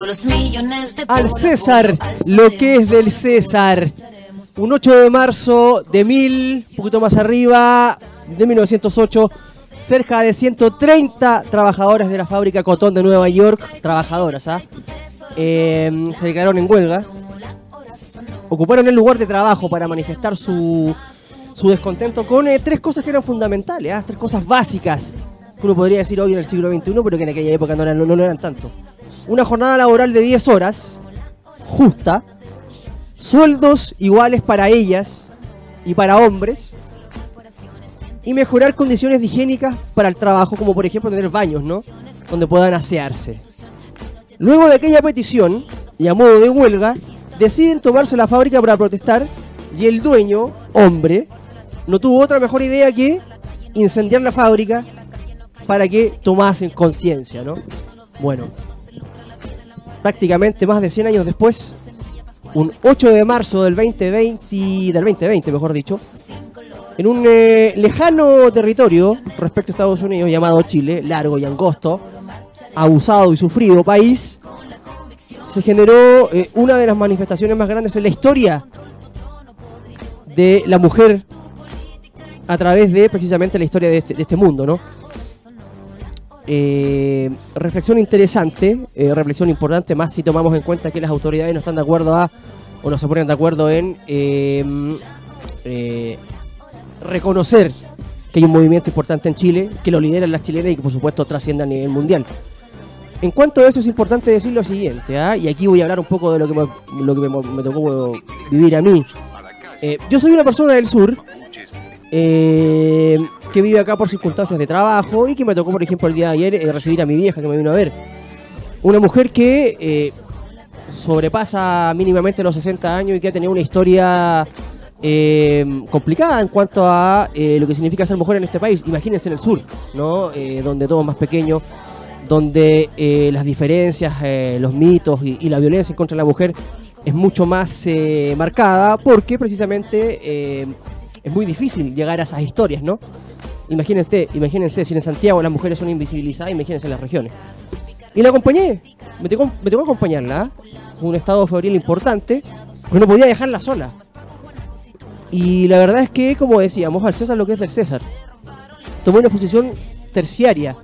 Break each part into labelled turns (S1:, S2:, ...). S1: Los millones de
S2: Al
S1: por-
S2: César,
S1: al
S2: lo
S1: César.
S2: que es del César. Un 8 de marzo de 1000, un poquito más arriba, de 1908, cerca de 130 trabajadoras de la fábrica Cotón de Nueva York, trabajadoras, ¿ah? Eh, se declararon en huelga. Ocuparon el lugar de trabajo para manifestar su, su descontento con eh, tres cosas que eran fundamentales, ¿ah? tres cosas básicas que uno podría decir hoy en el siglo XXI, pero que en aquella época no, eran- no lo eran tanto. Una jornada laboral de 10 horas, justa, sueldos iguales para ellas y para hombres, y mejorar condiciones de higiénicas para el trabajo, como por ejemplo tener baños, ¿no? Donde puedan asearse. Luego de aquella petición, y a modo de huelga, deciden tomarse la fábrica para protestar y el dueño, hombre, no tuvo otra mejor idea que incendiar la fábrica para que tomasen conciencia, ¿no? Bueno, prácticamente más de 100 años después, un 8 de marzo del 2020, del 2020 mejor dicho, en un eh, lejano territorio respecto a Estados Unidos llamado Chile, largo y angosto, abusado y sufrido país, se generó eh, una de las manifestaciones más grandes en la historia de la mujer a través de precisamente la historia de este, de este mundo, ¿no? Eh, reflexión interesante, eh, reflexión importante, más si tomamos en cuenta que las autoridades no están de acuerdo a, o no se ponen de acuerdo en eh, eh, reconocer que hay un movimiento importante en Chile, que lo lideran las chilenas y que por supuesto trasciende a nivel mundial. En cuanto a eso es importante decir lo siguiente, ¿ah? y aquí voy a hablar un poco de lo que me, lo que me, me tocó vivir a mí. Eh, yo soy una persona del sur eh, que vive acá por circunstancias de trabajo y que me tocó, por ejemplo, el día de ayer eh, recibir a mi vieja que me vino a ver. Una mujer que eh, sobrepasa mínimamente los 60 años y que ha tenido una historia eh, complicada en cuanto a eh, lo que significa ser mujer en este país. Imagínense en el sur, ¿no? Eh, donde todo es más pequeño, donde eh, las diferencias, eh, los mitos y, y la violencia contra la mujer es mucho más eh, marcada porque precisamente eh, es muy difícil llegar a esas historias, ¿no? Imagínense, imagínense, si en Santiago las mujeres son invisibilizadas, imagínense en las regiones. Y la acompañé. Me tengo, me tengo que acompañarla. ¿ah? Fue un estado febril importante. Porque no podía dejarla sola. Y la verdad es que, como decíamos, al César lo que es del César. Tomé una posición terciaria.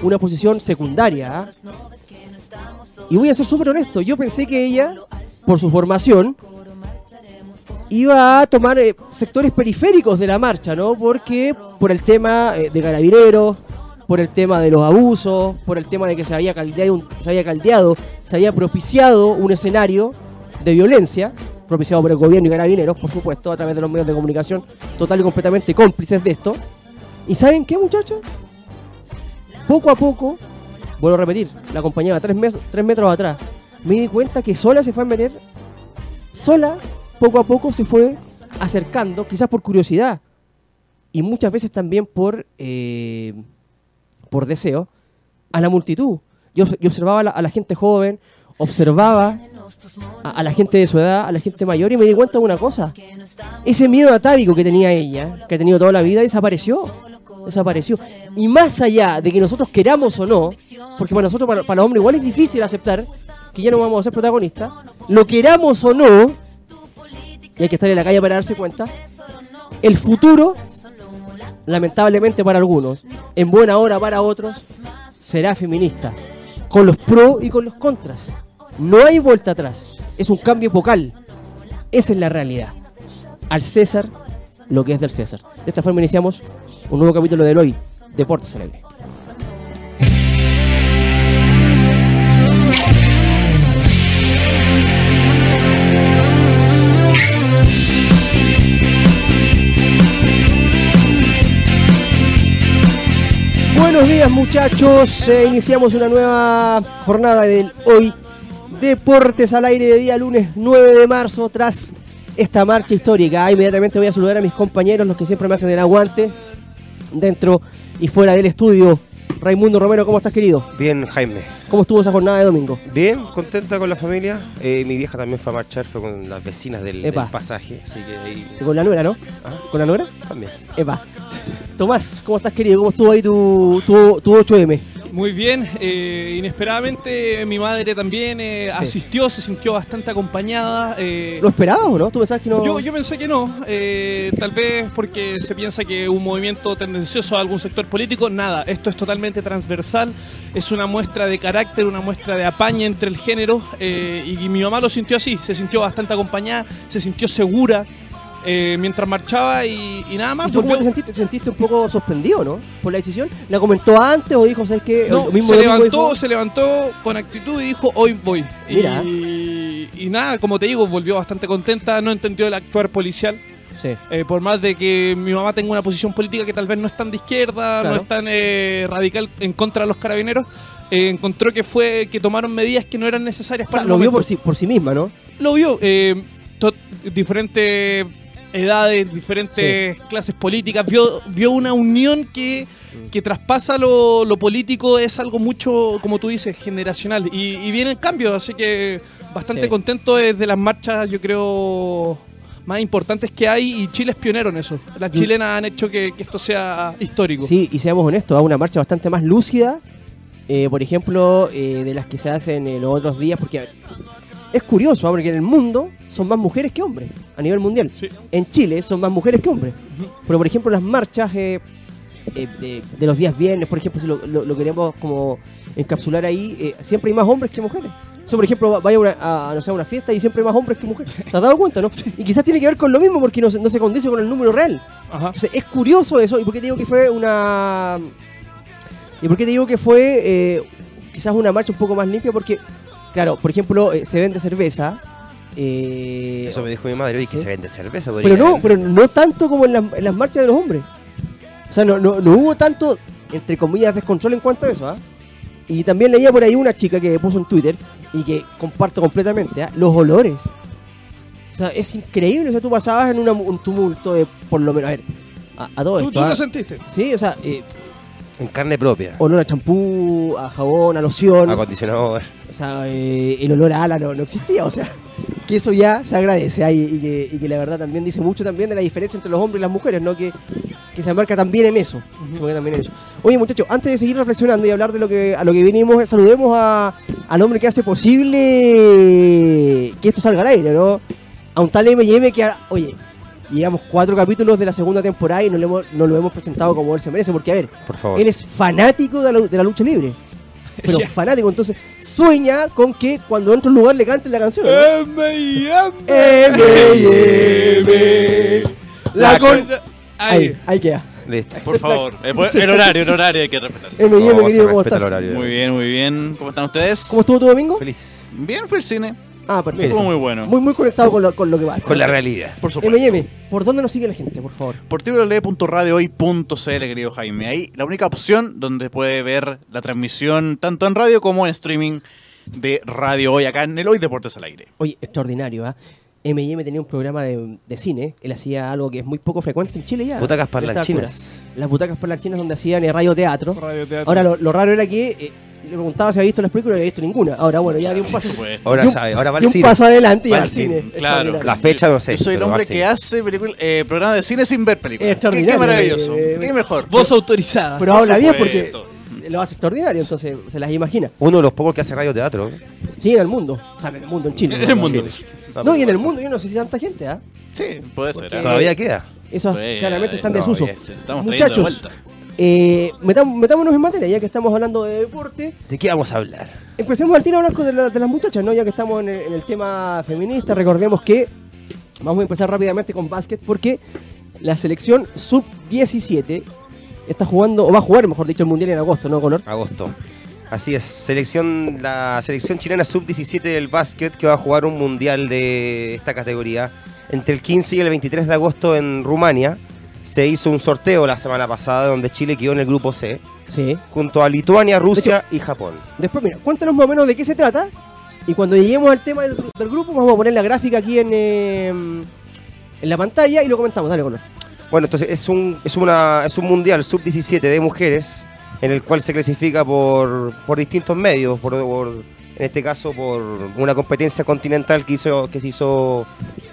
S2: Una posición secundaria. ¿ah? Y voy a ser súper honesto. Yo pensé que ella, por su formación, iba a tomar eh, sectores periféricos de la marcha, ¿no? Porque por el tema eh, de carabineros, por el tema de los abusos, por el tema de que se había caldeado, un- se había, caldeado, se había propiciado un escenario de violencia, propiciado por el gobierno y carabineros, por supuesto, a través de los medios de comunicación, total y completamente cómplices de esto. ¿Y saben qué, muchachos? Poco a poco, vuelvo a repetir, la acompañaba tres, mes- tres metros atrás, me di cuenta que sola se fue a meter sola, poco a poco se fue acercando, quizás por curiosidad y muchas veces también por, eh, por deseo, a la multitud. Yo, yo observaba a la, a la gente joven, observaba a, a la gente de su edad, a la gente mayor y me di cuenta de una cosa. Ese miedo atávico que tenía ella, que ha tenido toda la vida, desapareció. Desapareció. Y más allá de que nosotros queramos o no, porque para nosotros, para, para los hombres, igual es difícil aceptar que ya no vamos a ser protagonistas, lo queramos o no, y hay que estar en la calle para darse cuenta, el futuro, lamentablemente para algunos, en buena hora para otros, será feminista, con los pros y con los contras. No hay vuelta atrás, es un cambio vocal. Esa es la realidad. Al César, lo que es del César. De esta forma iniciamos un nuevo capítulo del hoy, Deportes al Aire. Buenos días muchachos, Eh, iniciamos una nueva jornada del hoy Deportes al aire de día lunes 9 de marzo tras esta marcha histórica. Ah, Inmediatamente voy a saludar a mis compañeros, los que siempre me hacen el aguante dentro y fuera del estudio. Raimundo Romero, ¿cómo estás querido?
S3: Bien, Jaime.
S2: ¿Cómo estuvo esa jornada de domingo?
S3: Bien, contenta con la familia. Eh, mi vieja también fue a marchar, fue con las vecinas del, del
S2: Epa.
S3: pasaje, así que ahí
S2: Con la nuera, ¿no?
S3: Ah.
S2: ¿Con la nuera?
S3: también.
S2: Epa. Tomás, ¿cómo estás querido? ¿Cómo estuvo ahí tu, tu, tu 8M?
S1: Muy bien, eh, inesperadamente mi madre también eh, asistió, se sintió bastante acompañada. eh,
S2: ¿Lo esperabas o no? ¿Tú pensabas que no?
S1: yo, yo pensé que no, eh, tal vez porque se piensa que un movimiento tendencioso a algún sector político, nada, esto es totalmente transversal, es una muestra de carácter, una muestra de apaña entre el género eh, y mi mamá lo sintió así, se sintió bastante acompañada, se sintió segura eh, mientras marchaba y, y nada más.
S2: ¿Y tú
S1: pues
S2: cómo
S1: yo-
S2: te sentiste? ¿Te sentiste un poco sorprendido, no? Por la decisión. ¿La comentó antes o dijo, sabes qué?
S1: No,
S2: Lo Eh, mismo
S1: se
S2: domingo
S1: levantó,
S2: dijo-
S1: se levantó con actitud y dijo hoy voy.
S2: Mira.
S1: Y, y nada, como te digo, volvió bastante contenta, no entendió el actuar policial.
S2: Sí.
S1: Eh, por más de que mi mamá tenga una posición política que tal vez no es tan de izquierda,
S2: Claro.
S1: no es tan eh, radical en contra de los carabineros, eh, encontró que fue que tomaron medidas que no eran necesarias
S2: O sea,
S1: para el
S2: lo vio
S1: momento.
S2: por sí, por sí misma, ¿no?
S1: Lo vio. eh, to- diferentes edades, diferentes clases políticas. Vio, vio una unión que, que traspasa lo, lo político. Es algo mucho, como tú dices, generacional. Y, y viene el cambio. Así que bastante
S2: Sí.
S1: contento es de las marchas, yo creo más importantes que hay y Chile es pionero en eso. Las
S2: Y-
S1: chilenas han hecho que, que esto sea histórico.
S2: Mm. Sí, y seamos honestos, a una marcha bastante más lúcida, eh, por ejemplo, eh, de las que se hacen eh, los otros días, porque a ver, es curioso, ¿ah? porque en el mundo son más mujeres que hombres, a nivel mundial.
S1: Sí.
S2: En Chile son más mujeres que hombres. Pero, por ejemplo, las marchas eh, eh, de, de los días viernes, por ejemplo, si lo, lo- lo queremos como encapsular ahí, eh, siempre hay más hombres que mujeres. O sea, por ejemplo, va- vaya a una- a, no sé, a una fiesta y siempre hay más hombres que mujeres. ¿Te has dado cuenta, no? Y quizás tiene que ver con lo mismo, porque no se- no se condice con el número real.
S1: Ajá.
S2: Entonces, es curioso eso. ¿Y por qué te digo que fue una. ¿Y por qué te digo que fue eh, quizás una marcha un poco más limpia? Porque, claro, por ejemplo, eh, se vende cerveza. eh,
S3: Eso me dijo mi madre, oye, que
S2: Sí.
S3: se vende cerveza,
S2: pero
S3: podría
S2: no,
S3: vender.
S2: pero no tanto como en, las- en las marchas de los hombres. O sea, no, no, no hubo tanto, entre comillas, descontrol en cuanto a eso, ¿ah? Y también leía por ahí una chica que puso en Twitter y que comparto completamente, ¿ah? Los olores. O sea, es increíble. O sea, tú pasabas en una mu- un tumulto de, por lo menos, a ver, a, a todo
S1: ¿Tú,
S2: esto,
S1: tú
S2: ¿ah?
S1: lo sentiste?
S2: Sí, o sea, eh,
S3: En carne propia.
S2: olor a champú, a jabón, a loción.
S3: Acondicionador.
S2: O sea, eh, el olor a ala no, no existía, o sea, que eso ya se agradece ah, y, y que, y que la verdad también dice mucho también de la diferencia entre los hombres y las mujeres, ¿no? Que, que se embarca también en eso. se marca también en eso. Oye, muchachos, antes de seguir reflexionando y hablar de lo que a lo que vinimos, eh, saludemos a, al hombre que hace posible que esto salga al aire, ¿no? A un tal M&M que, ahora- oye, llevamos cuatro capítulos de la segunda temporada y no lo hemos, no lo hemos presentado como él se merece, porque, a ver,
S3: Por favor.
S2: él es fanático de la, de la lucha libre. Pero
S1: Ya.
S2: fanático, entonces sueña con que cuando entre a un lugar le canten la canción. ¿no?
S1: M&M.
S2: M&M. La con- Ahí,
S1: Ahí.
S2: ahí queda.
S3: Listo.
S4: Por favor, el, el horario, el horario hay que respetar.
S2: M&M, querido,
S3: No, Oh, se
S2: ¿cómo
S3: respeta
S2: estás?
S3: el horario.
S4: Muy bien, muy bien. ¿Cómo están ustedes?
S2: ¿Cómo estuvo tu domingo?
S3: Feliz.
S4: Bien, fue el cine.
S2: Ah, perfecto.
S4: Estuvo muy bueno.
S2: Muy, muy conectado con lo, con lo que pasa.
S3: Con la realidad.
S4: Por supuesto.
S2: M&M, ¿por dónde nos sigue la gente, por favor?
S4: Por www.radiohoy.cl, querido Jaime. Ahí la única opción donde puede ver la transmisión tanto en radio como en streaming de Radio Hoy acá en el Hoy Deportes al Aire.
S2: Oye, extraordinario, ¿ah? M&M tenía un programa de, de cine. Él hacía algo que es muy poco frecuente en Chile ya.
S3: Butacas
S2: A esta
S3: parlanchinas.
S2: altura. Las butacas parlanchinas donde hacían eh, radioteatro.
S1: Radioteatro.
S2: Ahora, lo, lo raro era que eh, le preguntaba si había visto las películas y no había visto ninguna. Ahora, bueno, ya dio un
S4: Por
S2: paso.
S4: supuesto.
S3: Ah, Ahora
S2: Y un-
S3: sabe, ahora va
S2: y
S3: al
S2: un
S3: cine.
S2: paso adelante y
S3: Va
S2: al
S3: al
S2: cine.
S3: cine,
S4: claro.
S2: Extraordinario.
S3: La fecha no sé.
S4: Yo soy el
S3: pero va
S4: hombre
S3: al
S4: que
S3: cine.
S4: hace película- eh, programas de cine sin ver películas. Qué- Qué,
S2: Extraordinario.
S4: maravilloso.
S2: Eh,
S4: Qué mejor.
S1: Voz autorizada.
S2: Pero habla bien porque
S4: supuesto.
S2: lo hace extraordinario, entonces se las imagina.
S3: Uno de los pocos que hace radioteatro. ¿eh?
S2: Sí, en el mundo. O sea, en el mundo, en Chile.
S4: En el mundo.
S2: No, y en el mundo, yo no sé si tanta gente, ¿ah?
S4: Sí, puede ser. ¿eh?
S3: Todavía queda.
S2: Esos
S4: Pues,
S2: claramente están
S4: no,
S2: en desuso.
S4: bien, se estamos trayendo de
S2: Muchachos,
S4: vuelta.
S2: eh, metam- metámonos en materia, ya que estamos hablando de deporte.
S3: ¿De qué vamos a hablar?
S2: Empecemos al tiro a hablar con de, la- de las muchachas, ¿no? Ya que estamos en el, en el tema feminista, recordemos que vamos a empezar rápidamente con básquet porque la selección sub-17 está jugando, o va a jugar, mejor dicho, el Mundial en agosto, ¿no, Color?
S3: Agosto. Así es, selección, la selección chilena sub-17 del básquet que va a jugar un mundial de esta categoría. Entre el 15 y el 23 de agosto en Rumania se hizo un sorteo la semana pasada donde Chile quedó en el grupo C,
S2: Sí.
S3: junto a Lituania, Rusia y Japón.
S2: Después, mira, cuéntanos más o menos de qué se trata. Y cuando lleguemos al tema del, gru- del grupo, vamos a poner la gráfica aquí en, eh, en la pantalla y lo comentamos. Dale, color.
S3: Bueno, entonces es un, es una, es un mundial sub-17 de mujeres en el cual se clasifica por, por distintos medios, por, por- en este caso por una competencia continental que, hizo, que se hizo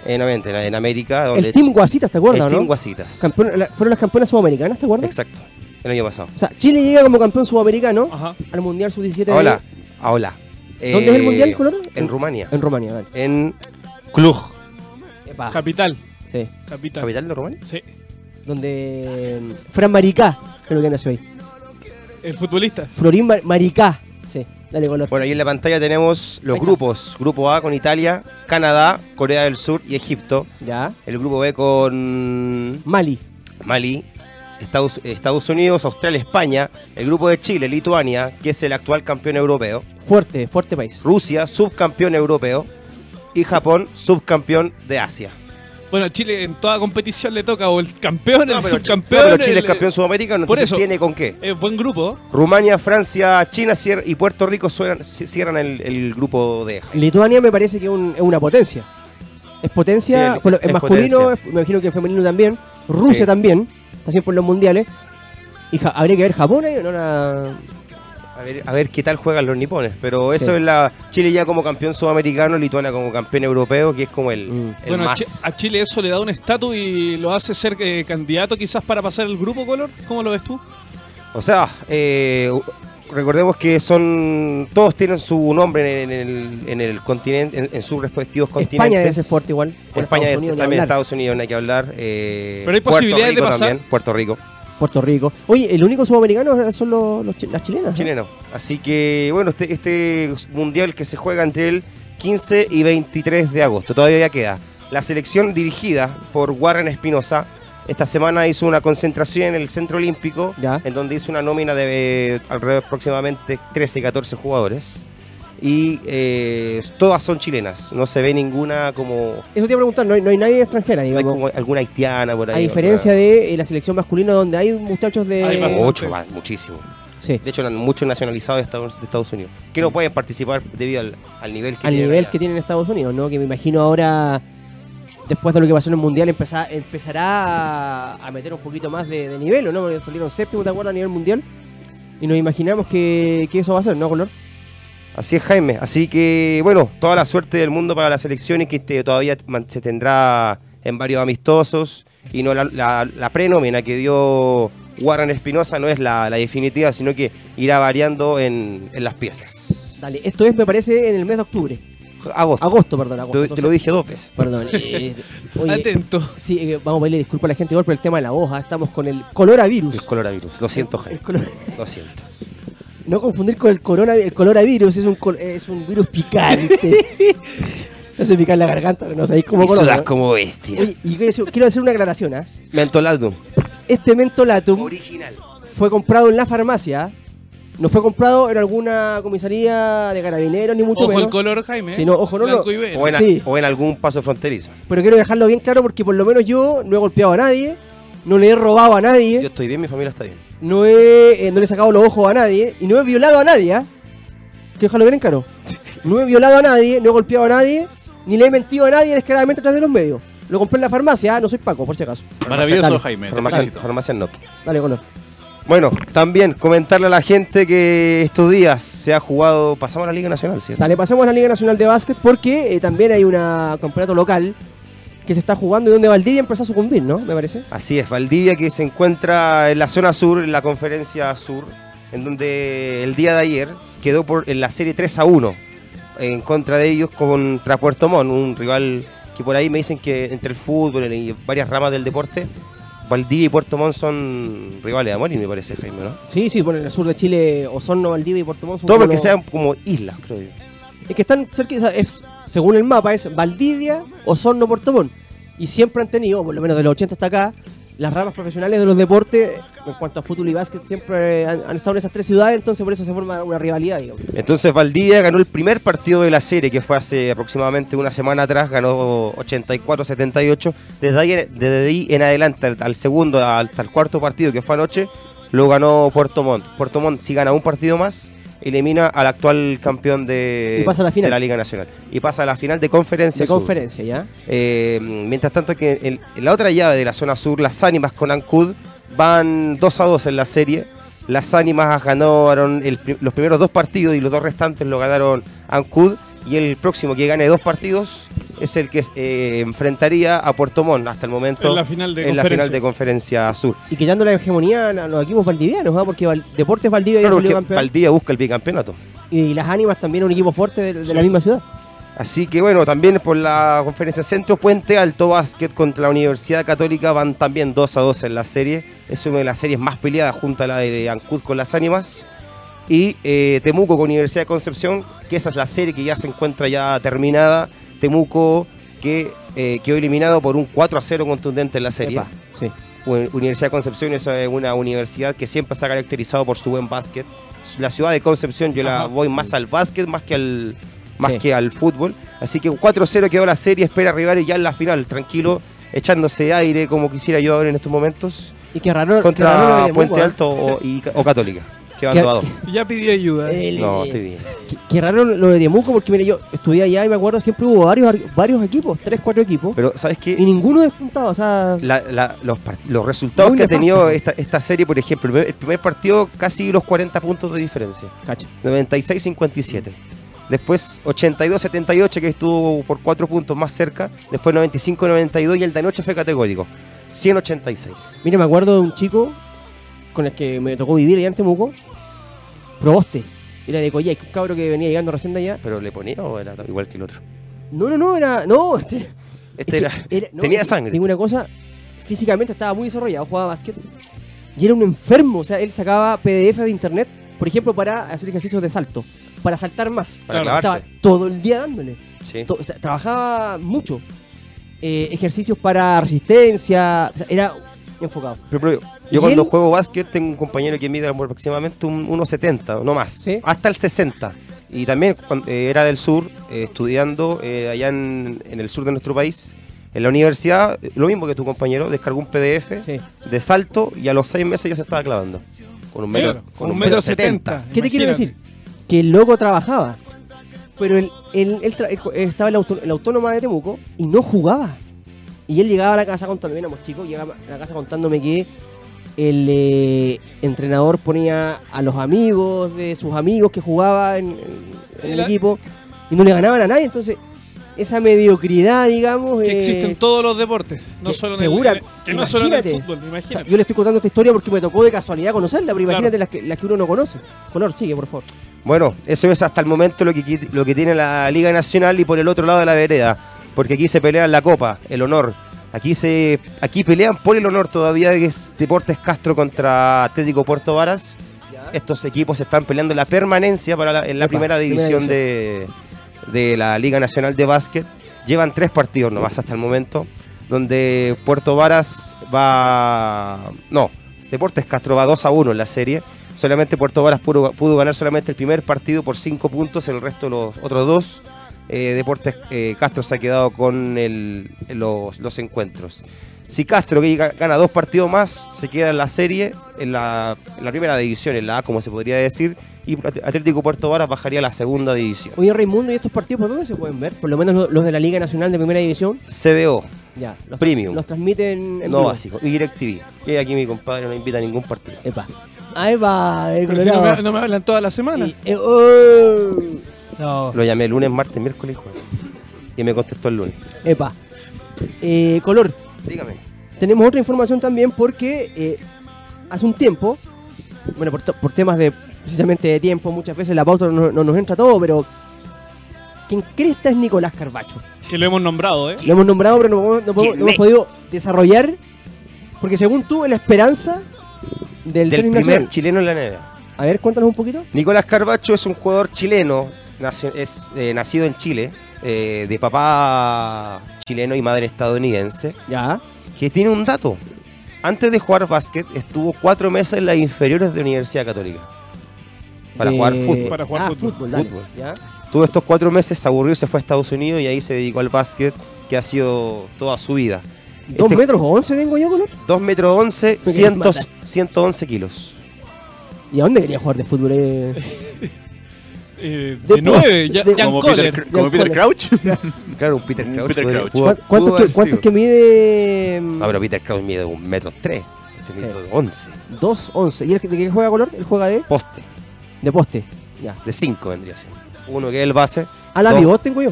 S3: en, en, en América. Donde
S2: El Team Guasitas, ¿te acuerdas,
S3: el
S2: no?
S3: Team Guasitas.
S2: Campeona- la- fueron las campeonas sudamericanas, ¿te acuerdas?
S3: Exacto. el año pasado.
S2: O sea, Chile llega como campeón sudamericano
S1: Ajá.
S2: al Mundial Sub-17. de-
S3: Ah. Hola, hola. Eh,
S2: ¿Dónde es el mundial, Color?
S3: En Rumania.
S2: En Rumania, vale.
S3: En Cluj.
S2: Epa.
S1: Capital.
S2: Sí.
S1: Capital.
S3: ¿Capital de Rumania?
S1: Sí.
S2: Donde. mm, Fran Maricá, creo que nació ahí.
S1: El futbolista.
S2: Florín Mar- Maricá. Sí, dale color.
S3: Bueno, ahí en la pantalla tenemos los
S2: Ahí está.
S3: grupos. Grupo A con Italia, Canadá, Corea del Sur y Egipto.
S2: Ya.
S3: El grupo B con
S2: Mali.
S3: Mali, Estados, Estados Unidos, Australia, España. El grupo de Chile, Lituania, que es el actual campeón europeo.
S2: Fuerte, fuerte país.
S3: Rusia, subcampeón europeo. Y Japón, subcampeón de Asia.
S1: Bueno, Chile en toda competición le toca o el campeón,
S3: No,
S1: el
S3: pero-
S1: subcampeón.
S3: no, pero Chile es
S1: el-
S3: campeón sudamericano,
S1: Por
S3: entonces
S1: eso.
S3: tiene con qué.
S1: Eh, buen grupo.
S3: Rumania, Francia, China cier- y Puerto Rico sueran- ci- cierran el, el grupo de Jaime.
S2: Lituania me parece que es un- es una potencia. Es potencia,
S3: Sí,
S2: por lo-
S3: es
S2: es masculino,
S3: potencia.
S2: es- me imagino que femenino también. Rusia
S3: Sí.
S2: también, está siempre en los mundiales. Y ja- habría que ver Japón ahí, ¿no? La-
S3: A ver, a ver qué tal juegan los nipones. Pero eso
S2: Sí.
S3: es la. Chile ya como campeón sudamericano, Lituania como campeón europeo, que es como el,
S2: Mm.
S3: el
S1: bueno, a,
S3: más.
S1: Chi- a Chile eso le da un estatus y lo hace ser eh, candidato quizás para pasar el grupo color. ¿Cómo lo ves tú?
S3: O sea, eh, recordemos que son. Todos tienen su nombre en el, en el continente, en, en sus respectivos
S2: España
S3: continentes.
S2: es fuerte igual. Con
S3: España
S2: Estados
S3: es-
S2: Unidos, ni
S3: también
S2: hablar.
S3: Estados Unidos, no hay que hablar. eh,
S1: Pero hay
S3: Puerto
S1: posibilidades de
S3: Rico
S1: pasar.
S3: También, Puerto Rico.
S2: Puerto Rico. Oye, el único sudamericano son los, los chi- las chilenas. ¿eh?
S3: chileno. Así que, bueno, este, este mundial que se juega entre el 15 y 23 de agosto, todavía ya queda. La selección dirigida por Warren Espinosa esta semana hizo una concentración en el Centro Olímpico,
S2: Ya.
S3: en donde hizo una nómina de eh, alrededor de aproximadamente 13, 14 jugadores. Y eh, todas son chilenas, no se ve ninguna como,
S2: Eso te iba a preguntar, no hay, no hay nadie extranjera,
S3: no hay
S2: digamos.
S3: como alguna haitiana por ahí.
S2: a diferencia de eh, la selección masculina donde hay muchachos de...
S1: Hay más.
S3: Mucho más, muchísimo.
S2: Sí,
S3: De hecho, eran muchos nacionalizados de Estados, de Estados Unidos que no pueden participar debido al, al nivel que
S2: Mm. al
S3: tienen
S2: nivel
S3: allá.
S2: que tienen Estados Unidos, ¿no? Que me imagino ahora, después de lo que pasó en el Mundial, empezá- empezará a, a meter un poquito más de, de nivel, ¿o no? Porque salieron séptimo, ¿te acuerdas? A nivel mundial. Y nos imaginamos que, que eso va a ser, ¿no, Color?
S3: Así es, Jaime. Así que, bueno, toda la suerte del mundo para las elecciones que este, todavía man- se tendrá en varios amistosos. Y no la, la, la prenómina que dio Warren Espinosa no es la, la definitiva, sino que irá variando en, en las piezas.
S2: Dale, esto es, me parece, en el mes de octubre.
S3: Agosto.
S2: Agosto, perdón, agosto.
S3: Te- te,
S2: entonces-
S3: lo dije dos veces.
S2: Perdón. eh, oye,
S1: Atento.
S2: sí, eh, vamos a pedirle disculpas a la gente igual por el tema de la hoja. Estamos con el coloravirus.
S3: El coronavirus. Lo siento,
S2: El
S3: Jaime.
S2: color-
S3: Lo siento.
S2: No confundir con el corona, el coronavirus, es un, col- es un virus picante. no se pica en la garganta, no sabéis cómo
S3: Y sudas
S2: corona.
S3: como bestia.
S2: Oye, y quiero decir- quiero hacer una aclaración, ¿ah?
S3: Mentolatum.
S2: Este mentolatum
S3: Original.
S2: fue comprado en la farmacia, no fue comprado en alguna comisaría de carabineros, ni mucho
S1: Ojo el
S2: menos.
S1: color, Jaime.
S2: Sí, no, ojo, no,
S1: Blanco
S2: no.
S1: y verde.
S3: O en, a-
S2: Sí.
S3: o en algún paso fronterizo.
S2: Pero quiero dejarlo bien claro porque por lo menos yo no he golpeado a nadie, no le he robado a
S3: Yo
S2: nadie,
S3: estoy bien, mi familia está bien.
S2: no, he, eh, no le he sacado los ojos a nadie y no he violado a nadie, ¿ah? Quiero dejarlo bien en claro. No he violado a nadie, no he golpeado a nadie, ni le he mentido a nadie descaradamente a través de los medios. Lo compré en la farmacia, ¿ah? no soy Paco, por si acaso.
S4: Maravilloso,
S2: Dale.
S4: Jaime. te
S3: Farmacia,
S4: felicito.
S3: farmacia no.
S2: Dale, color.
S3: Bueno, también comentarle a la gente que estos días se ha jugado, pasamos a la Liga Nacional, ¿cierto?
S2: Dale, pasemos a la Liga Nacional de Básquet porque eh, también hay un campeonato local que se está jugando y donde Valdivia empezó a sucumbir, ¿no? Me parece.
S3: Así es, Valdivia que se encuentra en la zona sur, en la conferencia sur, en donde el día de ayer quedó por, en la serie 3 a 1 en contra de ellos contra Puerto Montt, un rival que por ahí me dicen que entre el fútbol y varias ramas del deporte, Valdivia y Puerto Montt son rivales de amor y me parece, Jaime, ¿no?
S2: Sí, sí, bueno, en el sur de Chile, Osorno, Valdivia y Puerto Montt. son
S3: Todo
S2: como
S3: porque
S2: los-
S3: sean como islas, creo yo.
S2: Es que están cerca, o sea, es- según el mapa, es Valdivia, Osorno, Puerto Montt. Y siempre han tenido, por lo menos de los 80 hasta acá, las ramas profesionales de los deportes, en cuanto a fútbol y básquet, siempre han, han estado en esas tres ciudades, entonces por eso se forma una rivalidad, digamos.
S3: Entonces Valdivia ganó el primer partido de la serie, que fue hace aproximadamente una semana atrás, ganó 84-78. Desde ahí, en- desde ahí en adelante, al, al segundo, hasta el cuarto partido que fue anoche, lo ganó Puerto Montt. Puerto Montt, si gana un partido más, elimina al actual campeón de,
S2: Y pasa a la final.
S3: de la Liga Nacional. Y pasa a la final de conferencia.
S2: De
S3: Sur.
S2: conferencia, ¿ya?
S3: Eh, mientras tanto, que en, en la otra llave de la zona sur, las ánimas con Ancud van 2 a 2 en la serie. Las ánimas ganaron el pri- los primeros dos partidos y los dos restantes lo ganaron Ancud. Y el próximo que gane dos partidos es el que eh, enfrentaría a Puerto Montt hasta el momento
S1: En la final de
S3: en la
S1: conferencia.
S3: final de Conferencia Sur.
S2: Y quitando la hegemonía a los equipos valdivianos, ¿ah? porque Val- Deportes Valdivia ya
S3: Claro,
S2: salió
S3: porque
S2: campeón.
S3: Valdivia busca el bicampeonato.
S2: y las ánimas también un equipo fuerte de, de
S1: Sí.
S2: la misma ciudad.
S3: Así que bueno, también por la conferencia Centro Puente Alto Básquet contra la Universidad Católica van también 2 a 2 en la serie. Es una de las series más peleadas junto a la de Ancud con las Ánimas. Y eh, Temuco con Universidad de Concepción, que esa es la serie que ya se encuentra ya terminada. Temuco que eh, quedó eliminado por un 4 a 0 contundente en la serie.
S2: Epa, sí.
S3: Uni- Universidad de Concepción esa es una universidad que siempre se ha caracterizado por su buen básquet. La ciudad de Concepción yo la
S1: Ajá.
S3: voy más al básquet más que al más
S2: Sí.
S3: que al fútbol. Así que 4-0 quedó la serie, espera Rivales ya en la final, tranquilo, echándose aire como quisiera yo ahora en estos momentos
S2: Y qué raro. qué raro lo de
S3: contra
S2: Temuco,
S3: Puente
S2: ¿ah?
S3: Alto o, y- o Católica. que van
S2: Qué-
S3: dos a dos.
S1: Ya pedí ayuda. ¿eh?
S2: El-
S3: No,
S2: eh,
S3: estoy bien.
S2: qué, qué raro lo de Temuco, porque mire, yo estudié allá y me acuerdo siempre hubo varios, ar- varios equipos, tres, cuatro equipos,
S3: Pero ¿sabes qué?
S2: y ninguno despuntaba. O sea,
S3: La- la- los, par- los resultados
S2: Muy
S3: que ha tenido
S2: nefasto.
S3: esta, esta serie, por ejemplo, el primer- el primer partido casi los 40 puntos de diferencia.
S2: cacha.
S3: 96-57. Después 82-78, que estuvo por 4 puntos más cerca. Después 95-92 y el de anoche fue categórico. 186.
S2: Mire, me acuerdo de un chico con el que me tocó vivir allá en Temuco, Proboste. Era de Coyhaique, un cabro que venía llegando recién de allá.
S3: ¿Pero le ponía o era igual que el otro?
S2: No, no, no, era. No, este.
S3: Este
S2: Es
S3: era,
S2: que era- no,
S3: tenía
S2: es que
S3: sangre.
S2: Tengo una cosa, físicamente estaba muy desarrollado, jugaba básquet. Y era un enfermo, o sea, él sacaba PDF de internet, por ejemplo, para hacer ejercicios de salto, para saltar más.
S3: Para
S1: Claro,
S2: Estaba
S3: clavarse.
S2: todo el día dándole.
S3: Sí.
S2: To- o sea, trabajaba mucho. Eh, ejercicios para resistencia, o sea, era enfocado.
S3: Pero, pero,
S2: ¿Y
S3: yo cuando
S2: él?
S3: juego básquet tengo un compañero que mide aproximadamente un 1,70, no más.
S2: Sí.
S3: Hasta el 60. Y también cuan- eh, era del sur, eh, estudiando eh, allá en, en el sur de nuestro país. En la universidad, eh, lo mismo que tu compañero, descargó un PDF
S2: Sí.
S3: de salto y a los seis meses ya se estaba clavando. Con un metro,
S1: Claro, con un metro setenta.
S2: ¿Qué te quiero
S1: imagínate.
S2: decir? Que el loco trabajaba, pero él, él- él tra- él co- él estaba en la, auto- en la autónoma de Temuco y no jugaba. Y él llegaba a la casa contándome, éramos chicos, llegaba a la casa contándome que el eh, entrenador ponía a los amigos de sus amigos que jugaba en, en- en el
S1: Era-
S2: equipo y no le ganaban a nadie. Entonces, esa mediocridad, digamos.
S1: Que
S2: eh,
S1: existen todos los deportes, no
S2: que
S1: solo en el-
S2: segura-
S1: en el, que no solo en el
S2: imagínate.
S1: fútbol,
S2: o sea,
S1: imagínate.
S2: yo le estoy contando esta historia porque me tocó de casualidad conocerla, pero
S1: Claro.
S2: imagínate las, que, las que uno no conoce. Conor, sigue, por favor.
S3: Bueno, eso es hasta el momento lo que, qui- lo que tiene la Liga Nacional y por el otro lado de la vereda, porque aquí se pelea la Copa, el honor. Aquí se aquí pelean por el honor todavía, que es Deportes Castro contra Atlético Puerto Varas. Estos equipos están peleando la permanencia para la- en la
S2: Epa,
S3: primera
S2: primera
S3: división de, de la Liga Nacional de Básquet. Llevan tres partidos nomás hasta el momento, donde Puerto Varas va... No, Deportes Castro va 2 a 1 en la serie. Solamente Puerto Varas pudo, pudo ganar solamente el primer partido por 5 puntos, el resto los otros dos. eh, Deportes eh, Castro se ha quedado con el- los, los encuentros. Si Castro que ga- gana dos partidos más, se queda en la serie, en la, en la primera división, en la A, como se podría decir, y Atlético Puerto Varas bajaría a la segunda división.
S2: Oye, Raimundo, ¿y estos partidos por dónde se pueden ver? Por lo menos lo- los de la Liga Nacional de Primera División.
S3: CDO,
S2: Ya, los,
S3: Premium.
S2: Los transmiten en
S3: no
S2: vivo.
S3: básico, y DirecTV. Que aquí mi compadre no invita a ningún partido.
S2: Epa. Ahí va, el
S1: Pero si no, me,
S2: Colorado.
S1: no me hablan toda la semana.
S2: Y- eh, oh.
S1: No.
S3: Lo llamé lunes, martes, miércoles y jueves. Y me contestó el lunes.
S2: Epa. Eh, color,
S3: Dígame.
S2: tenemos otra información también porque eh, hace un tiempo, bueno, por, to- por temas de precisamente de tiempo, muchas veces la pauta no, no nos entra todo, pero quien cresta es Nicolás Carbacho.
S1: Que lo hemos nombrado, ¿eh?
S2: Lo hemos nombrado, pero no, podemos- no podemos- no hemos podido desarrollar, porque según tú, es la esperanza del,
S3: Del
S2: tenis
S3: primer
S2: nacional.
S3: chileno en la NBA.
S2: A ver, cuéntanos un poquito.
S3: Nicolás Carbacho es un jugador chileno, nació- es eh, nacido en Chile, eh, de papá chileno y madre estadounidense,
S2: Ya.
S3: que tiene un dato. Antes de jugar básquet, estuvo cuatro meses en las inferiores de Universidad Católica. Para
S2: Eh,
S3: jugar fútbol.
S1: Para jugar
S2: ah,
S1: fútbol.
S2: dale.
S3: Fútbol.
S2: Ya.
S3: Tuvo estos cuatro meses, se aburrió, se fue a Estados Unidos y ahí se dedicó al básquet, que ha sido toda su vida.
S2: Dos
S3: Este-
S2: metros once tengo yo, color.
S3: 2 metros 11,
S2: querés
S3: 100
S2: matar.
S3: 111 kilos.
S2: ¿Y a dónde quería jugar de fútbol? eh?
S1: Eh, de
S2: De-
S1: nueve, ya-
S2: de-
S1: Jan
S4: Como
S1: Koller.
S4: Peter,
S2: Jan
S4: como Peter
S2: Koller.
S4: Crouch.
S3: Claro, un Peter
S4: Un
S3: Crouch.
S4: Peter
S3: podría-
S4: Crouch.
S3: pudo-
S2: ¿Cuánto- ¿Cuánto,
S3: pudo
S2: que,
S3: haber
S2: cuánto es
S3: sido.
S2: que mide?
S3: No, pero Peter Crouch mide un metro tres. Este
S2: Sí.
S3: mide once.
S2: 2, 11. ¿Y el, que- de qué juega color? Él juega de,
S3: Poste.
S2: de poste. Ya.
S3: De cinco vendría a ser. Uno que es el base.
S2: A la
S3: Dos.
S2: pivot tengo yo.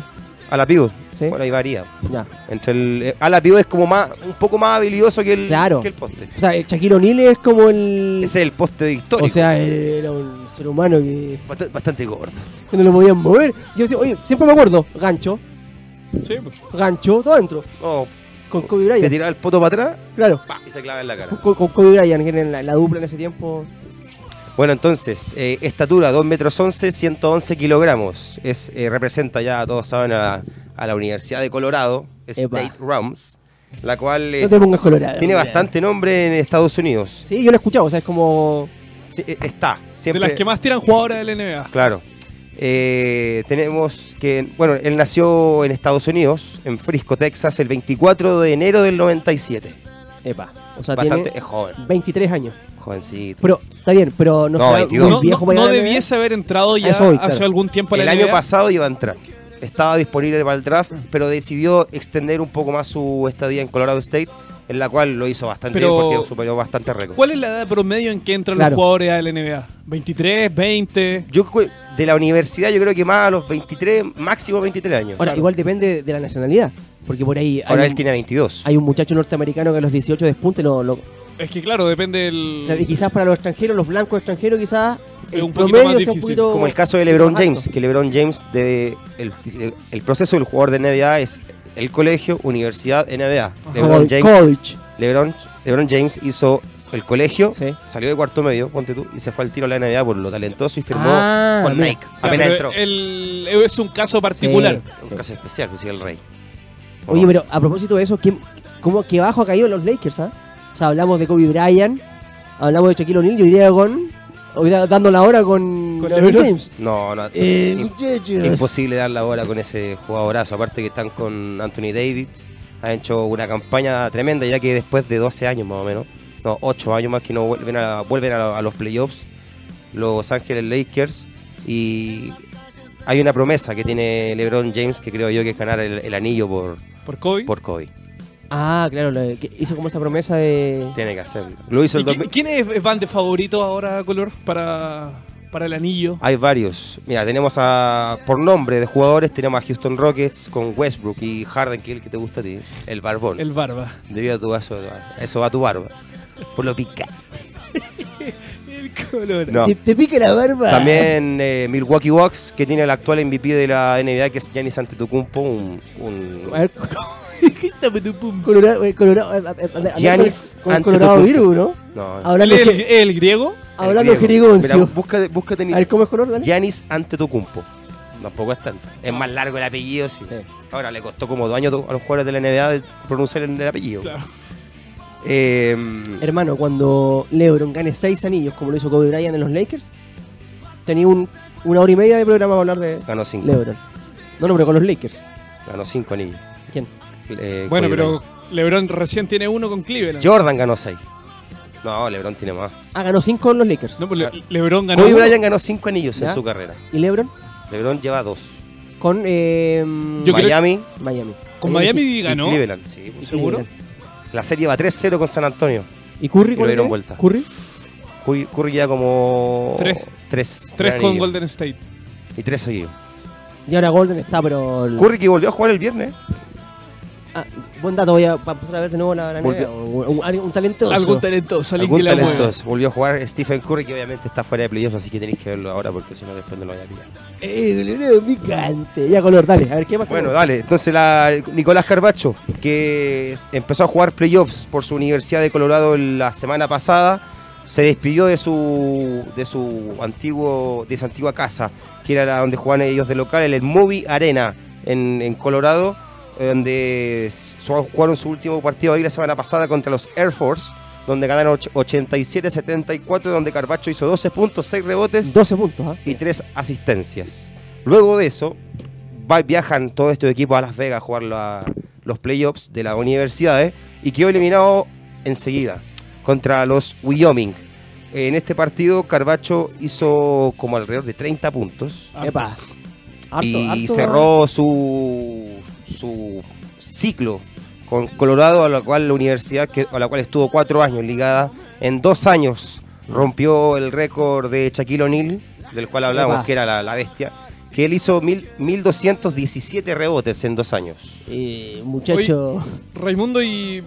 S3: A la pivot.
S2: ¿sí?
S3: Bueno, ahí varía.
S2: Ya.
S3: Entre el eh, ala pivo es como más un poco más habilidoso que el,
S2: Claro.
S3: que el poste.
S2: O sea, el Shaquille O'Neal es como el.
S3: Ese es el poste de histórico.
S2: o sea, era un ser humano que,
S3: Bast- bastante gordo.
S2: que no lo podían mover. Yo decía, oye, siempre me acuerdo, gancho,
S1: Sí, pues.
S2: gancho, todo adentro.
S3: No,
S2: Con Kobe
S3: se
S2: Bryant.
S3: Oh, tiraba el poto para atrás
S2: Claro.
S3: pa, y se clava en la cara.
S2: Con, con Kobe Bryant, que era la, la dupla en ese tiempo.
S3: Bueno, entonces, eh, estatura 2 metros 11, 111 kilogramos. Es, eh, representa ya, todos saben, a la, a la Universidad de Colorado,
S2: Epa.
S3: State Rams, la cual eh,
S2: No te pongas colorado.
S3: tiene
S4: Mira.
S3: bastante nombre en Estados Unidos.
S2: Sí, yo lo he escuchado, o sea, es como.
S3: Sí, eh, está,
S1: De
S3: siempre.
S1: las que más tiran jugadoras del NBA.
S3: Claro. Eh, tenemos que, bueno, él nació en Estados Unidos, en Frisco, Texas, el 24 de enero del 97.
S2: Epa. O sea,
S3: Bastante
S2: tiene
S3: es joven,
S2: 23 años.
S3: jovencito.
S2: Pero, está bien, pero no,
S3: No,
S2: será
S3: 22.
S2: muy
S1: No,
S2: viejo
S1: no-
S2: para
S1: no
S2: llegar a la NBA.
S1: debiese haber entrado ya
S2: Eso voy,
S1: hace
S2: claro.
S1: algún tiempo a la
S3: el
S1: NBA. Mm.
S3: año pasado iba a entrar. Estaba disponible para el draft, pero decidió extender un poco más su estadía en Colorado State, en la cual lo hizo bastante
S1: Pero-
S3: bien porque superó bastante récord.
S1: ¿Cuál es la edad promedio en que entran
S2: Claro.
S1: los jugadores a la NBA? ¿23, 20?
S3: Yo cu- de la universidad yo creo que más a los 23, máximo 23 años.
S2: Ahora,
S1: Claro.
S2: igual depende de la nacionalidad. Porque por ahí hay,
S3: Ahora él
S2: un,
S3: tiene 22.
S2: hay un muchacho norteamericano que a los 18 despunte. Lo, lo-
S1: Es que claro, depende del...
S2: y quizás para los extranjeros, los blancos extranjeros, quizás
S1: Mm. Es
S2: el
S1: un poquito
S2: promedio
S1: más
S2: sea un
S1: difícil.
S2: poquito.
S3: Como el caso de LeBron
S2: Exacto.
S3: James, que LeBron James, de el, el proceso del jugador de NBA es el colegio, universidad, NBA. LeBron
S2: College.
S3: James, LeBron, LeBron James hizo el colegio,
S2: Sí.
S3: salió de cuarto medio, ponte tú, y se fue al tiro a la NBA por lo talentoso y firmó
S2: Ah,
S3: con
S2: mira.
S3: Nike.
S1: Ya,
S3: Apenas
S1: pero
S3: entró.
S1: el- es un caso particular.
S2: Sí,
S3: Un
S2: sí.
S3: caso especial, pues sí, el rey. Oh.
S2: Oye, pero a propósito de eso, ¿quién, ¿cómo que bajo ha caído los Lakers? ah? O sea, hablamos de Kobe Bryant, hablamos de Shaquille O'Neal y hoy día con. Hoy día dando la hora con.
S1: Con
S2: LeBron
S1: LeBron.
S2: James.
S3: No, no.
S2: Eh,
S3: im-
S2: muchachos.
S3: imposible dar la bola con ese jugadorazo. Aparte que están con Anthony Davis. Ha hecho una campaña tremenda, ya que después de 12 años más o menos, no, 8 años más que no vuelven a, vuelven a, a los playoffs, Los Ángeles Lakers. Y hay una promesa que tiene LeBron James, que creo yo que es ganar el, el anillo por,
S1: Por Kobe.
S3: por Kobe.
S2: Ah, claro, lo de- que hizo como esa promesa de.
S3: Tiene que hacerlo. Lo hizo
S1: ¿Y
S3: el
S1: qui-
S3: 2000.
S1: ¿Quiénes van de favorito ahora, Color, para, para el anillo?
S3: Hay varios. Mira, tenemos a. Por nombre de jugadores, tenemos a Houston Rockets con Westbrook y Harden, que es el que te gusta a ti. El barbón.
S1: El Barba.
S3: Debido a tu vaso de barba. Eso va a tu barba. Por lo pica.
S1: El Color.
S3: No.
S2: Te, te pique la barba.
S3: También eh, Milwaukee Bucks, que tiene el actual MVP de la NBA, que es Giannis Antetokounmpo. Un, un-
S2: A ver, Colorado, eh, Colorado, eh, eh, eh,
S3: Giannis
S2: con- con Colorado
S3: Antetokounpo.
S2: Virgo, ¿no?
S3: No,
S2: Hablando,
S1: ¿El, el,
S2: que,
S1: el griego?
S2: hablando
S3: el griego. Mira,
S2: jerigoncio.
S3: búscate, búscate en
S2: A ver cómo es color, dale.
S3: Giannis Antetokounmpo. Tampoco es tanto. Es más largo el apellido, sí.
S2: Sí.
S3: Ahora, le costó como dos años a los jugadores de la NBA de pronunciar el, el apellido.
S1: Claro.
S3: Eh,
S2: Hermano, cuando LeBron gane seis anillos, como lo hizo Kobe Bryant en los Lakers, tenía un, una hora y media de programa para hablar de
S3: ganó cinco.
S2: LeBron. No, no, pero con los Lakers.
S3: Ganó cinco anillos.
S2: ¿Quién?
S3: Eh,
S1: Bueno,
S3: Kobe
S1: pero
S3: Bryant.
S1: LeBron recién tiene uno con Cleveland.
S3: Jordan ganó seis. No, LeBron tiene más.
S2: Ah, ganó cinco en los Lakers.
S1: No, pues Le- LeBron ganó.
S3: Kobe
S1: uno.
S3: Bryant ganó cinco anillos
S2: ¿Ya?
S3: en su carrera.
S2: Y LeBron
S3: LeBron lleva dos.
S2: con eh,
S1: Yo creo-
S3: Miami
S2: Miami.
S1: Con
S2: Eh,
S1: Miami
S3: y
S1: ganó.
S3: Cleveland. sí, pues.
S1: ¿Seguro?
S3: La serie va 3-0 con San Antonio.
S2: ¿Y Curry?
S3: Y lo
S2: cuál
S3: dieron
S2: es?
S3: vuelta.
S2: ¿Curry?
S3: Curry, Curry lleva como...
S1: Tres.
S3: Tres.
S1: Tres
S3: Gran
S1: con
S3: anillo.
S1: Golden State.
S3: Y tres seguidos.
S2: Y ahora Golden está, pero... el-
S3: Curry que volvió a jugar el viernes.
S2: Ah, buen dato, voy a pa- pasar a ver de nuevo la, la
S3: Volvió.
S2: NBA. Un, un- un talentoso.
S1: Algún talentoso, alguien
S3: Algún
S1: que la mueva.
S3: talentoso. Volvió a jugar Stephen Curry, que obviamente está fuera de playoffs, así que tenéis que verlo ahora porque si no después no lo voy a pillar.
S2: Eh, boludo, picante. Ya, color, dale. A ver, ¿qué más
S3: Bueno,
S2: tenemos?
S3: dale. Entonces, la, Nicolás Carbacho, que empezó a jugar playoffs por su Universidad de Colorado la semana pasada, se despidió de su, de su, antiguo, de su antigua casa, que era la donde jugaban ellos de local, en el Movie Arena en, en Colorado, eh, donde su- jugaron su último partido ahí la semana pasada contra los Air Force, donde ganaron och- 87-74, donde Carbacho hizo 12 puntos, 6 rebotes
S2: 12 puntos, ¿ah?
S3: y tres asistencias. Luego de eso, va- viajan todos estos equipos a Las Vegas a jugar la- los playoffs de las universidades y quedó eliminado enseguida contra los Wyoming. En este partido, Carbacho hizo como alrededor de 30 puntos
S1: Harto.
S2: Epa. Harto,
S3: y
S2: harto.
S3: cerró su, su ciclo con Colorado, a la cual la universidad que, a la cual estuvo cuatro años ligada, en dos años rompió el récord de Shaquille O'Neal, del cual hablábamos
S2: Epa.
S3: que era la, la bestia, que él hizo mil, 1.217 rebotes en dos años.
S2: Eh, muchacho.
S1: Oye, Raimundo, y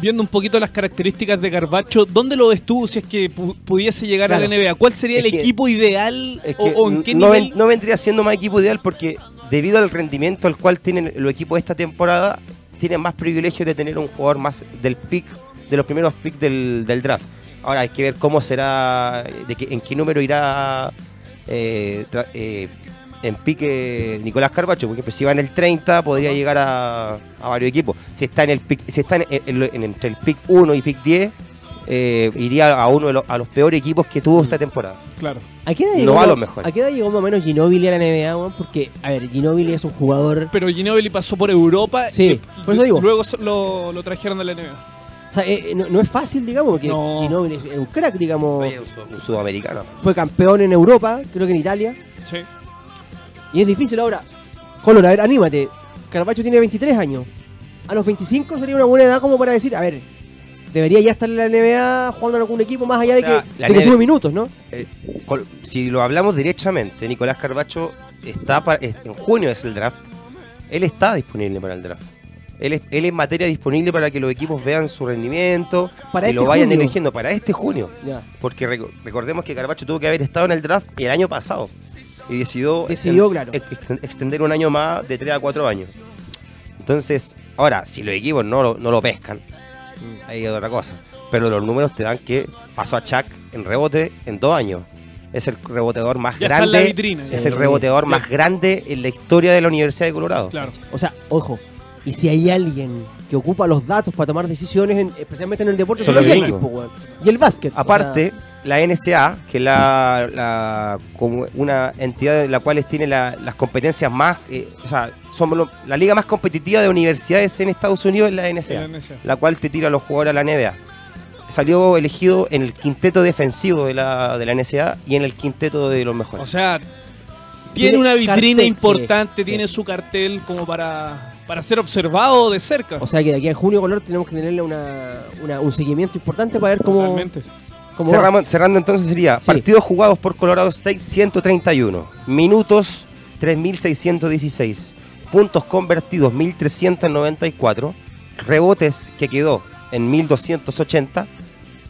S1: viendo un poquito las características de Garbacho, ¿dónde lo ves tú si es que pu- pudiese llegar a la
S3: Claro.
S1: NBA? ¿Cuál sería
S3: Es
S1: el
S3: que-
S1: equipo ideal
S3: Es
S1: o,
S3: que
S1: o en qué
S3: no, ven-
S1: nivel?
S3: no vendría siendo más equipo ideal porque debido al rendimiento al cual tienen los equipos esta temporada, tienen más privilegio de tener un jugador más del pick, de los primeros picks del, del draft. Ahora hay que ver cómo será, de qué- en qué número irá eh, tra- eh, en pique Nicolás Carbacho, porque pues, si va en el 30 podría llegar a, a varios equipos. Si está en el pick, si está en, en- en- entre el pick 1 y pick 10, eh, iría a uno de los, a los peores equipos que tuvo esta temporada.
S1: Claro.
S2: ¿A qué edad
S3: No
S2: llegó,
S3: a lo mejor.
S2: ¿A qué edad llegó más o menos Ginobili a la NBA, weón? Porque, a ver, Ginobili es un jugador.
S1: Pero Ginobili pasó por Europa
S2: Sí,
S1: y
S2: por eso digo.
S1: luego so- lo, lo trajeron de la NBA.
S2: O sea, eh, eh, no, no es fácil, digamos, porque
S1: No.
S2: Ginobili es un crack, digamos.
S3: Oye, un sud- un sudamericano.
S2: Fue campeón en Europa, creo que en Italia.
S1: Sí.
S2: Y es difícil ahora. Color, a ver, anímate. Carpacho tiene 23 años. A los 25 sería una buena edad como para decir, a ver, debería ya estar en la NBA jugando en algún equipo más allá de
S3: O sea,
S2: que,
S3: la
S2: de que
S3: NBA
S2: sube minutos, ¿no?
S3: Eh, col- si lo hablamos derechamente, Nicolás Carbacho está pa- es- en junio es el draft. Él está disponible para el draft. Él es, él es materia disponible para que los equipos vean su rendimiento
S2: Para
S3: y
S2: este
S3: lo vayan
S2: junio.
S3: eligiendo para este junio.
S2: Ya.
S3: Porque reco- recordemos que Carbacho tuvo que haber estado en el draft el año pasado. Y decidió,
S2: Decidió,
S3: exten-
S2: claro.
S3: ex- ex- extender un año más de 3 a 4 años. Entonces, ahora, si los equipos no lo, no lo pescan, ahí es otra cosa. Pero los números te dan que pasó a Chuck en rebote en dos años. Es el reboteador más
S1: Ya está en
S3: grande.
S1: la vitrina, ya.
S3: es el reboteador más grande en la historia de la Universidad de
S2: Oh.
S3: Colorado.
S1: Claro.
S2: O sea, ojo, y si hay alguien que ocupa los datos para tomar decisiones, en- especialmente en el deporte,
S3: Son
S2: son los
S3: los
S2: Yankees,
S3: gringos.
S2: po, weón. Y el básquet. o sea,
S3: Aparte, la NSA, que es la, la- como una entidad de la cual tiene la- las competencias más, eh, o sea, somos lo- la liga más competitiva de universidades en Estados Unidos es la NSA,
S1: La NSA.
S3: la cual te tira a los jugadores a la NBA. Salió elegido en el quinteto defensivo de la, de la NSA y en el quinteto de los mejores.
S1: O sea, tiene,
S2: Tiene
S1: una vitrina
S2: cartel,
S1: importante,
S2: sí,
S1: tiene su cartel como para, para ser observado de cerca.
S2: o sea que de aquí a junio color tenemos que tenerle una, una- un seguimiento importante para ver cómo,
S1: Totalmente.
S2: cómo va.
S3: Cerramos- cerrando entonces sería
S2: Sí.
S3: partidos jugados por Colorado State 131, minutos 3616, puntos convertidos 1394, rebotes que quedó en 1280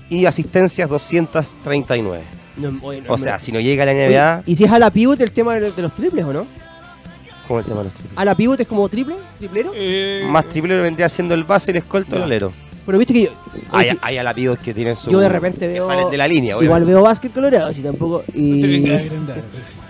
S3: y asistencias 239.
S2: No, oye, no,
S3: O
S2: me-
S3: sea, si no llega a la
S2: Oye,
S3: NBA,
S2: Y si es a la pivot el tema de de los triples, ¿o no?
S3: como el tema de los triples.
S2: A la pivot es como triple, triplero.
S1: Eh,
S3: Más triplero vendría siendo el base, el escolta, el alero.
S2: Pero viste que yo.
S3: Hay,
S2: oye,
S3: hay alapidos que tienen su...
S2: Yo de repente
S3: que
S2: veo-
S3: salen de la línea,
S2: igual
S3: ah, obviamente.
S2: veo básquet colorado, si tampoco.
S1: tiene que
S2: Y,
S1: agrandar.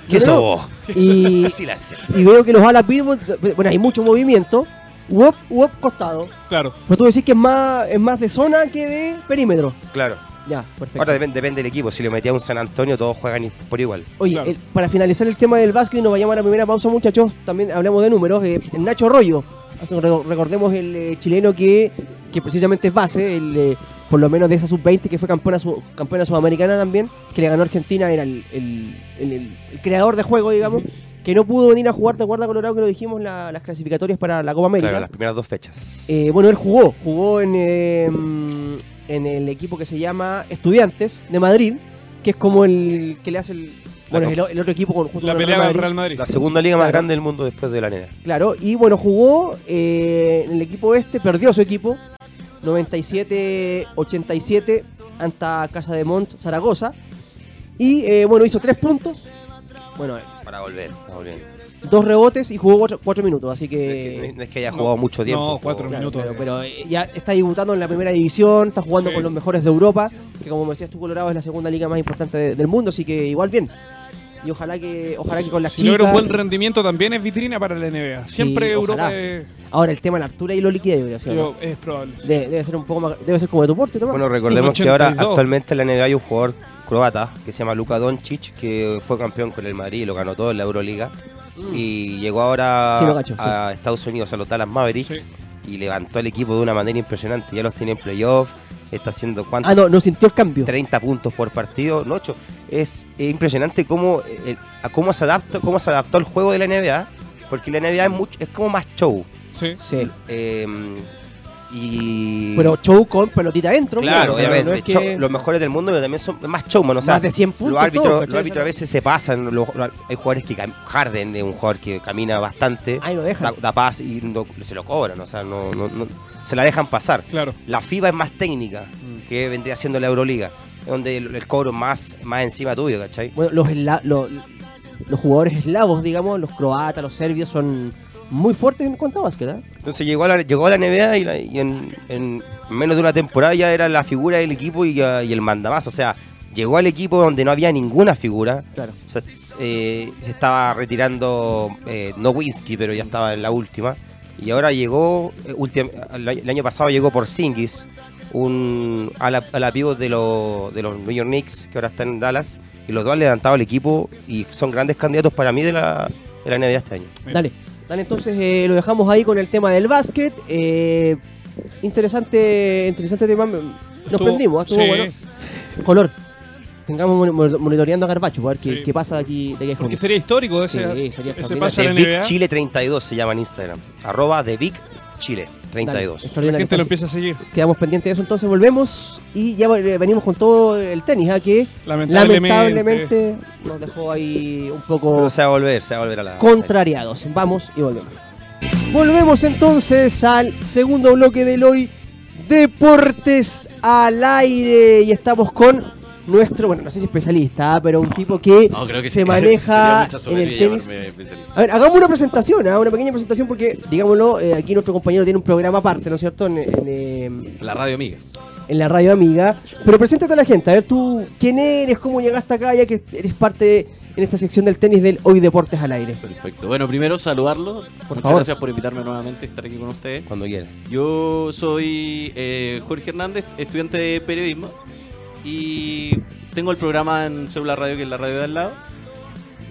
S3: ¿Qué
S2: Yo
S3: sos
S2: no-
S3: vos?
S2: y,
S3: Así la hacen.
S2: y veo que los ala pivot. Bueno, hay mucho movimiento. Wop, wop costado.
S1: Claro.
S2: Pero tú decís que es más, es más de zona que de perímetro.
S3: Claro.
S2: Ya, perfecto.
S3: Ahora depende, depende del equipo. Si le metía un San Antonio, todos juegan por igual.
S2: Oye,
S1: Claro.
S2: el- para finalizar el tema del básquet y nos vayamos a la primera pausa, muchachos, también hablamos de números. eh, el Nacho Arroyo, hace- reco- recordemos el eh, chileno que, que precisamente es base, el, eh, por lo menos de esa sub-20 que fue campeona, su- campeona sudamericana también, que le ganó a Argentina, era el, el- el- el- el creador de juego, digamos, que no pudo venir a jugar, ¿te acuerdas, Colorado, que lo dijimos, la- las clasificatorias para la Copa América?
S3: Claro, las primeras dos fechas.
S2: Eh, bueno, él jugó, jugó en, eh, mm, en el equipo que se llama Estudiantes de Madrid, que es como el que le hace el, bueno, es el, o- el otro equipo con, junto
S1: La
S2: con el
S1: pelea
S2: Real
S1: del Real
S2: Madrid.
S1: Madrid.
S3: La segunda liga más
S2: Claro.
S3: grande del mundo después de la E NBA.
S2: Claro, y bueno, jugó eh, en el equipo este, perdió su equipo, 97-87 ante Casa de Mont, Zaragoza. Y eh, bueno, hizo tres puntos, bueno,
S3: Para volver. para volver.
S2: dos rebotes y jugó cuatro, cuatro minutos, así
S3: No es-
S2: que...
S3: no es que haya
S1: no,
S3: jugado mucho
S1: no,
S3: tiempo.
S1: cuatro
S3: jugó-
S2: Claro,
S1: minutos.
S2: pero, pero, eh, ya está debutando en la primera división, está jugando
S1: Sí.
S2: con los mejores de Europa, que como me decías tú, Colorado es la segunda liga más importante de- del mundo, así que igual bien. Y ojalá que, ojalá que con las
S1: Si
S2: chicas.
S1: logra un buen rendimiento también es vitrina para la NBA. Siempre
S2: Sí,
S1: Europa
S2: ojalá.
S1: es,
S2: Ahora el tema de la altura y lo liquida, yo creo, ¿sí o no?
S1: digo, es probable.
S2: De- debe ser un poco más, debe ser como de tu porte, Tomás.
S3: Bueno, recordemos
S1: Sí,
S3: que ahora
S1: 82.
S3: actualmente en la NBA hay un jugador croata que se llama Luka Doncic, que fue campeón con el Madrid y lo ganó todo en la Euroliga.
S1: Mm.
S3: Y llegó ahora
S2: Sí, lo cacho,
S3: a Estados Unidos, a los Dallas Mavericks,
S1: Sí.
S3: y levantó al equipo de una manera impresionante. Ya los tiene en playoff, está haciendo cuántos
S2: ah, no, no sintió el cambio.
S3: 30 puntos por partido, no 8. Es eh, impresionante cómo, eh, el- a cómo, se adaptó, cómo se adaptó al juego de la NBA, porque la NBA es, mucho, es como más show.
S1: Sí.
S2: Sí.
S3: Eh, Y.
S2: Pero show con pelotita adentro.
S3: Claro,
S2: o sea,
S3: obviamente.
S2: no es que-
S3: show- los mejores del mundo, pero también son más showman. O sea,
S2: Más de 100 puntos
S3: Los árbitros,
S2: todos,
S3: los
S2: ¿cachai?
S3: árbitros a veces se pasan. los- los- hay jugadores que. cam- Harden es un jugador que camina bastante.
S2: Ahí lo dejan.
S3: Da, da paz y no- se lo cobran. O sea, no, no- no- se la dejan pasar.
S1: Claro.
S3: La FIBA es más técnica que vendría siendo la Euroliga. Donde el, el cobro más, más encima tuyo, ¿cachai?
S2: Bueno, los, esla- lo- los jugadores eslavos, digamos, los croatas, los serbios, son muy fuertes en cuanto a básquet. ¿eh?
S3: Entonces llegó a la, llegó a la NBA y, la- y en, en menos de una temporada ya era la figura del equipo y, ya- y el mandamás. O sea, llegó al equipo donde no había ninguna figura.
S2: Claro.
S3: O sea, eh, se estaba retirando eh, Nowinski, pero ya estaba en la última. Y ahora llegó, eh, ultim- el año- el año pasado llegó por Singis, un a la, pivot de, los de los New York Knicks, que ahora está en Dallas. Y los dos han levantado el equipo y son grandes candidatos para mí de la, de la NBA este año.
S1: Mira.
S2: Dale, dale, entonces eh, lo dejamos ahí con el tema del básquet. eh, interesante, interesante tema. me- Nos
S1: Estuvo-
S2: perdimos, estuvo
S1: sí.
S2: bueno. Color. Tengamos mon- mon- monitoreando a Garbacho para ver qué,
S1: Sí.
S2: qué pasa de aquí. De aquí a junio.
S1: Porque sería histórico
S2: Sí,
S1: ese,
S2: sería
S1: ese
S2: extraordinario.
S1: paso a
S3: The
S1: la
S3: Big
S1: NBA.
S3: Chile 32 se llama en Instagram. Arroba The Big Chile
S2: Dale,
S3: 32.
S1: La
S2: extraordinario.
S1: gente lo empieza a seguir.
S2: Quedamos pendientes de eso, entonces volvemos y ya eh, venimos con todo el tenis, ¿ah? que
S1: Lamentablemente.
S2: lamentablemente nos dejó ahí un poco
S3: Pero se va a volver, se va a volver a la.
S2: contrariados. Vamos y volvemos. Volvemos entonces al segundo bloque del hoy Deportes al aire y estamos con nuestro, bueno, no sé si especialista, ah, pero un tipo que,
S5: No, creo que
S2: se
S5: sí.
S2: maneja
S5: Sería mucha
S2: en el
S5: soberbia
S2: tenis.
S5: llamarme especialista.
S2: A ver, hagamos una presentación, ah, una pequeña presentación porque, digámoslo, eh, aquí nuestro compañero tiene un programa aparte, ¿no es cierto? En, en, eh,
S5: La radio amiga.
S2: en la radio amiga. Pero preséntate a la gente, a ver tú quién eres, cómo llegaste acá, ya que eres parte de- en esta sección del tenis del Hoy Deportes al Aire.
S5: Perfecto. Bueno, primero saludarlo. Muchas
S2: favor.
S5: gracias por invitarme nuevamente a estar aquí con ustedes.
S3: Cuando quiera.
S5: Yo soy eh, Jorge Hernández, estudiante de periodismo. Y tengo el programa en Celular Radio, que es la radio de al lado.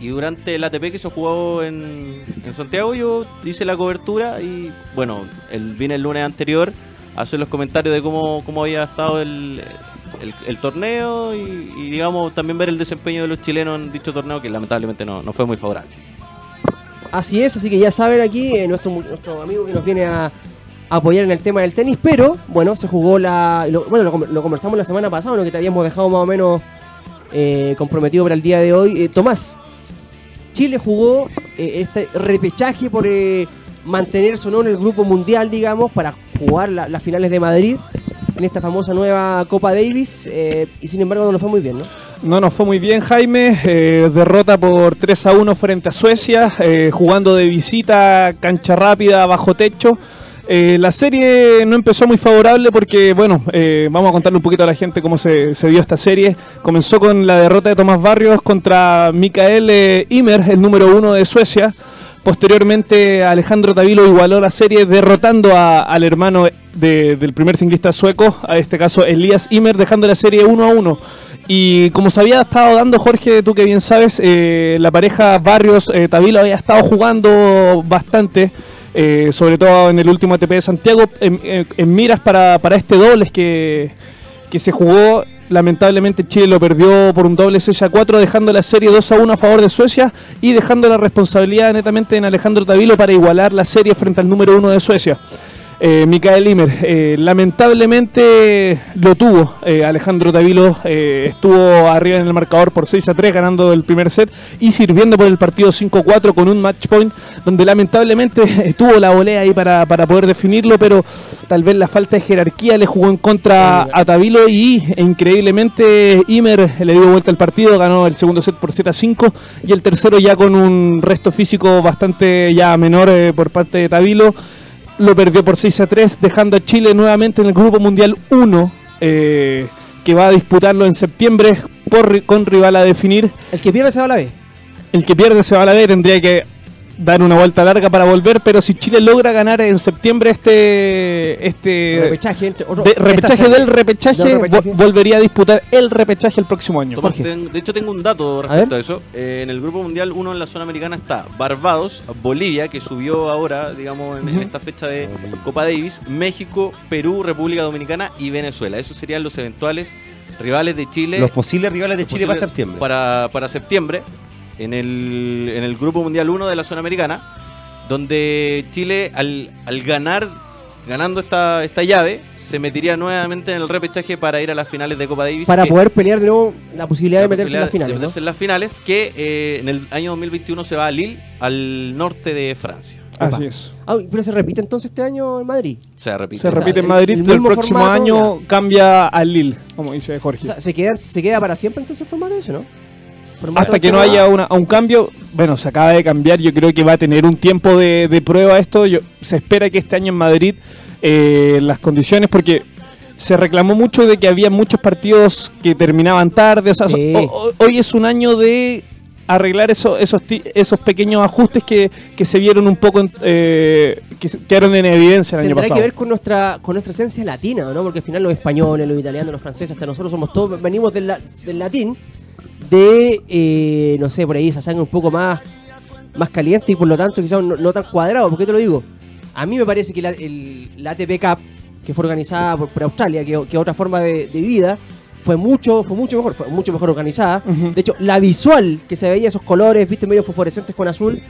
S5: Y durante el ATP que se jugó en, en Santiago, yo hice la cobertura. Y bueno, el, vine el lunes anterior a hacer los comentarios de cómo, cómo había estado el, el- el torneo. Y, y, digamos, también ver el desempeño de los chilenos en dicho torneo, que lamentablemente no, no fue muy favorable.
S2: Así es, así que ya saben aquí, eh, nuestro, mu- nuestro amigo que nos viene a, a apoyar en el tema del tenis, pero bueno, se jugó la. Lo, bueno, lo, com- lo conversamos la semana pasada, lo que te habíamos dejado más o menos eh, comprometido para el día de hoy. Eh, Tomás, Chile jugó eh, este repechaje por eh, mantenerse o no en el grupo mundial, digamos, para jugar la- las finales de Madrid en esta famosa nueva Copa Davis, eh, y sin embargo no nos fue muy bien, ¿no?
S1: No nos fue muy bien, Jaime. Eh, derrota por 3 a 1 frente a Suecia, eh, jugando de visita, cancha rápida, bajo techo. Eh, la serie no empezó muy favorable porque, bueno, eh, vamos a contarle un poquito a la gente cómo se, se dio esta serie. Comenzó con la derrota de Tomás Barrios contra Mikael eh, Imer, el número uno de Suecia. Posteriormente, Alejandro Tavilo igualó la serie derrotando a- al hermano de- del primer ciclista sueco, a este caso Elías Imer, dejando la serie 1 a 1. Y como se había estado dando, Jorge, tú que bien sabes, eh, la pareja Barrios-Tavilo había estado jugando bastante, eh, sobre todo en el último ATP de Santiago, en, en- en miras para, para este dobles que, que se jugó. Lamentablemente Chile lo perdió por un doble 6 a 4, dejando la serie 2 a 1 a favor de Suecia y dejando la responsabilidad netamente en Alejandro Tavilo para igualar la serie frente al número 1 de Suecia. Eh, Mikael Limer, lamentablemente lo tuvo. eh, Alejandro Tavilo eh, estuvo arriba en el marcador por 6 a 3, ganando el primer set y sirviendo por el partido 5 a 4 con un match point, donde lamentablemente estuvo la volea ahí para, para poder definirlo, pero tal vez la falta de jerarquía le jugó en contra a Tavilo y e, increíblemente Imer le dio vuelta al partido, ganó el segundo set por 7 a 5 y el tercero ya con un resto físico bastante ya menor eh, por parte de Tavilo lo perdió por 6 a 3, dejando a Chile nuevamente en el Grupo Mundial 1, eh, que va a disputarlo en septiembre por, ri- con rival a definir.
S2: El que pierde se va a la vez.
S1: El que pierde se va a la B, tendría que dar una vuelta larga para volver, pero si Chile logra ganar en septiembre este... este
S2: repechaje entre- otro-
S1: de-
S2: esta
S1: repechaje
S2: serie.
S1: del repechaje,
S2: Del repechaje.
S1: vo- volvería a disputar el repechaje el próximo año.
S5: Tomás,
S2: Jorge.
S5: ten- de hecho tengo un dato
S2: ver.
S5: respecto a, eso. Eh, en el Grupo Mundial 1 en la zona americana está Barbados, Bolivia, que subió ahora, digamos, en, en esta fecha de Copa Davis, México, Perú, República Dominicana y Venezuela. Esos serían los eventuales rivales de Chile.
S3: Los posibles rivales de Chile para
S5: posibles-
S3: septiembre.
S5: Para, para septiembre, en el, en el Grupo Mundial 1 de la zona americana, donde Chile al, al ganar ganando esta, esta llave, se metería nuevamente en el repechaje para ir a las finales de Copa Davis.
S2: Para
S5: que-
S2: poder pelear de nuevo la posibilidad
S5: la
S2: de meterse en las
S5: posibilidad de
S2: finales. ¿no?
S5: meterse en las finales, que eh, en el año 2021 se va a Lille, al norte de Francia.
S1: Así es.
S2: Ah, pero se repite entonces este año en Madrid.
S5: Se repite.
S1: Se repite
S2: el-
S1: en Madrid,
S2: el
S1: pero el
S2: mismo
S1: próximo
S2: formato,
S1: año cambia al Lille, como dice
S2: O
S1: Jorge.
S2: sea, se queda, se queda para siempre entonces el formato ese, ¿no? Formato
S1: Hasta que no
S2: alternado.
S1: haya una- un cambio, bueno, se acaba de cambiar, yo creo que va a tener un tiempo de, de prueba esto. Yo, se espera que este año en Madrid eh, las condiciones, porque se reclamó mucho de que había muchos partidos que terminaban tarde. O sea,
S2: Sí.
S1: so- o- o- hoy es un año de arreglar eso- esos, ti- esos pequeños ajustes que, que se vieron un poco, en- eh, que se- quedaron en evidencia el año
S2: Tendrá
S1: pasado.
S2: que ver con nuestra con nuestra esencia latina, ¿no? Porque al final los españoles, los italianos, los franceses, hasta nosotros somos todos, venimos del, la- del latín, de, eh, no sé, por ahí esa sangre un poco más, más caliente y por lo tanto quizás no, no tan cuadrado. ¿Por qué te lo digo? A mí me parece que la, el, la ATP Cup, que fue organizada por, por Australia, que, que otra forma de, de vida, fue mucho, fue mucho mejor, fue mucho mejor organizada.
S1: Ujú.
S2: De hecho, la visual que se veía, esos colores, viste, medio fosforescentes con azul,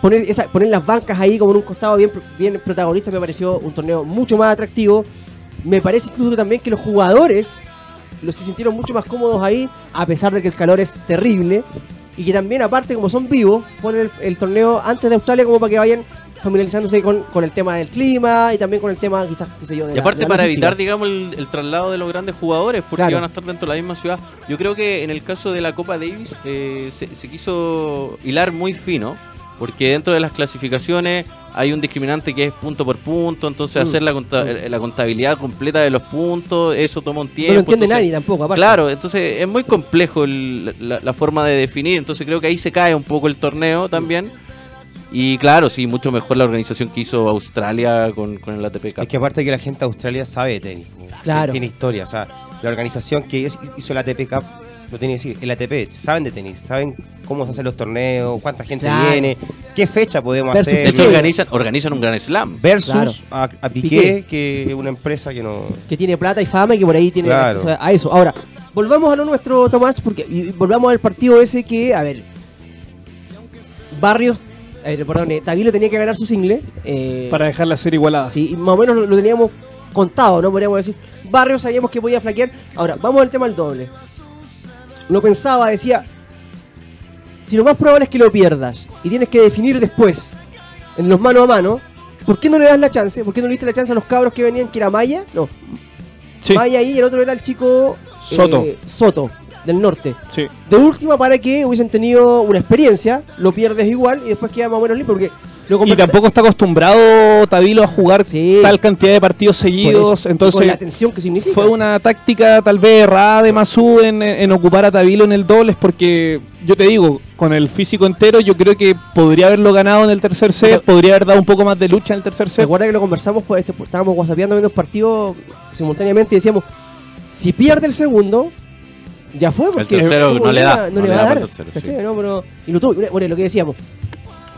S2: poner, esa- poner las bancas ahí como en un costado bien, bien protagonista me pareció un torneo mucho más atractivo. Me parece incluso también que los jugadores los se sintieron mucho más cómodos ahí, a pesar de que el calor es terrible. Y que también, aparte, como son vivos, ponen el, el torneo antes de Australia como para que vayan familiarizándose con, con el tema del clima y también con el tema, quizás, qué sé yo, de
S5: Y
S2: la-
S5: aparte
S2: de la
S5: para
S2: logística.
S5: evitar, digamos, el, el traslado de los grandes jugadores, porque
S2: Claro.
S5: van a estar dentro de la misma ciudad. Yo creo que en el caso de la Copa Davis eh, se, se quiso hilar muy fino, porque dentro de las clasificaciones hay un discriminante que es punto por punto,
S2: Mm.
S5: entonces hacer la, conta- eh, la contabilidad completa de los puntos, eso toma un tiempo.
S2: No lo entiende
S5: entonces-
S2: nadie tampoco, aparte.
S5: Claro, entonces es muy complejo el- la, la forma de definir, entonces creo que ahí se cae un poco el torneo también. Y claro, sí, mucho mejor la organización que hizo Australia con, con el ATP Cup.
S3: Es que aparte que la gente de Australia sabe de tenis,
S2: Claro.
S3: tiene historia, o sea, la organización que es- hizo el ATP Cup, lo tiene que decir, el ATP, saben de tenis, saben cómo se hacen los torneos, cuánta gente
S2: Claro.
S3: viene, qué fecha podemos
S2: Versus
S5: De
S3: hacer.
S5: hecho, organizan, organizan un gran slam.
S3: Versus
S2: Claro.
S3: a, a Piqué,
S2: Piqué.
S3: que es una empresa que no...
S2: que tiene plata y fama y que por ahí tiene
S3: Claro.
S2: acceso a eso. Ahora, volvamos a lo nuestro, Tomás, porque y- y volvamos al partido ese que, a ver, Barrios, a ver, perdón, eh, Tavilo tenía que ganar su single. eh,
S1: Para dejarla ser igualada.
S2: sí, y más o menos lo, lo teníamos contado, ¿no? Podríamos decir, Barrios sabíamos que podía flaquear. Ahora, vamos al tema del doble. Lo pensaba, decía, si lo más probable es que lo pierdas y tienes que definir después, en los mano a mano, ¿por qué no le das la chance? ¿Por qué no le diste la chance a los cabros que venían, que era Maya? No,
S1: Sí,
S2: Maya ahí, el otro era el chico eh,
S1: Soto.
S2: Soto, del norte.
S1: sí.
S2: De última, para que hubiesen tenido una experiencia, lo pierdes igual y después queda más o menos limpio. Porque lo
S1: Y
S2: compar-
S1: tampoco está acostumbrado Tabilo a jugar
S2: Sí.
S1: tal cantidad de partidos
S2: por eso,
S1: seguidos.
S2: y
S1: Entonces,
S2: con la tensión que significa.
S1: fue una táctica tal vez errada de Masu en, en ocupar a Tabilo en el dobles porque yo te digo, con el físico entero yo creo que podría haberlo ganado en el tercer set,
S2: Pero-
S1: podría haber dado un poco más de lucha en el tercer
S2: ¿Se
S1: set.
S2: acuerda que lo conversamos? Pues, este, pues, estábamos whatsappeando viendo los partidos simultáneamente y decíamos: si pierde el segundo, ya fue. Porque
S5: tercero
S2: ¿cómo
S5: no le
S2: iba?
S5: da,
S2: No, le va a
S5: para
S2: dar.
S5: el tercero, sí.
S2: ¿cachai? No, pero- y lo tuvo. Bueno, lo que decíamos: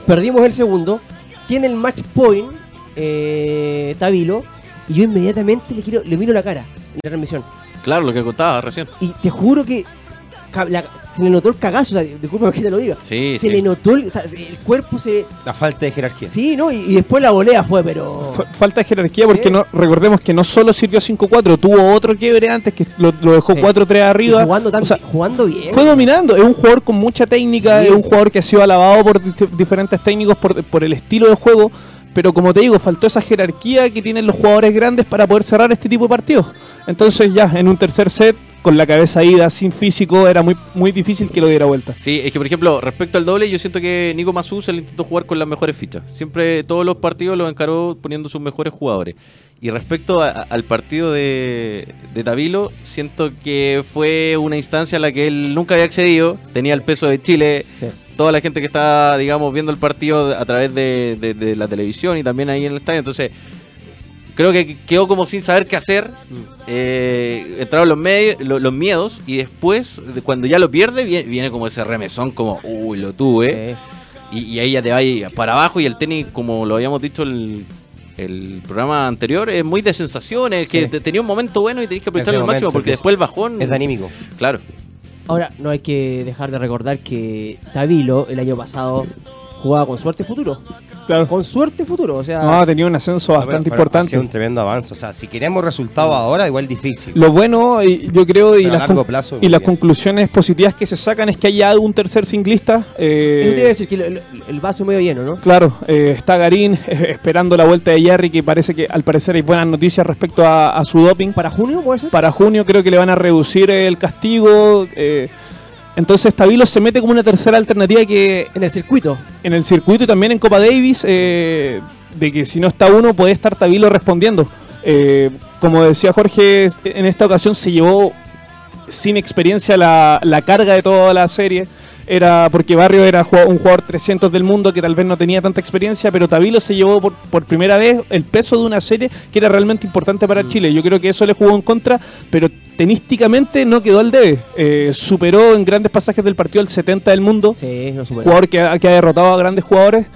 S2: perdimos el segundo, tiene el match point eh, Tabilo, y yo inmediatamente le, quiero, le miro la cara en la transmisión.
S5: Claro, lo que contaba recién.
S2: Y te juro que ca- la- se le notó el cagazo, o sea, disculpa que te lo diga.
S5: Sí,
S2: se
S5: sí.
S2: le notó el, o sea, el cuerpo, se.
S3: La falta de jerarquía.
S2: Sí, ¿no? Y, y después la volea fue, pero.
S1: Fa- Falta de jerarquía porque
S2: Sí.
S1: no recordemos que no solo sirvió 5-4, tuvo otro quiebre antes que lo, lo dejó
S2: Sí.
S1: 4-3 arriba.
S2: Y jugando, tan,
S1: O sea,
S2: jugando bien.
S1: Fue dominando, es un jugador con mucha técnica,
S2: Sí.
S1: es un jugador que ha sido alabado por di- diferentes técnicos por, por el estilo de juego, pero como te digo, faltó esa jerarquía que tienen los jugadores grandes para poder cerrar este tipo de partidos. Entonces ya, en un tercer set, con la cabeza ida, sin físico, era muy, muy difícil que lo diera vuelta.
S5: Sí, es que por ejemplo, respecto al doble, yo siento que Nico Mazú se le intentó jugar con las mejores fichas. Siempre todos los partidos los encaró poniendo sus mejores jugadores. Y respecto a- a- al partido de, de Tabilo, siento que fue una instancia a la que él nunca había accedido. Tenía el peso de Chile. Toda la gente que está, digamos, viendo el partido a través de, de- de la televisión y también ahí en el estadio. Entonces, creo que quedó como sin saber qué hacer.
S3: Mm.
S5: Eh, entraron los, medios, lo- los, miedos y después, de- cuando ya lo pierde, vie- viene, como ese remesón, como, uy, lo tuve. Y, y ahí ya te va ahí para abajo y el tenis, como lo habíamos dicho el, el programa anterior, es muy de sensaciones, que
S3: Sí.
S5: te- tenía un momento bueno y tenés que aprovecharlo
S3: de
S5: al máximo,
S3: momento,
S5: porque
S3: que
S5: después el bajón...
S3: Es de anímico.
S5: Claro.
S2: Ahora, no hay que dejar de recordar que Tabilo el año pasado jugaba con suerte futuro.
S1: Claro.
S2: Con suerte futuro, o sea.
S1: No, ha tenido un ascenso bastante
S3: Pero ha sido
S1: importante.
S3: un tremendo avance. O sea, si queremos resultados ahora, igual difícil.
S1: Lo bueno, y- yo creo, y
S3: Pero a
S1: las,
S3: largo
S1: conc-
S3: plazo,
S1: y
S3: muy
S1: las
S3: bien.
S1: conclusiones positivas que se sacan es que hay ya un tercer singlista. eh,
S2: Yo te iba a decir que el, el- el vaso medio lleno, ¿no?
S1: Claro, eh, está Garín eh, esperando la vuelta de Jerry, que parece que al parecer hay buenas noticias respecto a, a su doping.
S2: ¿Para junio puede ser?
S1: Para junio creo que le van a reducir el castigo. eh, entonces Tabilo se mete como una tercera alternativa que
S2: En el circuito.
S1: en el circuito y también en Copa Davis, eh, de que si no está uno puede estar Tabilo respondiendo. Eh, como decía Jorge, este- en esta ocasión se llevó sin experiencia la, la carga de toda la serie. Era porque Barrio era jua- un jugador 300 del mundo que tal vez no tenía tanta experiencia, pero Tabilo se llevó por, por primera vez el peso de una serie que era realmente importante para Chile. Yo creo que eso le jugó en contra, pero tenísticamente no quedó al debe. Eh, superó en grandes pasajes del partido el 70 del mundo
S2: Sí, no supera.
S1: jugador que ha, que ha derrotado a grandes jugadores.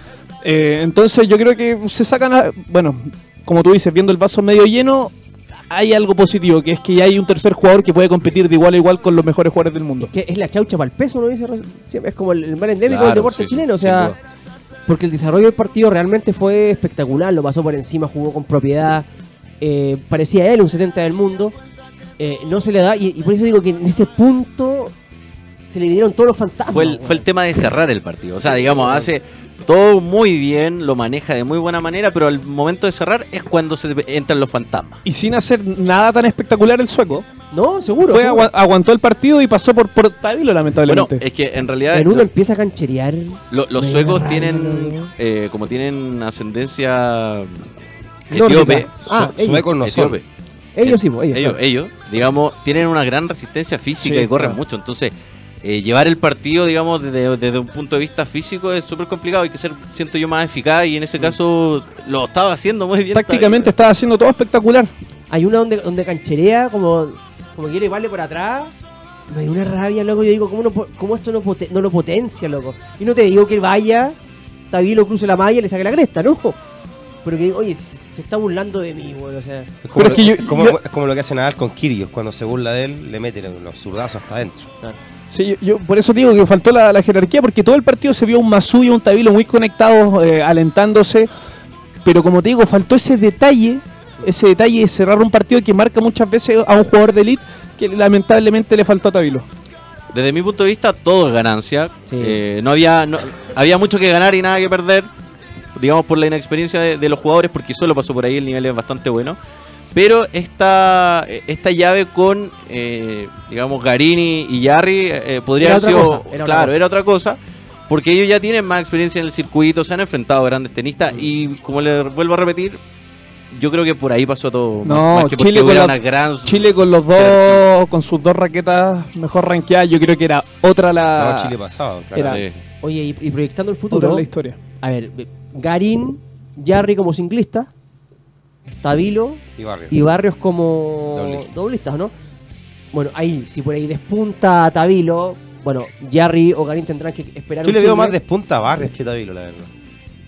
S1: Eh, entonces yo creo que se sacan, a- bueno, como tú dices, viendo el vaso medio lleno, hay algo positivo, que es que ya hay un tercer jugador que puede competir de igual a igual con los mejores jugadores del mundo.
S2: Que es la chaucha para el peso, ¿no? Dice, Ros- siempre es como el, el mal endémico
S5: Claro,
S2: del deporte
S5: sí, sí,
S2: chileno, o
S5: sin
S2: sea.
S5: duda.
S2: Porque el desarrollo del partido realmente fue espectacular, lo pasó por encima, jugó con propiedad, eh, parecía él un 70 del mundo, eh, no se le da, y, y por eso digo que en ese punto se le vinieron todos los fantasmas.
S5: Fue
S3: Ah,
S5: el,
S2: weón.
S5: fue el tema de cerrar el partido. O sea, digamos, hace todo muy bien, lo maneja de muy buena manera, pero al momento de cerrar es cuando se te- entran los fantasmas.
S1: Y sin hacer nada tan espectacular el sueco,
S2: No, seguro.
S1: fue,
S2: seguro.
S1: agua- aguantó el partido y pasó por, por Tabilo
S5: Bueno,
S1: lamentablemente.
S5: es que en realidad
S2: En uno
S5: lo-
S2: empieza a cancherear.
S5: lo- los
S2: Me
S5: suecos
S2: da
S5: tienen,
S2: rabia.
S5: eh, como tienen ascendencia
S2: Nórdica.
S5: etíope,
S2: Ah,
S3: Su- suecos no son.
S5: etíope,
S2: Ellos sí, pues, ellos.
S5: ellos, ellos, digamos, tienen una gran resistencia física
S1: Sí,
S5: y corren
S1: claro.
S5: mucho. Entonces, eh, llevar el partido, digamos, desde, desde un punto de vista físico es súper complicado. Hay que ser, siento yo, más eficaz y en ese caso lo estaba haciendo muy bien.
S1: Tácticamente estaba haciendo todo espectacular.
S2: Hay una donde, donde cancherea, como, como quiere vale por atrás. Me dio una rabia, loco. Yo digo, ¿cómo, no po- cómo esto no, pote- no lo potencia, loco? Y no te digo que vaya, Tabilo cruce la malla y le saque la cresta, no. Pero que, oye, se, se está burlando de mí, weón. O sea,
S3: Es como,
S1: Pero es que
S3: lo-
S1: yo-
S3: como-
S1: yo-
S3: es como lo que hacen a Nadal con Kirios. Cuando se burla de él, le meten los zurdazos hasta adentro.
S1: Sí, yo, yo por eso digo que faltó la, la jerarquía, porque todo el partido se vio un Masu y un Tabilo muy conectados, eh, alentándose. Pero como te digo, faltó ese detalle, ese detalle de cerrar un partido que marca muchas veces a un jugador de elite que lamentablemente le faltó a Tabilo.
S5: Desde mi punto de vista, todo es ganancia.
S2: Sí.
S5: Eh, no había, no- había mucho que ganar y nada que perder, digamos, por la inexperiencia de, de los jugadores, porque solo pasó por ahí, el nivel es bastante bueno. Pero esta, esta llave con, eh, digamos, Garini y Yarri eh, podría
S2: Era
S5: haber
S2: otra
S5: sido.
S2: cosa, era otra
S5: claro,
S2: cosa.
S5: era otra cosa. Porque ellos ya tienen más experiencia en el circuito, se han enfrentado a grandes tenistas
S2: Mm.
S5: y, como le vuelvo a repetir, yo creo que por ahí pasó todo. más-
S1: No,
S5: más que porque
S1: Chile con
S5: hubiera
S1: la-
S5: una gran-
S1: Chile con los dos, con sus dos raquetas mejor rankeadas, yo creo que era otra la,
S2: Ah,
S3: Estaba Chile pasado, claro.
S1: era-
S5: Sí.
S2: oye, y, y proyectando el
S1: otra
S2: futuro.
S1: la historia.
S2: A ver, Garín, Jarry como ciclista, Tabilo
S3: Y Barrio.
S2: y Barrios como
S3: Doblista.
S2: doblistas, ¿no? Bueno, ahí, si por ahí despunta Tabilo, bueno, Jerry o Garín tendrán que esperar
S3: Yo
S2: un
S3: le veo
S2: chisme.
S3: más despunta a Barrios que a Tavilo, la verdad.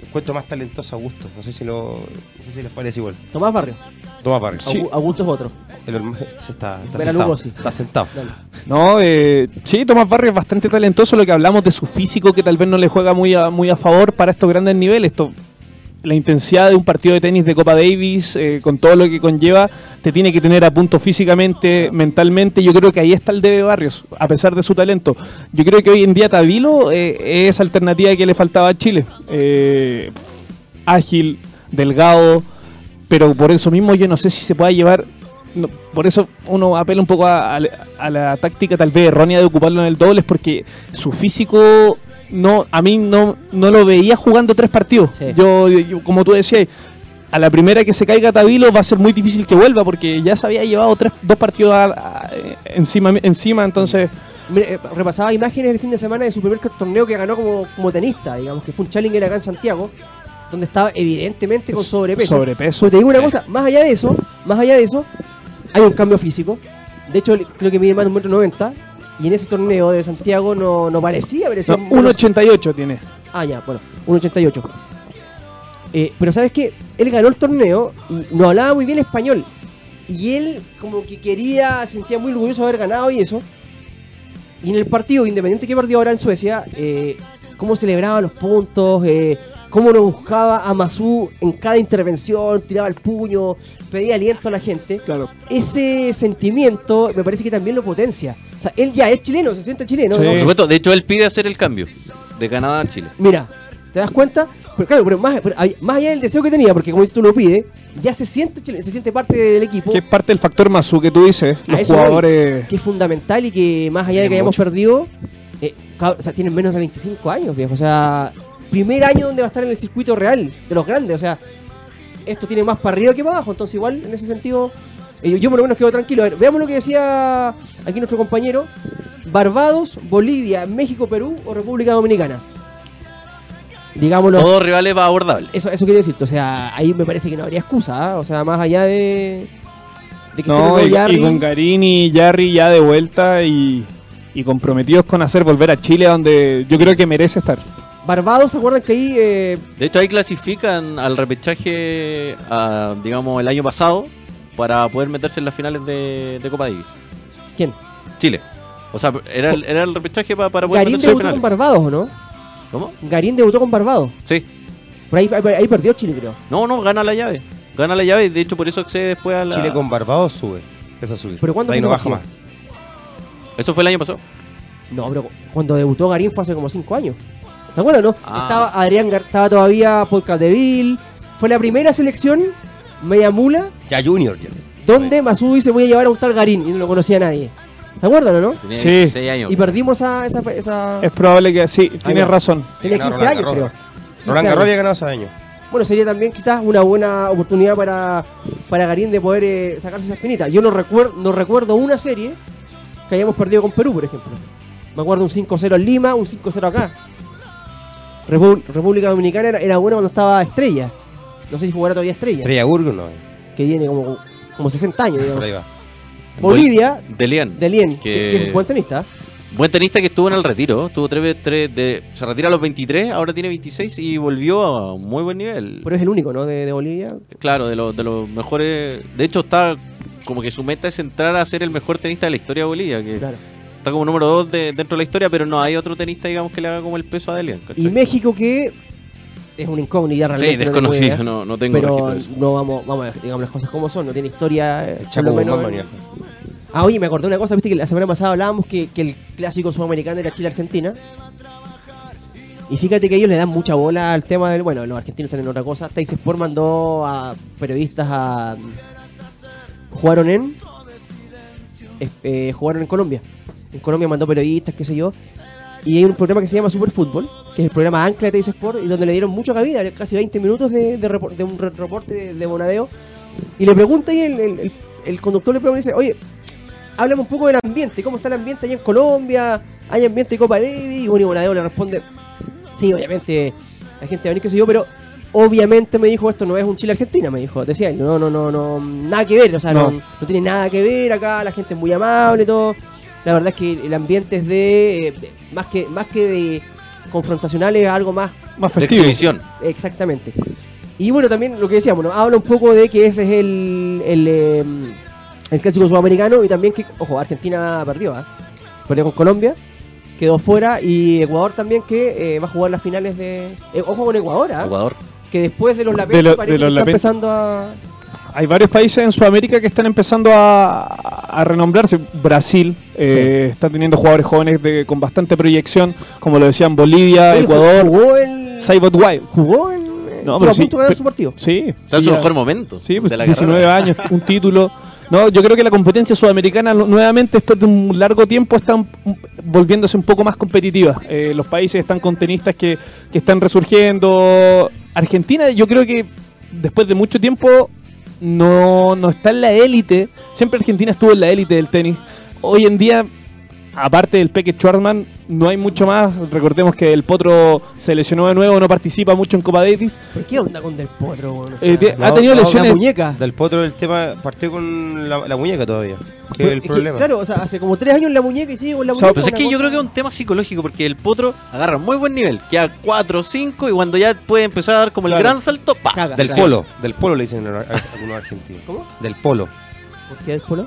S3: Lo Encuentro más talentoso a Augusto. No sé si lo, no sé si les parece igual.
S2: Tomás Barrios,
S3: Toma Barrios.
S1: Sí.
S2: Augu- Augusto es otro.
S3: El hermano- se está, está
S2: Ver a
S3: sentado.
S2: Lugosi.
S3: Está sentado.
S2: Dale.
S1: No, eh, sí, Tomás Barrio es bastante talentoso, lo que hablamos de su físico que tal vez no le juega muy a, muy a favor para estos grandes niveles. Esto, la intensidad de un partido de tenis de Copa Davis, eh, con todo lo que conlleva, te tiene que tener a punto físicamente, mentalmente. Yo creo que ahí está el debe Barrios, a pesar de su talento. Yo creo que hoy en día Tabilo eh, es alternativa que le faltaba a Chile. Eh, ágil, delgado, pero por eso mismo yo no sé si se pueda llevar. no, por eso uno apela un poco a, a la- a la táctica tal vez errónea de ocuparlo en el doble, es porque su físico no a mí no, no lo veía jugando tres partidos.
S2: Sí.
S1: Yo, yo- como tú decías, a la primera que se caiga Tabilo va a ser muy difícil que vuelva porque ya se había llevado tres, dos partidos a- a- eh, encima, encima, entonces
S2: Mira, eh, repasaba imágenes el fin de semana de su primer torneo que ganó como, como tenista, digamos, que fue un challenge acá en Santiago, donde estaba evidentemente con sobrepeso.
S1: sobrepeso.
S2: Pero te digo una cosa, más allá de eso, más allá de eso, hay un cambio físico. De hecho, le- creo que mide más de un metro noventa. Y en ese torneo de Santiago no, no parecía, parecía
S1: No, 1.88 tiene.
S2: Ah, ya, bueno, 1.88. Eh, pero sabes que él ganó el torneo y no hablaba muy bien español. Y él como que quería, sentía muy orgulloso de haber ganado y eso. Y en el partido, independiente que perdió ahora en Suecia, eh, cómo celebraba los puntos, eh, cómo lo buscaba a Mazú en cada intervención, tiraba el puño, pedía aliento a la gente.
S1: Claro.
S2: Ese sentimiento me parece que también lo potencia. O sea, él ya es chileno, se siente chileno.
S6: Sí.
S5: Por
S2: digamos.
S5: supuesto, de hecho él pide hacer el cambio de Canadá a Chile.
S2: Mira, ¿te das cuenta? Pero claro, pero más, pero hay- más allá del deseo que tenía, porque como dices tú lo pide, ya se siente chileno, se siente parte del equipo.
S1: Que es parte del factor Masu que tú dices.
S2: A
S1: Los
S2: eso voy,
S1: jugadores.
S2: que es fundamental y que más allá de que hayamos perdido, eh, cab- o sea, tienen menos de 25 años, viejo. O sea, primer año donde va a estar en el circuito real de los grandes. O sea, esto tiene más para arriba que para abajo. Entonces, igual en ese sentido, eh, yo- yo por lo menos quedo tranquilo. A ver, veamos lo que decía aquí nuestro compañero: Barbados, Bolivia, México, Perú o República Dominicana. Digámoslo.
S5: Todos rivales va abordable.
S2: Eso, eso quiero decirte, o sea, ahí me parece que no habría excusa, ¿ah? o sea, más allá de, de que
S1: No,
S2: esté
S1: y,
S2: Yarri-
S1: y con Garini y Yarri ya de vuelta y, y comprometidos con hacer volver a Chile donde yo creo que merece estar.
S2: Barbados, ¿se acuerdan que ahí eh,
S5: De hecho, ahí clasifican al repechaje, a, digamos, el año pasado para poder meterse en las finales de, de Copa Davis.
S2: ¿Quién?
S5: Chile. O sea, era el, era el repechaje pa- para poder
S2: Garín
S5: meterse en
S2: debutó
S5: las
S2: con
S5: finales.
S2: Barbados, ¿o no?
S5: ¿Cómo?
S2: Garín debutó con Barbados.
S5: Sí.
S2: Por ahí, ahí- ahí perdió Chile, creo.
S5: No, no, gana la llave. Gana la llave y de hecho por eso accede después a la...
S3: Chile con Barbados sube. Eso sube.
S2: ¿Pero cuándo
S3: Ahí no
S2: fue
S3: baja
S2: esa
S3: más.
S5: Eso fue el año pasado.
S2: No, pero cuando debutó Garín fue hace como 5 años. ¿Se acuerdan, no?
S5: Ah.
S2: Estaba Adrián, Gar- estaba todavía Deville. Fue la primera selección, media mula,
S3: Ya Junior. ya.
S2: donde Masú dice voy a llevar a un tal Garín y no lo conocía nadie. ¿Se acuerdan, o no?
S5: Tenía
S1: Sí.
S5: 16 años.
S2: Y perdimos a esa... esa...
S1: Es probable que sí, tienes
S2: va.
S1: razón.
S2: Tenía
S3: Ganó
S2: 15
S3: Roland
S2: años, creo. 15
S3: Garros. Roland Garros
S2: años.
S3: había ganado ese año.
S2: Bueno, sería también quizás una buena oportunidad para, para Garín de poder eh, sacarse esa espinita. Yo no, recuerdo no recuerdo una serie que hayamos perdido con Perú, por ejemplo. Me acuerdo un 5-0 en Lima, un 5-0 acá. Repu- República Dominicana era, era buena cuando estaba Estrella. No sé si jugará todavía Estrella,
S3: Estrella Burgo no. eh.
S2: que tiene como, como 60 años.
S3: Por
S2: Digamos.
S3: ahí va.
S2: Bolivia,
S5: De Lian.
S2: Delien, que...
S5: Que-
S2: que es un buen tenista.
S5: Buen tenista que estuvo en el retiro. Estuvo tres veces- tres de... Se retira a los 23, ahora tiene 26 y volvió a un muy buen nivel.
S2: Pero es el único, ¿no? De, de Bolivia.
S5: Claro, de, los de los mejores... De hecho está como que su meta es entrar a ser el mejor tenista de la historia de Bolivia. Que
S2: Claro.
S5: Está como número 2 dentro de la historia, pero no hay otro tenista, digamos, que le haga como el peso a Delian. ¿cachai?
S2: Y México que es un incógnita realmente.
S5: Sí,
S2: no tengo idea.
S5: desconocido, no, no tengo registro
S2: pero
S5: de eso.
S2: no vamos, vamos a ver, digamos las cosas como son, no tiene historia. eh,
S3: El
S2: por
S3: Chapo
S2: lo
S3: Guzmán
S2: menos.
S3: Manuel.
S2: Ah, oye, me acordé una cosa, viste que la semana pasada hablábamos que, que el clásico sudamericano era Chile-Argentina. Y fíjate que ellos le dan mucha bola al tema del. Bueno, los argentinos están en otra cosa. Tays Sport mandó a periodistas a. mm, Jugaron en. es- eh, jugaron en Colombia. En Colombia mandó periodistas, qué sé yo. Y hay un programa que se llama Super Fútbol, que es el programa Ancla de Teis Sport, y donde le dieron mucha cabida, casi 20 minutos de, de repor- de un re- reporte de, de Bonadeo. Y le pregunta y el, el- el- el conductor le pregunta y dice, oye, háblame un poco del ambiente, ¿cómo está el ambiente allá en Colombia? ¿Hay ambiente de Copa Davis? Y bueno, y Bonadeo le responde, sí, obviamente, la gente va a venir, qué sé yo, pero obviamente me dijo, esto no es un Chile-Argentina, me dijo. Decía, él, no, no, no, no, nada que ver, o sea, no,
S1: No.
S2: no tiene nada que ver acá, la gente es muy amable y todo. La verdad es que el ambiente es de, eh, de- más que más que de confrontacional es algo más
S1: Más
S5: De
S1: festivo.
S5: exhibición.
S2: exactamente. Y bueno, también lo que decíamos, ¿no? habla un poco de que ese es el el, eh, el clásico sudamericano y también que ojo, Argentina perdió, ¿ah? perdió con Colombia, quedó fuera y Ecuador también que eh, va a jugar las finales de eh, ojo con Ecuador, ¿ah?
S5: Ecuador.
S2: que después de los
S1: De
S2: lapentos
S1: lo-
S2: parece
S1: de los
S2: que está
S1: lapentos.
S2: empezando a
S1: Hay varios países en Sudamérica que están empezando a, a renombrarse. Brasil eh, está teniendo jugadores jóvenes de- con bastante proyección, como lo decían Bolivia,
S2: Oye,
S1: Ah, Ecuador,
S2: jugó el
S1: Saibot Wild.
S2: jugó el eh,
S1: No,
S2: estuvo
S1: pero
S2: a
S1: sí,
S2: punto de ganar
S1: pero-
S2: su partido.
S1: Sí,
S5: Está en
S1: sí,
S5: su
S1: ya-
S5: mejor momento.
S1: Sí, pues,
S5: de la
S1: 19
S5: carrera.
S1: años, un título. No, yo creo que la competencia sudamericana lo- nuevamente después de un largo tiempo está un- un- volviéndose un poco más competitiva. Eh, los países están con tenistas que, que están resurgiendo. Argentina yo creo que después de mucho tiempo no, no está en la élite. Siempre Argentina estuvo en la élite del tenis. Hoy en día, aparte del Peque Schwartzman, no hay mucho más. Recordemos que el Potro se lesionó de nuevo, no participa mucho en Copa Davis.
S2: ¿Pero qué onda con Del Potro? weón? O sea,
S1: Eh, tie-
S3: No,
S1: ha tenido
S3: no,
S2: la
S1: lesiones
S2: muñeca.
S3: Del potro el tema partió con la, la muñeca todavía. Que
S2: Pero
S3: es el
S2: es que,
S3: problema.
S2: claro, o sea, hace como tres años la muñeca y sigue con la
S1: O
S2: muñeca.
S1: sea,
S5: Pues es
S2: una
S5: que yo
S2: cosa-
S5: creo que es un tema psicológico, porque el potro agarra muy buen nivel, queda 4 5 y cuando ya puede empezar a dar como el
S1: Claro.
S5: gran salto, pa.
S2: Caga,
S3: Del
S2: caga.
S3: polo. Del polo le dicen a- a- a algunos argentinos.
S2: ¿Cómo?
S3: Del polo.
S2: ¿Por qué del polo?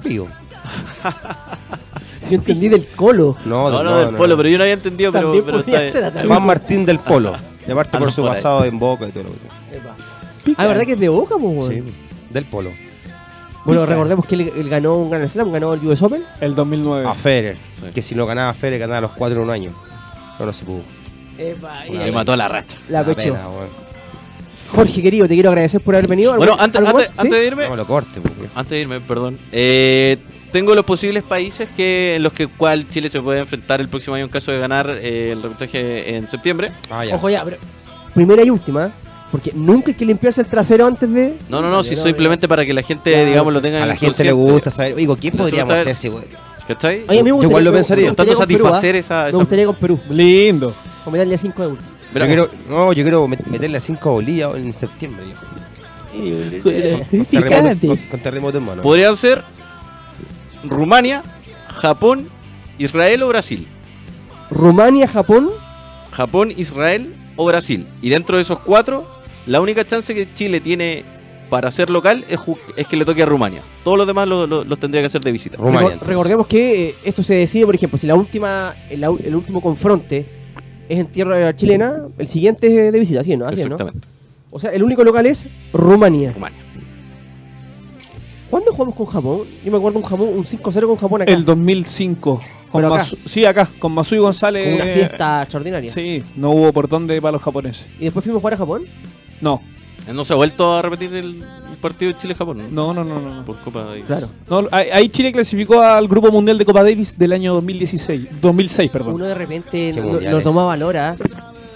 S3: Frío.
S2: Yo entendí del colo.
S3: No,
S5: No,
S3: del-
S5: no, del polo, pero yo no había entendido, pero,
S2: También
S5: pero
S2: podía
S5: bien.
S2: ser, también.
S3: Juan Martín del Polo. Y aparte por
S5: Andan
S3: su
S5: por ahí.
S3: pasado en Boca y todo lo que tiene.
S2: Ah, ¿verdad que es de Boca, po, weón?
S3: Del polo.
S2: Bueno, recordemos que él, él ganó un Grand Slam, ganó el US Open.
S1: El 2009.
S3: A Federer.
S5: Sí.
S3: Que si no ganaba Federer, ganaba los cuatro en un año. No, no se pudo.
S5: Le mató la racha.
S2: La
S3: Una
S2: pechó.
S3: pena, weón.
S2: Jorge, querido, te quiero agradecer por haber venido.
S5: Bueno,
S2: ¿Algo-
S5: antes,
S2: algo
S5: antes,
S2: más? ¿Sí?
S5: antes de irme,
S3: No me lo corte, weón.
S5: antes de irme, perdón. Eh, tengo los posibles países que en los que cual Chile se puede enfrentar el próximo año en caso de ganar eh, el reportaje en septiembre.
S3: Ah, ya.
S2: Ojo ya, pero primera y última, ¿eh? porque nunca hay que limpiarse el trasero antes de...
S5: No, no, no, si
S2: no,
S5: simplemente para que la gente,
S2: Ya,
S5: digamos, lo tenga
S3: A
S5: en
S3: la
S5: el
S3: gente le
S5: subconsciente,
S3: gusta saber. Digo, ¿quién
S5: Resulta-
S3: podríamos hacerse, weón?
S5: ¿Cachai?
S2: Oye, a mí me
S3: Yo
S2: gustaría-
S3: igual lo
S2: me-
S3: pensaría.
S2: me gustaría
S5: Tanto
S2: con Perú, ¿ah?
S5: satisfacer esa- esa-
S2: Me gustaría con Perú,
S1: Lindo.
S2: con medalla 5 euros.
S5: Mira,
S3: Yo quiero, no, yo quiero met- meterle a cinco bolillas en septiembre. Yo. Con, terremoto, con-
S2: Picante.
S3: con terremoto en mano.
S5: Podrían ser Rumania, Japón, Israel o Brasil.
S2: Rumania, Japón,
S5: Japón, Israel o Brasil. Y dentro de esos cuatro, la única chance que Chile tiene para ser local es, ju- es que le toque a Rumania. Todos los demás lo- lo- los tendría que hacer de visita.
S3: Rumania,
S2: Recor-
S3: entonces.
S2: recordemos que eh, esto se decide, por ejemplo, si la última, el, au- el último confronte es en tierra chilena, el siguiente es de visita, ¿sí? ¿no? Así, ¿no?
S5: Exactamente.
S2: O sea, el único local es Rumania.
S5: Rumania.
S2: ¿Cuándo jugamos con Japón? Yo me acuerdo un Japón, un 5-0 con Japón acá.
S1: El 2005. Con
S2: Pero acá.
S1: Masu- sí, acá, con Masui González.
S2: con una fiesta extraordinaria.
S1: eh, Sí, no hubo por dónde para los japoneses.
S2: Y después fuimos a jugar a Japón.
S1: No,
S5: No se ha vuelto a repetir el partido de Chile-Japón.
S1: no,
S5: ¿no?
S1: no, no, no. no.
S5: Por Copa Davis.
S2: Claro.
S1: No, ahí ahí Chile clasificó al Grupo Mundial de Copa Davis del año 2016. 2006, perdón.
S2: Uno de repente
S3: Qué
S2: no- no,
S3: mundiales.
S2: toma valor, ¿ah?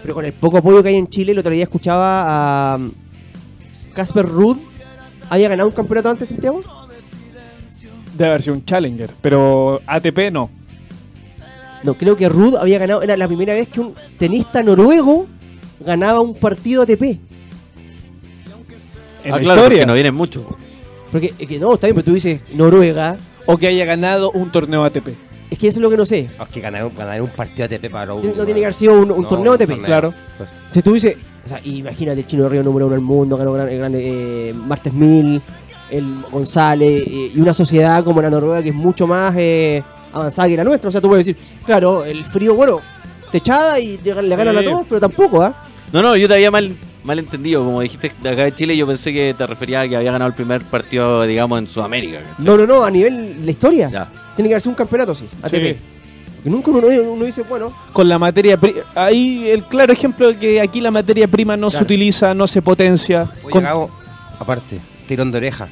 S2: pero con el poco apoyo que hay en Chile, el otro día escuchaba a um, Casper Ruud. ¿Había ganado un campeonato antes, Santiago?
S1: Debe haber sido un Challenger, pero ATP no.
S2: No, creo que Ruud había ganado. Era la primera vez que un tenista noruego ganaba un partido ATP.
S1: En la
S5: Ah, claro,
S1: historia.
S5: porque no vienen muchos.
S2: Porque, es que no, está bien, pero tú dices Noruega.
S1: O que haya ganado un torneo ATP.
S2: Es que eso es lo que no sé.
S3: Ah, Es que ganar, un- ganar un partido ATP para
S2: No
S3: uno.
S2: tiene
S3: weón.
S2: que haber sido un, un
S3: No,
S2: torneo ATP.
S1: claro.
S3: Pues,
S2: Si tú dices, o sea, imagínate el chino de Río número uno del mundo, ganó gran, gran- eh, Martes Mil, el González, eh, y una sociedad como la Noruega que es mucho más eh, avanzada que la nuestra. O sea, tú puedes decir, claro, el frío, bueno, techada y te- le ganan
S1: Sí.
S2: a todos, pero tampoco, ¿ah?
S5: No, no, yo te había mal, mal entendido. Como dijiste de acá de Chile, yo pensé que te refería a que había ganado el primer partido, digamos, en Sudamérica. ¿cachai?
S2: No, no, no, a nivel la historia.
S5: Ya.
S2: Tiene que haberse un campeonato, sí, ATP. Porque nunca uno, uno dice, bueno,
S1: Con la materia pri- Ahí el claro ejemplo de que aquí la materia prima no se
S2: Claro.
S1: utiliza, no se potencia.
S3: oye,
S1: Con-
S3: Gabo, aparte, tirón de oreja.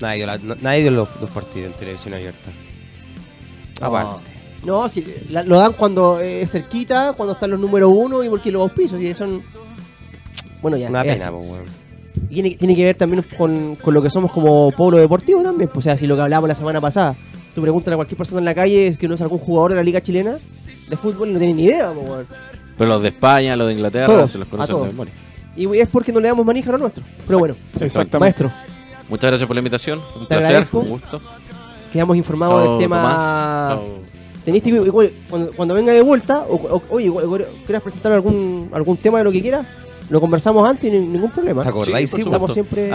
S3: Nadie dio, la- no- nadie dio los, los partidos en televisión abierta.
S1: Ah,
S3: Aparte.
S2: no, si la- lo dan cuando eh, es cerquita, cuando están los número uno y porque los auspicios, y son. Bueno, ya.
S3: Una
S2: es
S3: pena,
S2: así.
S3: po, weón.
S2: Y Tiene, tiene que ver también con, con lo que somos como pueblo deportivo también. pues, O sea, si lo que hablábamos la semana pasada, tú preguntas a cualquier persona en la calle es que no es algún jugador de la liga chilena de fútbol y no tiene ni idea. po, weón.
S5: Pero los de España, los de Inglaterra,
S2: Todos,
S5: se los
S2: a
S5: conocen
S2: todos.
S5: de memoria.
S2: Y es porque no le damos manija a lo nuestro. Pero bueno,
S1: Exactamente.
S2: maestro,
S5: Muchas gracias por la invitación. Un
S2: Te
S5: placer,
S2: agradezco.
S5: un gusto.
S2: quedamos informados
S5: Chao,
S2: del tema
S5: Tomás. Chao.
S2: tenístico. Y, güey, cuando, cuando venga de vuelta, o, o- oye, güey, güey, quieras presentar algún, algún tema de lo que quieras, lo conversamos antes y ni- ningún problema.
S3: ¿Te acordáis?
S5: Sí,
S3: Sí, pues,
S5: por
S2: Estamos
S3: po?
S2: siempre.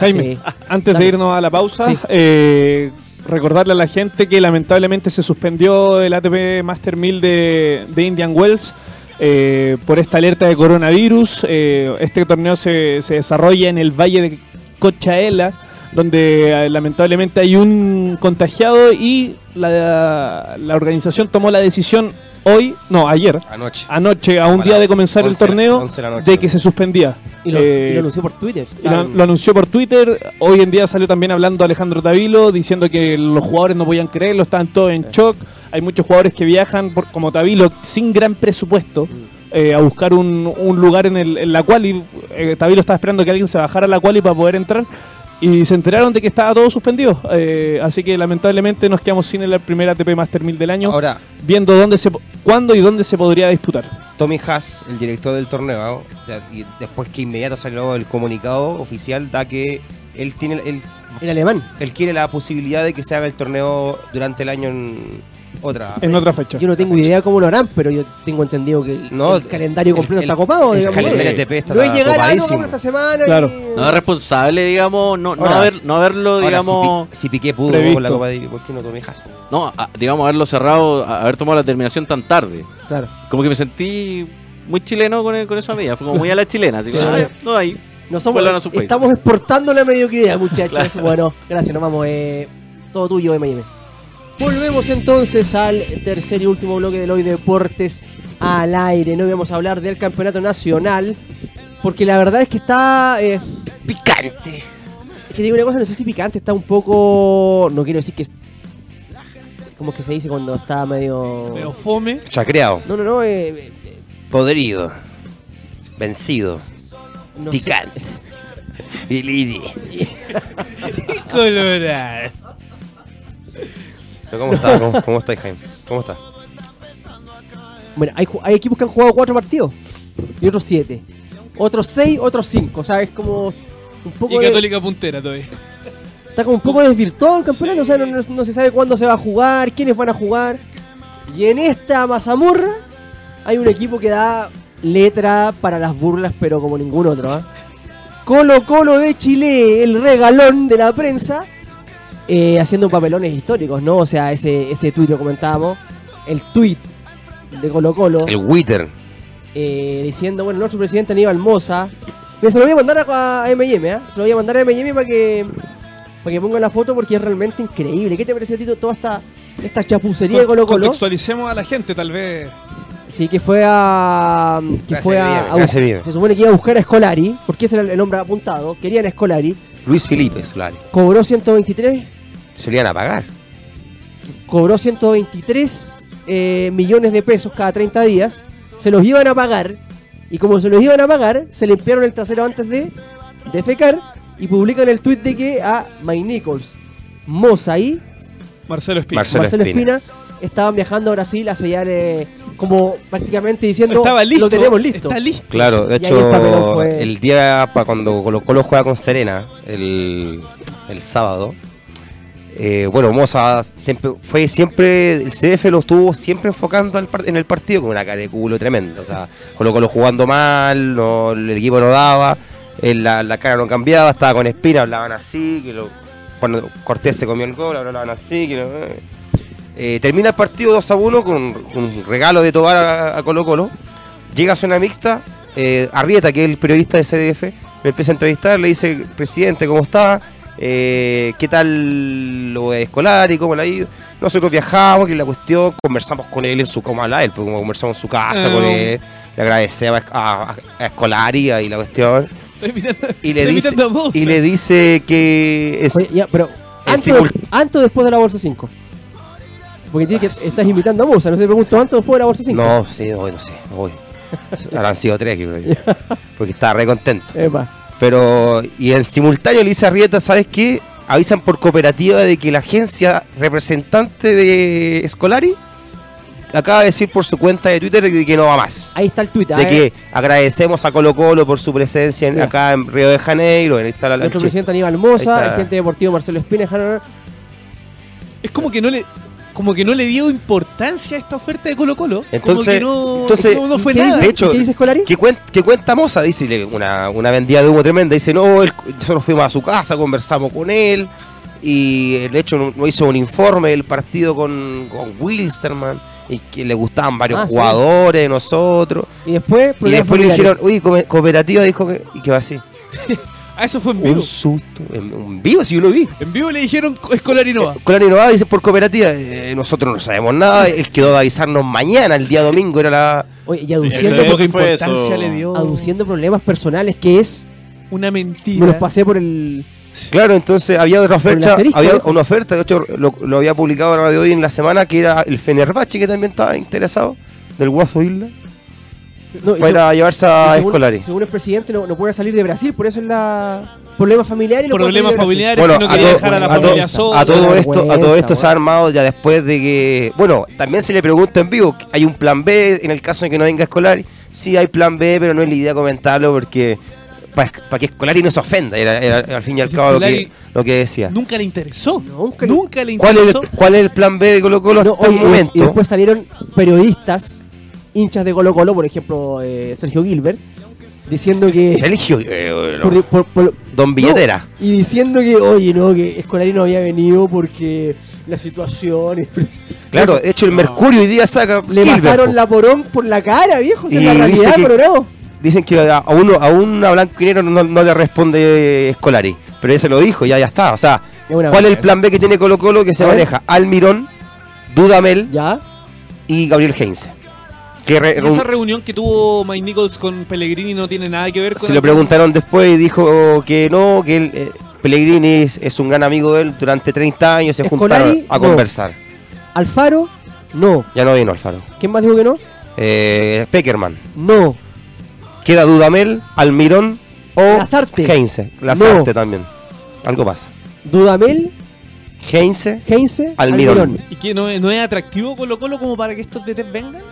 S1: Jaime,
S2: Sí.
S1: antes
S2: Dale.
S1: de irnos a la pausa,
S2: Sí.
S1: eh, recordarle a la gente que lamentablemente se suspendió el ATP Master 1000 de, de Indian Wells eh, por esta alerta de coronavirus. Eh, este torneo se, se desarrolla en el Valle de Cochaela, donde eh, lamentablemente hay un contagiado y la, la organización tomó la decisión hoy, no, ayer,
S3: Anoche.
S1: anoche, a un
S3: Ojalá.
S1: día de comenzar el
S3: Once de la-
S1: torneo,
S3: once de la noche.
S1: de que se suspendía.
S2: Y lo,
S1: Eh,
S2: y lo anunció por Twitter.
S1: y Lo, lo anunció por Twitter. Hoy en día salió también hablando Alejandro Tavilo diciendo que los jugadores no podían creerlo, estaban todos en shock. Hay muchos jugadores que viajan por- como Tavilo sin gran presupuesto eh, a buscar un, un lugar en, el, en la cual y eh, Tavilo estaba esperando que alguien se bajara a la cual y para poder entrar. Y se enteraron de que estaba todo suspendido. Eh, así que lamentablemente nos quedamos sin el primer ATP Master 1000 del año,
S3: Ahora,
S1: viendo dónde se, po- cuándo y dónde se podría disputar.
S3: Tommy Haas, el director del torneo, ¿no? y después que inmediato salió el comunicado oficial, da que él tiene él,
S2: En alemán.
S3: él quiere la posibilidad de que se haga el torneo durante el año en otra.
S1: En otra fecha.
S2: Yo no tengo idea cómo lo harán, pero yo tengo entendido que el,
S3: No,
S2: el calendario
S3: el-
S2: completo
S3: el-
S2: está copado.
S3: el
S2: digamos.
S3: calendario
S2: Eh,
S3: ATP está
S2: No es llegar a
S3: copadísimo.
S2: algo esta semana.
S1: Claro.
S2: y-
S5: No es responsable, digamos, no, no,
S3: Ahora,
S5: haber, no haberlo,
S3: Ahora,
S5: digamos, ah,
S3: si, Pi- si Piqué pudo
S1: previsto.
S3: con la Copa de ¿por qué no Tommy Haas?
S5: no, a- digamos, haberlo cerrado, a- haber tomado la terminación tan tarde.
S2: Claro.
S5: Como que me sentí muy chileno con, con esa medida. Fue como muy a la chilena. Así como,
S2: Sí.
S5: "Ah, no hay.
S2: No somos,
S5: Vuelvan a sus países.
S2: estamos exportando la mediocridad, muchachos. Bueno, gracias, nos vamos. eh, todo tuyo, M&M. Volvemos entonces al tercer y último bloque del Hoy Deportes al aire. No íbamos a hablar del campeonato nacional, porque la verdad es que está... eh,
S3: Picante.
S2: es que digo una cosa, no sé si picante, está un poco... No quiero decir que... es- ¿Cómo es que se dice cuando está medio...?
S1: Pero fome.
S3: Chacreado.
S2: No, no, no. eh, eh,
S3: Podrido. Vencido.
S2: no sé.
S3: Picante. Bilidi.
S1: Colorado.
S3: Pero ¿Cómo está? ¿Cómo, cómo está, Jaime? ¿Cómo está?
S2: Bueno, hay, ju- hay equipos que han jugado cuatro partidos y otros siete. Otros seis, otros cinco. O sea, es como un
S1: Y
S2: poco de-
S1: Católica puntera todavía.
S2: está como un poco desvirtuado el campeonato. O sea, no, no- no se sabe cuándo se va a jugar, quiénes van a jugar. Y en esta mazamorra hay un equipo que da letra para las burlas, pero como ningún otro. ¿ah? Colo Colo de Chile, el regalón de la prensa, eh, haciendo papelones históricos, ¿no? O sea, ese, ese tuit lo comentábamos. El tuit de Colo Colo
S3: El Witter.
S2: eh, diciendo, bueno, nuestro presidente Aníbal Moza. Mira, se lo voy a mandar a, a MM, ¿ah? Se lo voy a mandar a MM para que, para que ponga la foto porque es realmente increíble. ¿Qué te pareció, Tito, toda esta, esta chapucería de Colo Colo?
S1: Contextualicemos a la gente, tal vez.
S2: Sí, que fue a. Que
S3: Gracias,
S2: fue a,
S3: Vive,
S2: a bus-
S3: gracias, Vive.
S2: se supone que iba a buscar a Scolari, porque ese era el hombre apuntado. Querían a Scolari,
S3: Luis Felipe Solari.
S2: cobró 123,
S3: Se lo iban a pagar.
S2: cobró 123 eh, millones de pesos cada 30 días, se los iban a pagar, y como se los iban a pagar, se limpiaron el trasero antes de defecar y publican el tuit de que a Mike Nichols, Moza y
S1: Marcelo Espina.
S3: Marcelo.
S2: Marcelo
S3: Espina.
S2: Espina. estaban viajando a Brasil a sellar eh, como prácticamente diciendo
S1: Estaba listo.
S2: lo tenemos listo.
S1: Está listo.
S3: Claro, de
S2: Este, Y ahí el papelón
S3: hecho,
S2: fue-
S3: el día para cuando Colo Colo juega con Serena, el, el sábado, eh, bueno, Moza siempre, fue siempre, el CDF lo estuvo siempre enfocando al par- en el partido con una cara de culo tremenda. O sea, Colo Colo jugando mal, no, el equipo no daba, eh, la, la cara no cambiaba, estaba con espina, hablaban así, que lo- cuando Cortés se comió el gol, hablaban así, que lo- eh. Eh, termina el partido 2 a 1 con un- un regalo de Tobar a- a Colo Colo. Llega a zona mixta, eh, Arrieta, que es el periodista de CDF, me empieza a entrevistar, le dice, presidente, ¿cómo está? Eh, ¿Qué tal lo escolar y cómo la ha ido? Nosotros viajamos, que la cuestión, conversamos con él en su coma él, porque como conversamos en su casa
S1: Ah.
S3: con él, le agradecemos a, a, a Escolari y la cuestión.
S1: Está imitando,
S3: Y le,
S1: está
S3: dice,
S1: imitando a Mozart.
S3: y le dice que es-
S2: Oye, ya, pero antes,
S3: simul- Ah,
S2: antes o después de la bolsa 5. Porque tiene que estás invitando a Musa, no se pregunto antes o después de la bolsa 5.
S3: No, sí, hoy no sé, hoy. Habrán sido tres, creo yo, porque estaba re contento.
S2: Epa.
S3: Pero, y en simultáneo le dice a Rieta, ¿sabes qué? Avisan por cooperativa de que la agencia representante de Scolari acaba de decir por su cuenta de Twitter de que no va más.
S2: Ahí está el Twitter.
S3: De que agradecemos a Colo Colo por su presencia en-
S2: Mira.
S3: acá en Río de Janeiro, en esta la, la-
S2: Nuestro
S3: che.
S2: presidente Aníbal Moza,
S3: Ahí
S2: el
S3: está.
S2: gerente deportivo Marcelo Espina, Jano-
S1: Es como que no le. Como que no le dio importancia a esta oferta de Colo Colo.
S3: Entonces-
S1: como que no,
S3: entonces-
S1: no, no fue
S2: ¿Qué
S1: nada.
S2: dice?
S3: De hecho,
S2: ¿Qué dice Scolari?
S3: ¿Qué, cuen- qué cuenta Moza? Dice le- una, una vendida de humo tremenda. Dice, no, él- nosotros fuimos a su casa, conversamos con él. Y eh, de hecho no no hizo un informe del partido con, con Wilstermann. Y que le gustaban varios
S2: Ah, sí.
S3: jugadores de nosotros.
S2: Y después,
S3: Y
S2: problemas
S3: después le
S2: familiares.
S3: dijeron, uy, come- cooperativa dijo que... Y que va así.
S1: Ah, eso fue en vivo.
S3: Un susto. En, en vivo, si yo lo vi.
S1: En vivo le dijeron escolar y no va.
S3: Colón Innovada dice por cooperativa. "Eh, nosotros no sabemos nada. Él quedó de avisarnos mañana, el día domingo. Era la...
S2: Oye, y
S4: Sí,
S2: aduciendo,
S4: ese
S1: Siento
S4: es-
S1: poca
S4: fue eso.
S1: importancia le dio.
S2: aduciendo problemas personales, que es.
S1: Una
S2: Me los
S1: mentira.
S2: pasé por el.
S3: Claro, entonces había otra
S2: Con el
S3: oferta,
S2: asterisco,
S3: había
S2: ¿eh?
S3: una oferta, de hecho lo, lo había publicado Radio Hoy en la semana, que era el Fenerbahce que también estaba interesado, del Guazo Isla,
S2: No, y seg-
S3: para llevarse a
S2: y según,
S3: Escolari.
S2: según el presidente, no, no puede salir de Brasil, por eso es la. Problemas familiares. no puede
S1: Problemas
S2: salir de Brasil.
S1: familiares
S3: Bueno,
S1: que no
S3: a,
S1: quería
S3: todo-
S1: dejar a la
S3: a todo-
S1: familia
S3: a
S1: sola.
S3: todo esto, a todo
S2: vergüenza,
S3: esto se ha
S2: weón.
S3: armado ya después de que, bueno, también se le pregunta en vivo, hay un plan B en el caso de que no venga Escolari, sí hay plan B, pero no es la idea comentarlo porque pues, para que Escolari no se ofenda, era, era al fin y al
S1: Si
S3: cabo lo que,
S1: Scolari-
S3: lo que decía.
S1: Nunca le interesó.
S2: Nunca
S1: Nunca,
S2: le-
S1: le
S3: ¿Cuál es, el,
S1: interesó.
S3: ¿Cuál es el plan B de Colo Colo
S2: No,
S3: hasta el
S2: oye, y-
S3: momento?
S2: Y, después salieron periodistas, hinchas de Colo Colo, por ejemplo eh, Sergio Gilbert, diciendo que.
S3: Sergio, eh, bueno,
S2: por- por- por-
S3: Don Billetera.
S2: no, y diciendo que, oye, no, que Escolari no había venido porque la situación.
S3: Claro, de hecho el Mercurio hoy día saca.
S2: Le
S3: Hilbert,
S2: pasaron
S3: po.
S2: la porón por la cara, viejo. esa es la
S3: Y dice
S2: realidad,
S3: que-
S2: pero no.
S3: Dicen que a, a uno, a una blanquinero no, no le responde Escolari. Pero ese lo dijo, ya, ya está. O sea,
S2: Es una
S3: ¿cuál es el
S2: vergüenza.
S3: plan B que tiene Colo Colo que se
S2: A ver.
S3: maneja? Almirón, Dudamel
S2: Ya.
S3: y Gabriel Heinze. Que re-
S1: Y esa reunión que tuvo Mike Nichols con Pellegrini no tiene nada que ver con.
S3: se lo preguntaron después y dijo que no, que él, eh, Pellegrini es, es un gran amigo de él. Durante 30 años se
S2: Escolari,
S3: juntaron a
S2: no.
S3: conversar.
S2: Alfaro, no.
S3: Ya no vino Alfaro.
S2: ¿Quién más dijo que no?
S3: Eh, Peckerman.
S2: No.
S3: Queda Dudamel, Almirón o
S2: Lazarte.
S3: Heinze.
S2: No.
S3: Lazarte también. Algo pasa.
S2: Dudamel,
S3: Heinze.
S2: Heinze,
S3: Almirón.
S1: ¿Y que no, es- no es atractivo Colo Colo como para que estos DT vengan?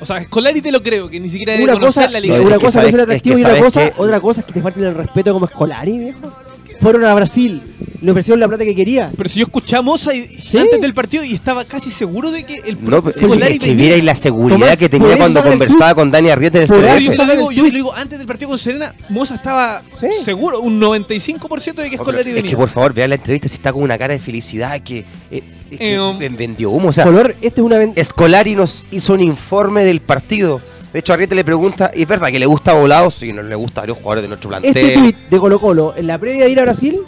S1: O sea, Escolari te lo creo, que ni siquiera debe
S2: Una
S1: conocer
S2: cosa,
S1: la liga.
S3: No,
S2: una
S3: es que
S2: cosa no
S3: sabes-
S2: ser
S3: es que
S2: atractivo y una
S3: sabes
S2: cosa,
S3: que-
S2: otra cosa es que te falten el respeto como Escolari, viejo. Fueron a Brasil, le ofrecieron la plata que quería.
S1: Pero si yo escuchaba a Moza y-
S2: Sí.
S1: antes del partido y estaba casi seguro de que el
S3: No, pero
S1: Escolari
S3: es que
S1: venía.
S3: vierais la seguridad
S2: Tomás,
S3: que
S2: por
S3: tenía
S2: eso
S3: cuando
S2: saca el
S3: conversaba con Dani Arrieta en el
S2: Por
S1: Claro,
S2: eso
S1: yo,
S3: CDF.
S1: se lo digo,
S2: Sí.
S1: yo se lo digo, antes del partido con Serena, Moza estaba
S2: Sí.
S1: seguro, un 95% de que
S3: No, pero
S1: Escolari
S3: Es
S1: venía.
S3: que por favor, vean la entrevista si está con una cara de felicidad que, eh, es que
S1: Eh, um,
S3: ven- vendió humo. O sea,
S2: Color, este es una ven-
S3: Escolari nos hizo un informe del partido. De hecho, Arrieta le pregunta, ¿y es verdad que le gusta Volado? Sí, no le gusta a varios jugadores de nuestro plantel.
S2: Este tweet de Colo Colo en la previa de ir a Brasil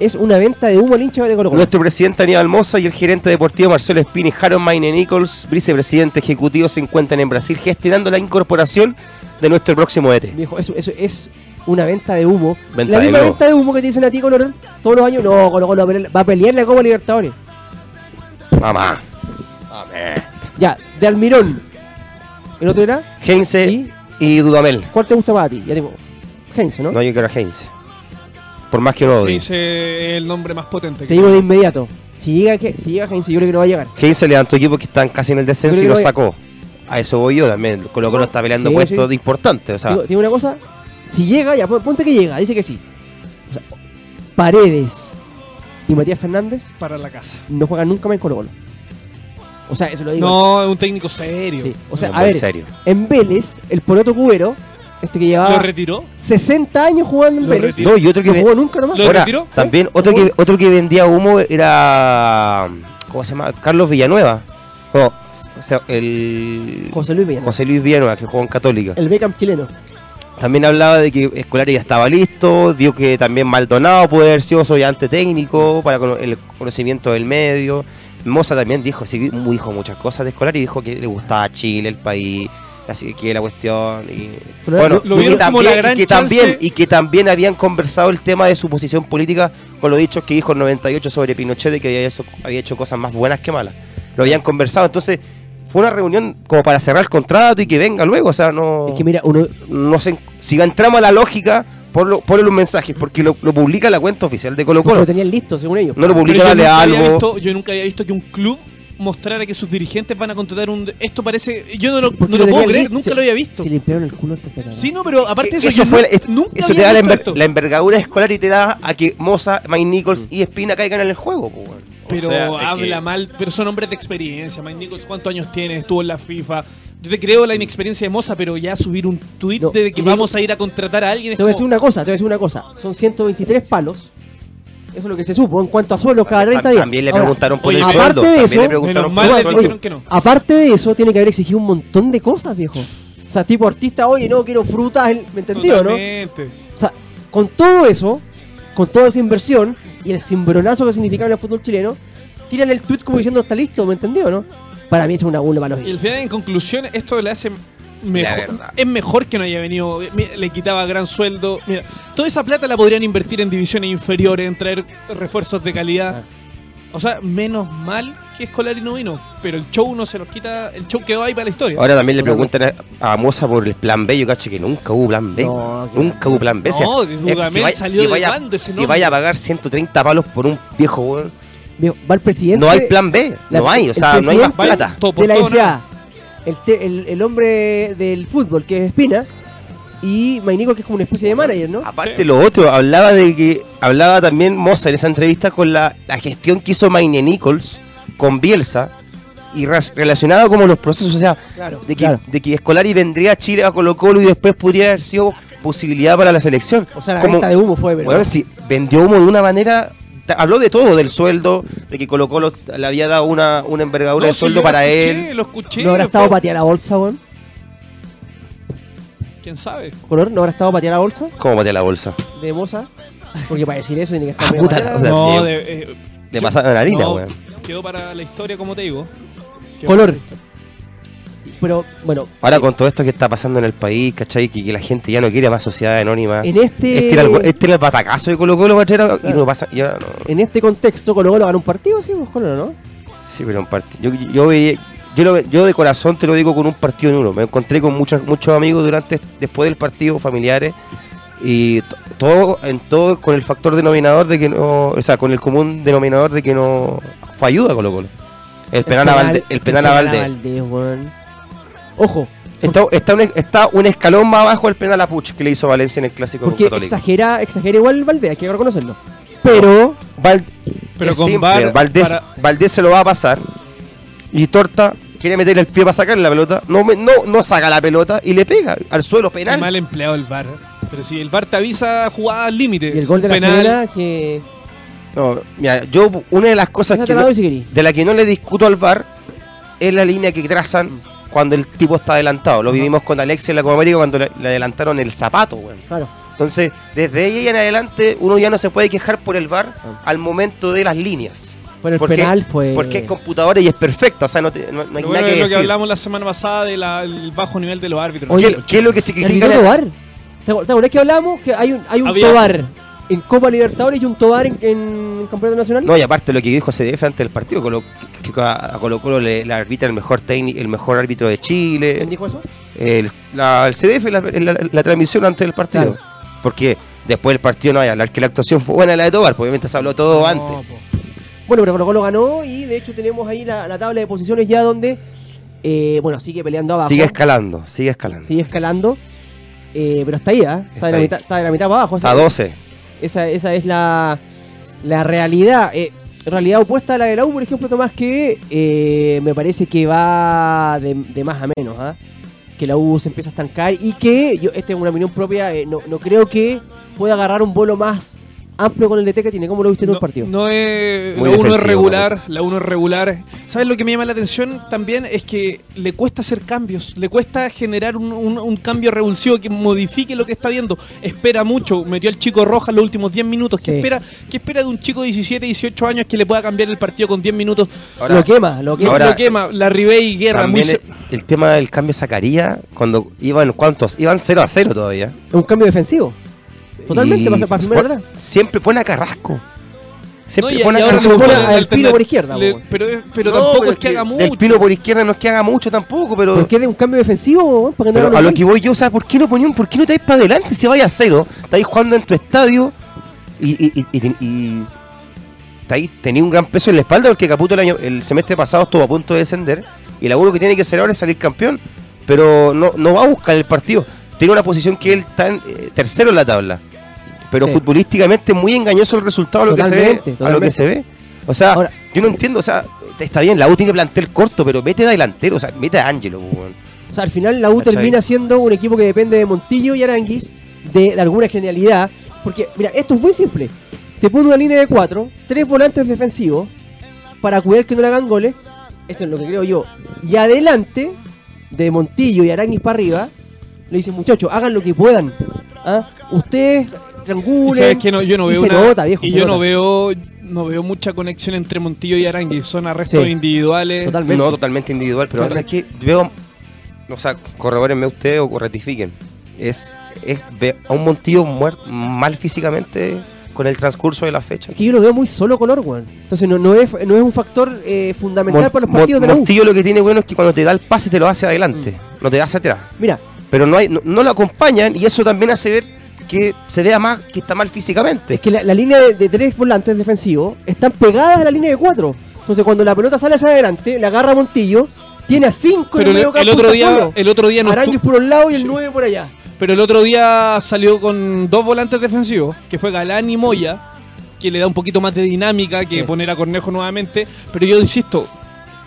S2: es una venta de humo al hincha de Colo Colo.
S3: Nuestro presidente Aníbal Moza y el gerente deportivo Marcelo Espini, Harold Maine Nichols, vicepresidente ejecutivo, se encuentran en Brasil gestionando la incorporación de nuestro próximo E ET.
S2: Viejo, eso, eso es una venta de humo.
S3: Venta
S2: la
S3: de
S2: misma
S3: globo.
S2: venta de humo que te dicen a ti, Color, todos los años. No, Colo Colo va a pelear- va a pelear la Copa Libertadores.
S3: Mamá. Amén.
S2: Ya, de Almirón. ¿El otro era?
S3: Heinze
S2: ¿Y?
S3: y Dudamel.
S2: ¿Cuál te gusta más a ti? Ya tengo. Heinze, ¿no?
S3: No, yo quiero a Heinz. Por más que lo odie.
S1: Sí, ese es el nombre más potente.
S2: Te digo de inmediato. Si llega, que- si llega Heinze, yo creo que no va a llegar.
S3: Heinz se levantó equipos que están casi en el descenso
S2: Yo
S3: y
S2: creo
S3: lo
S2: que-
S3: sacó. A eso voy yo también. Colo Colo está peleando
S2: Sí,
S3: puestos
S2: sí.
S3: de importantes. O sea,
S2: Digo, Te digo una cosa. Si llega, ya, pon- ponte que llega, dice que sí. O sea, Paredes y Matías Fernández
S1: para la casa.
S2: no juegan nunca más en Colo Colo. O sea, eso lo digo.
S1: No, es un técnico serio.
S2: Sí, O sea,
S3: no,
S2: a
S3: en
S2: ver,
S3: serio.
S2: en Vélez, el Poroto Cubero, este que
S1: ¿Lo
S2: llevaba
S1: retiró?
S2: 60 años jugando en
S1: Lo
S2: Vélez,
S1: retiró.
S3: No, y otro que,
S2: no
S3: ven-
S2: jugó nunca nomás.
S1: Lo-
S3: Ahora,
S1: retiró?
S2: ¿Eh?
S3: también otro que, otro que vendía humo era. ¿Cómo se llama? Carlos Villanueva. No, o sea, el.
S2: José Luis Villanueva,
S3: José Luis Villanueva, que jugó en Católica.
S2: el Beckham chileno.
S3: También hablaba de que Escolari ya estaba listo, dio que también Maldonado puede haber sido soñante técnico para cono- el conocimiento del medio. Moza también dijo, sí, mu- dijo muchas cosas de Escolari, dijo que le gustaba Chile, el país, así que la cuestión. Y,
S2: Pero
S3: bueno,
S1: lo- lo
S3: y, que
S1: vieron como la
S3: también,
S1: gran
S3: y que
S1: chance-
S3: también, y que también habían conversado el tema de su posición política con lo dicho que dijo en 98 sobre Pinochet, de que había hecho, había hecho cosas más buenas que malas. Lo habían conversado, entonces fue una reunión como para cerrar el contrato y que venga luego, o sea, no
S2: Es que mira, uno,
S3: no sé, si entramos a la lógica, ponlo, ponle un mensaje, porque lo, lo publica la cuenta oficial de Colo
S2: lo
S3: Colo.
S2: tenían listo, según ellos.
S3: No lo
S1: Pero
S3: publica
S1: yo,
S3: Dale
S1: nunca había
S3: Albo.
S1: visto- yo nunca había visto que un club mostrara que sus dirigentes van a contratar un... Esto parece... Yo no lo,
S2: Porque
S1: no lo puedo
S2: tenían
S1: creer,
S2: listo.
S1: nunca
S2: Se-
S1: lo había visto.
S2: Se limpiaron el culo este antes de la-
S1: Sí, no, pero aparte de eso,
S3: E, Eso,
S1: yo
S3: fue-
S1: nu-
S3: es-
S1: nunca
S3: eso te
S1: había
S3: da la,
S1: visto
S3: enver-
S1: esto.
S3: la envergadura escolar y te da a que Moza, Mike Nichols y Espina caigan en el juego. po, weón. O
S1: Pero
S3: sea, es que-
S1: habla mal, pero son hombres de experiencia. Mike Nichols, ¿cuántos años tiene? Estuvo en la FIFA. Yo te creo la inexperiencia de Moza, pero ya subir un tweet
S2: No,
S1: de que
S2: y-
S1: vamos a ir a contratar a alguien es
S2: Te voy a decir
S1: como-
S2: una cosa, te voy a decir una cosa. Son 123 palos. Eso es lo que se supo en cuanto a sueldos cada 30 días.
S3: También le
S2: Ahora,
S3: preguntaron por el
S1: oye,
S3: sueldo.
S2: aparte de
S3: También
S2: eso,
S3: le preguntaron por
S1: menos mal
S3: el
S1: le
S3: sueldo.
S1: dijeron que no.
S2: Aparte de eso, tiene que haber exigido un montón de cosas, viejo. O sea, tipo artista, oye, no, quiero frutas, el- ¿me entendió, no? O
S1: Totalmente.
S2: sea, con todo eso, con toda esa inversión y el cimbronazo que significaba en el fútbol chileno, tiran el tweet como diciendo está listo, ¿me entendió, no? Para mí es una burla para los
S1: Y al
S2: hinchas.
S1: final, en conclusión, esto le hace mejor.
S3: verdad.
S1: Es mejor que no haya venido. Mi- Le quitaba gran sueldo. Mira, toda esa plata la podrían invertir en divisiones inferiores, en traer refuerzos de
S3: Ah.
S1: calidad. O sea, menos mal que Escolari no vino, pero el show no se los quita. El show quedó ahí para la historia.
S3: Ahora también le preguntan a, a Moza por el plan B. Yo cacho que nunca hubo plan B.
S2: No, que-
S3: nunca hubo plan B. O sea, eh,
S1: No, de Dudamel
S3: vaya-
S1: salió del
S3: vaya-
S1: bando ese
S3: si
S1: nombre.
S3: vaya a pagar 130 palos por un viejo, weón,
S2: Viejo, Va el presidente.
S3: no hay plan B.
S2: la-
S3: No hay, o
S2: el
S3: sea, no hay más
S2: presidente-
S1: Vaya,
S3: plata.
S1: todo por
S2: de la
S1: todo,
S2: SA, el, te- el, el hombre del fútbol, que es Espina, y Mainico, que es como una especie de manager, ¿no?
S3: Aparte lo otro, hablaba de que hablaba también Moza en esa entrevista con la, la gestión que hizo Maine Nichols con Bielsa y ras- relacionado como los procesos, o sea,
S2: Claro,
S3: de que,
S2: claro.
S3: de que Escolari vendría a Chile a Colo Colo y después podría haber sido posibilidad para la selección.
S2: O sea, la
S3: Como-
S2: venta de humo fue, pero.
S3: Bueno, sí, vendió humo de una manera. ta- Habló de todo, del sueldo, de que Colo Colo le había dado una, una envergadura de
S1: sí,
S3: sueldo
S1: yo
S3: para
S1: lo
S3: él.
S1: escuché, Lo escuché.
S2: ¿No habrá
S1: fue-
S2: estado pateada la bolsa, weón?
S1: ¿Quién sabe?
S2: ¿Color? ¿No habrá estado pateada la bolsa
S3: ¿Cómo patea la bolsa?
S2: de moza? Porque para decir eso tiene que estar
S3: Ah,
S2: medio
S3: puta
S2: pateada.
S3: la-
S1: No,
S3: Diego.
S1: de, eh,
S3: Le
S1: yo-
S3: pasaron harina,
S1: no,
S3: weón.
S1: Quedó para la historia, como te digo. Quedó
S2: Color.
S1: para la historia.
S2: Pero bueno,
S3: Ahora con todo esto que está pasando en el país, ¿cachai? Que, que la gente ya no quiere más sociedad anónima.
S2: en este.
S3: Este era el, este era el batacazo de Colo Colo, guachero, y no pasa. y ahora no.
S2: En este contexto, Colo Colo ganó un partido, sí, pues Colo, ¿no?
S3: Sí, pero un partido. Yo, yo, veía- yo, lo- yo de corazón te lo digo con un partido en uno. Me encontré con muchos, muchos amigos durante después del partido, familiares, y to- todo, en todo con el factor denominador de que no. O sea, con el común denominador de que no. Fue ayuda Colo Colo. El penal, a Valdés. El penal a Valdés.
S2: weón. Ojo,
S3: Está, está, un, está un escalón más abajo el penal a Puch que le hizo Valencia en el clásico
S2: porque
S3: católico.
S2: exagera, exagera igual Valdés, hay que reconocerlo. Pero
S3: Val-
S1: Pero
S3: es
S1: con
S3: simple,
S1: VAR
S3: Valdés,
S1: para-
S3: Valdés se lo va a pasar. Y Torta quiere meter el pie para sacar la pelota. No, me- no, no saca la pelota y le pega al suelo
S1: Qué
S3: penal.
S1: mal empleado el bar. Pero si el bar te avisa jugada al límite.
S2: y el gol de la
S1: penal,
S2: señora que.
S3: No, mira, yo una de las cosas
S2: Esa
S3: que
S2: te la
S3: no-
S2: doy si querís.
S3: de la que no le discuto al VAR es la línea que trazan cuando el tipo está adelantado. Lo vivimos con Alexia en la Copa América cuando le, le adelantaron el zapato, weón.
S2: Claro.
S3: Entonces, desde ella en adelante, uno ya no se puede quejar por el VAR
S2: Ah.
S3: al momento de las líneas.
S2: Bueno, el
S3: Porque-
S2: penal fue.
S3: Porque es computadora y es perfecta, o sea, no, te- no- no hay
S1: Lo bueno
S3: nada
S1: es
S3: que
S1: lo que
S3: decir.
S1: hablamos la semana pasada del bajo nivel de los árbitros.
S2: Oye,
S3: ¿Qué, qué es lo que se critica?
S2: ¿Terminó Tobar? ¿Te acuer- te acuerdas que hablamos que hay un, hay un
S1: Había-
S2: Tobar en Copa Libertadores y un Tobar en, en Campeonato Nacional?
S3: No, y aparte lo que dijo CDF antes del partido, Colo- que a a Colo Colo le, le arbitra el mejor técnico, el mejor árbitro de
S2: ¿Quién
S3: Chile.
S2: dijo eso?
S3: El, la- el CDF en la, en la- la transmisión antes del partido.
S2: Claro.
S3: Porque después del partido no hay a hablar que la actuación fue buena la de Tobar, porque obviamente se habló todo antes.
S2: Bueno, pero Colo Colo ganó y de hecho tenemos ahí la, la tabla de posiciones ya donde, eh, bueno, sigue peleando abajo.
S3: Sigue escalando, sigue escalando.
S2: sigue escalando. eh, pero está ahí, ¿ah? está,
S3: Está
S2: de la
S3: ahí.
S2: mitad, está de la mitad para abajo. o sea,
S3: A 12.
S2: Esa, esa es la, la realidad. eh, realidad opuesta a la de la U, por ejemplo, Tomás, que eh, me parece que va de, de más a menos. ¿ah? Que la U se empieza a estancar y que, yo, esta es una opinión propia, eh, no, no creo que pueda agarrar un bolo más amplio con el DT que tiene. ¿Cómo lo viste en
S1: no,
S2: el partido?
S1: no es.
S3: Muy
S1: la uno es
S3: defensivo,
S1: regular, la uno es regular. ¿Sabes lo que me llama la atención también? Es que le cuesta hacer cambios, le cuesta generar un, un- un cambio revulsivo que modifique lo que está viendo. Espera mucho, metió al chico Rojas los últimos 10 minutos. ¿Qué,
S2: Sí.
S1: espera, ¿Qué espera de un chico de 17, 18 años que le pueda cambiar el partido con 10 minutos?
S3: Ahora,
S2: lo quema, lo quema.
S3: Ahora-
S1: lo quema, la Ribey Guerra. Muy
S3: también
S1: se-
S3: el, el tema del cambio Zacarías, cuando iban, ¿cuántos? Iban 0 a 0 todavía.
S2: Es un cambio defensivo. Totalmente,
S3: Y-
S2: pasa para primero
S3: pon-
S2: atrás.
S3: Siempre pone a Carrasco. Siempre
S1: No, y-
S3: pone
S1: y
S3: a
S1: ahora
S3: Carrasco.
S1: le
S2: pone
S1: ponen
S2: al
S1: alterna-
S2: Pino por izquierda,
S1: le-
S2: po.
S1: pero eh, pero
S3: No,
S1: tampoco
S3: pero
S1: es que, haga mucho.
S3: Del pino por izquierda no es que haga mucho tampoco, pero,
S2: ¿Por qué de un cambio defensivo? weón? ¿Para que no
S3: pero
S2: hagan
S3: a
S2: un
S3: lo
S2: gol?
S3: que voy yo, o sea, ¿por qué no ponían, por qué no te vais para adelante si vaya a cero? Estáis jugando en tu estadio y, y, y, y, y- estáis- tenéis un gran peso en la espalda porque Caputo el, año, el semestre pasado estuvo a punto de descender y el abuelo que tiene que hacer ahora es salir campeón, pero no, no va a buscar el partido. Tiene una posición que él está en, eh, tercero en la tabla, pero
S2: Sí.
S3: futbolísticamente muy engañoso el resultado a lo, que se, ve,
S2: Totalmente,
S3: a lo que
S2: totalmente.
S3: se ve. O sea,
S2: Ahora- eh,
S3: yo no entiendo, o sea, está bien, la U tiene plantel corto, pero mete a delantero, o sea, mete a Ángelo, weón.
S2: O sea, al final la U
S3: ¿Cachai?
S2: termina siendo un equipo que depende de Montillo y Aranguis, de, de alguna genialidad. Porque, mira, esto es muy simple. Te pone una línea de cuatro, tres volantes defensivos, para cuidar que no le hagan goles. Eso es lo que creo yo. Y adelante, de Montillo y Aranguis para arriba, le dicen, muchachos, hagan lo que puedan. ¿ah? Ustedes
S1: Y
S2: triangulen.
S1: sabes que no, yo no
S2: y
S1: veo
S2: se
S1: una-
S2: nota, viejo,
S1: y
S2: se
S1: yo no
S2: nota.
S1: veo no veo mucha conexión entre Montillo y Arangui, son arrestos
S2: Sí.
S1: individuales.
S2: Totalmente.
S3: No, totalmente individual, pero ahora es que veo, o sea, corrobórenme ustedes o ratifiquen. Es, es ve- a un Montillo muer- mal físicamente con el transcurso de la fecha.
S2: Es que yo lo veo muy solo color, weón. Entonces no, no, es, no es un factor eh, fundamental
S3: Mon-
S2: para los
S3: Mon-
S2: partidos de la U. Mm.
S3: Montillo lo que tiene bueno es que cuando te da el pase te lo hace adelante, no te da hacia atrás.
S2: Mira,
S3: Pero no, hay, no, no lo acompañan y eso también hace ver que se vea más que está mal físicamente.
S2: Es que la, la línea de, de tres volantes defensivos están pegadas a la línea de cuatro. Entonces, cuando la pelota sale hacia adelante, la agarra Montillo, tiene a cinco
S1: Pero
S2: en
S1: el,
S2: el medio
S1: el
S2: campo.
S1: otro
S2: está
S1: día,
S2: solo.
S1: el otro día no
S2: Aránguiz
S1: estu-
S2: por un lado y el
S1: Sí.
S2: nueve por allá.
S1: pero el otro día salió con dos volantes defensivos, que fue Galán y Moya, que le da un poquito más de dinámica que
S2: Sí.
S1: poner a Cornejo nuevamente, pero yo insisto,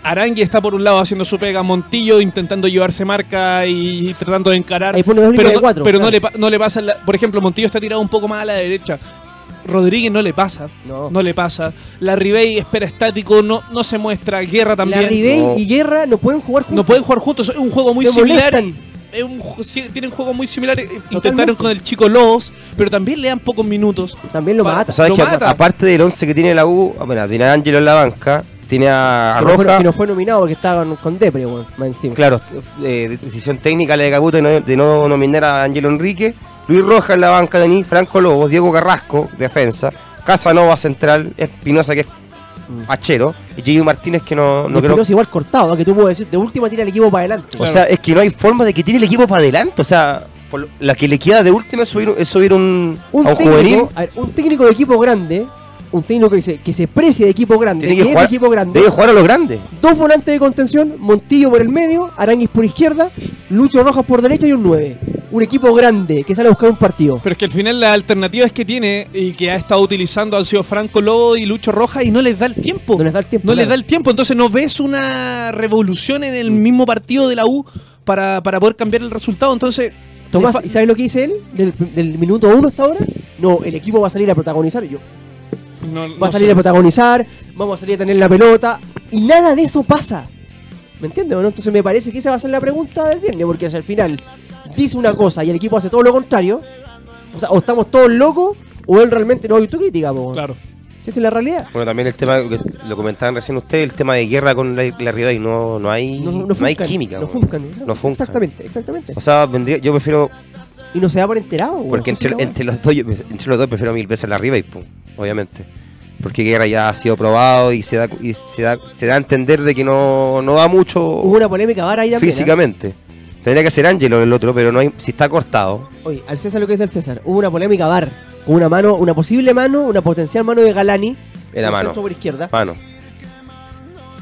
S1: Arangui está por un lado haciendo su pega, Montillo intentando llevarse marca y, tratando de encarar.
S2: Ahí pone dos líneas
S1: pero
S2: de
S1: no,
S2: cuatro,
S1: pero no,
S2: claro.
S1: le, pa- no le pasa, la- por ejemplo, Montillo está tirado un poco más a la derecha. Rodríguez no le pasa,
S2: No.
S1: no, le pasa. La Ribey espera estático, no, no se muestra. Guerra también.
S2: La Ribey
S3: No.
S2: y Guerra no pueden jugar juntos.
S1: No pueden jugar juntos, es un juego muy
S2: Se
S1: similar.
S2: molestan.
S1: Es un ju- sí, tienen juego muy similar. Intentaron con el chico Lobos, pero también le dan pocos minutos.
S2: También lo
S1: Pa-
S2: mata.
S3: ¿Sabes
S1: Lo
S3: que
S1: mata.
S3: aparte del 11 que tiene la U, ah, bueno, tiene a Ángelo en la banca, tiene a, a
S2: Que no, fue,
S3: Roja.
S2: que no fue nominado porque estaba con, con Depre, weón, más encima.
S3: Claro, eh, decisión técnica la de Caputo de no, de no nominar a Angelo Enrique. Luis Rojas en la banca de Franco Lobos, Diego Carrasco, defensa, Casanova central, Espinosa que es hachero, y Gigi Martínez que no,
S2: No,
S3: no creo.
S2: es igual cortado, ¿no? que tú puedes decir, de última tira el equipo para adelante.
S3: O sea, es que no hay forma de que tire el equipo para adelante. O sea, por lo- la que le queda de última es subir, es subir un,
S2: un,
S3: a un
S2: técnico,
S3: juvenil.
S2: a ver, un técnico de equipo grande, un técnico que se, que se precie de equipo grande,
S3: Tiene
S2: es
S3: que
S2: de
S3: jugar,
S2: equipo grande,
S3: debe jugar a los grandes.
S2: dos volantes de contención, Montillo por el medio, Aranguis por izquierda, Lucho Rojas por derecha y un 9. Un equipo grande que sale a buscar un partido.
S1: Pero es que al final las alternativas que tiene y que ha estado utilizando han sido Franco Lobo y Lucho Rojas y no les da el tiempo.
S2: No les da el tiempo,
S1: No les
S2: claro.
S1: da el tiempo. Entonces no ves una revolución en el mismo partido de la U para, para poder cambiar el resultado. Entonces,
S2: Tomás,
S1: le fa-
S2: ¿y sabes lo que dice él del, del minuto 1 hasta ahora? No, el equipo va a salir a protagonizar. Yo,
S1: no- no
S2: va a salir
S1: sé.
S2: a protagonizar, vamos a salir a tener la pelota, y nada de eso pasa. ¿Me entiendes? o no? Entonces me parece que esa va a ser la pregunta del viernes, porque si al final dice una cosa y el equipo hace todo lo contrario, o sea, o estamos todos locos, o él realmente no ha visto crítica, po.
S1: Claro.
S2: Esa es la realidad.
S3: Bueno, también el tema que lo comentaban recién ustedes, el tema de guerra con la, la rival y no, no hay
S2: No,
S3: no,
S2: no funcan,
S3: hay química.
S2: No
S3: weón.
S2: funcan. ¿no?
S3: No funcan. ¿eh?
S2: Exactamente, exactamente.
S3: O sea, vendría- yo prefiero
S2: Y no se da por enterado, weón.
S3: Porque
S2: Esa es la
S3: entre,
S2: weá.
S3: entre los dos, yo- entre los dos prefiero mil veces la River, pum, obviamente. Porque Guerra ya ha sido probado y se da, y se da, se da a entender de que no, no da mucho
S2: Hubo una polémica vara ahí también. ¿eh?
S3: físicamente. Tendría que ser Ángelo el otro, pero no hay, si está cortado.
S2: Oye, al César lo que es del César. Hubo una polémica bar. Con una mano, una posible mano, una potencial mano de Galani.
S3: Era
S2: por
S3: mano. Ah.
S2: centro Por izquierda.
S3: Mano.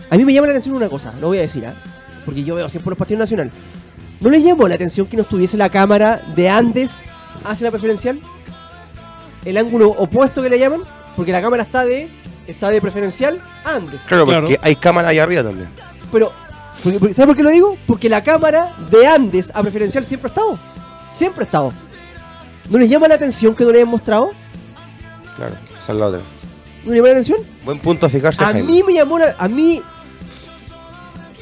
S2: A mí me llama la atención una cosa, lo voy a decir, ¿ah? porque yo veo siempre los partidos nacional. ¿No les llamó la atención que no estuviese la cámara de antes hacia la preferencial? El ángulo opuesto que le llaman, porque la cámara está de está de preferencial a antes.
S3: Claro,
S1: Claro.
S3: porque hay cámara ahí arriba también.
S2: Pero, porque- porque- ¿sabes por qué lo digo? Porque la cámara de Andes a preferencial siempre ha estado. Siempre ha estado. ¿No les llama la atención que no le hayan mostrado?
S3: Claro, esa es la otra.
S2: ¿No les llama la atención?
S3: Buen punto a fijarse,
S2: A
S3: Jaime.
S2: mí me llamó la- A mí.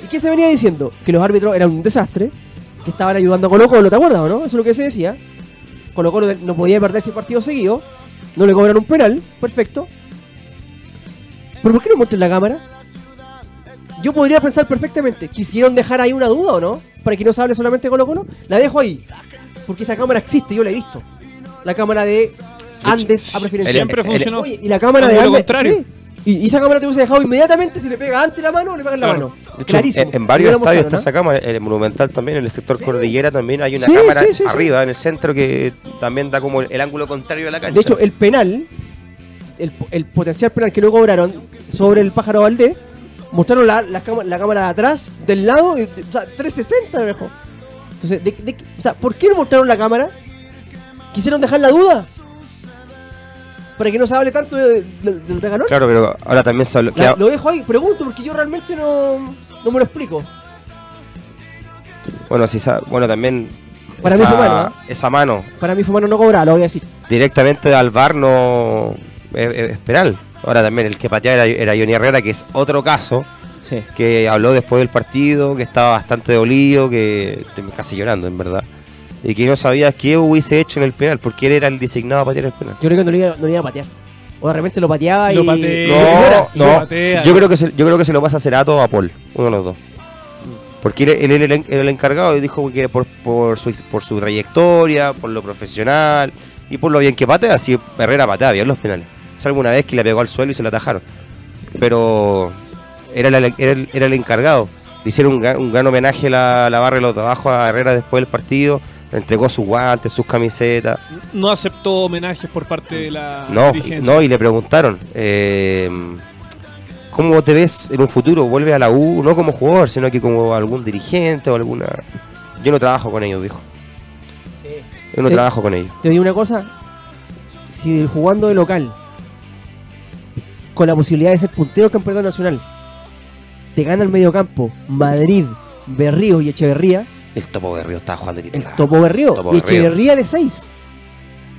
S2: ¿Y qué se venía diciendo? Que los árbitros eran un desastre, que estaban ayudando a Colo Colo, ¿te acuerdas o no? Eso es lo que se decía. Colo Colo de- no podía perder 100 partidos seguidos, no le cobraron un penal, perfecto. ¿Pero por qué no muestran la cámara? Yo podría pensar perfectamente, ¿quisieron dejar ahí una duda o no? Para que no se hable solamente de Colo Colo, la dejo ahí. Porque esa cámara existe, yo la he visto. La cámara de Andes a preferencia.
S1: Siempre
S3: Ele-
S1: funcionó.
S2: Oye, y la cámara de
S1: Ángulo
S2: Andes-
S1: contrario.
S2: sí. Y, y esa cámara te hubiese dejado inmediatamente si le pega antes la mano o le pegan la
S1: Claro.
S2: mano.
S3: De hecho,
S2: Clarísimo.
S3: en, en varios
S2: No la
S3: estadios está
S2: mostraron, ¿ah?
S3: esa cámara, en el Monumental también, en el sector Cordillera también hay una
S2: Sí,
S3: cámara
S2: sí, sí, sí.
S3: arriba, en el centro, que también da como el, el ángulo contrario a la
S2: ¿no?
S3: cancha.
S2: De hecho, el penal, el, po- el potencial penal que no cobraron sobre el pájaro Valdés, mostraron la, la, cámara- la cámara de atrás, del lado, y- o sea, 360 mejor. Entonces, de- de- o sea, ¿por qué no mostraron la cámara? ¿Quisieron dejar la duda? Para que no se hable tanto de- de- del regalón.
S3: Claro, pero ahora también se habló.
S2: La-
S3: queda-
S2: lo dejo ahí, pregunto, porque yo realmente no, no me lo explico.
S3: Bueno, sí, esa- bueno también
S2: Para mí
S3: esa,
S2: fue mano, ¿eh?
S3: esa mano
S2: Para mí, Fumano no cobra, lo voy a decir.
S3: directamente al bar no es, es- es penal. Ahora también el que pateaba era, era Johnny Herrera, que es otro caso
S2: Sí.
S3: que habló después del partido, que estaba bastante dolido, que casi llorando en verdad. Y que no sabía qué hubiese hecho en el penal, porque él era el designado para tirar el penal.
S2: Yo creo que no le iba, no le iba a patear. O de repente lo pateaba y.
S1: Lo patea.
S2: y llora.
S3: No,
S1: llora, lo
S3: no.
S1: patea.
S3: Yo creo que se, yo creo que se lo pasa a Cerato o a Paul, uno de los dos. Porque él él era el, en- era el encargado y dijo que por, por, su, por su trayectoria, por lo profesional y por lo bien que patea, así Herrera patea bien los penales. Salvo una vez que le pegó al suelo y se lo atajaron. Pero era, la- era, el- era el encargado. Le hicieron un gran, un gran homenaje a la, la barra de los de abajo a Herrera después del partido. Le entregó sus guantes, sus camisetas.
S1: No aceptó homenajes por parte de la
S3: No,
S1: dirigencia.
S3: no, y le preguntaron, eh, ¿cómo te ves en un futuro? ¿Vuelves a la U? No como jugador, sino que como algún dirigente o alguna... Yo no trabajo con ellos, dijo. Yo no
S2: Sí.
S3: trabajo con ellos.
S2: Te digo una cosa. Si jugando de local, con la posibilidad de ser puntero campeonato nacional, te gana el mediocampo Madrid, Berrío y Echeverría,
S3: El Topo Berrío estaba jugando de
S2: el
S3: titular.
S2: topo Berrío
S3: Topo
S2: y
S3: Berrío.
S2: Echeverría de 6.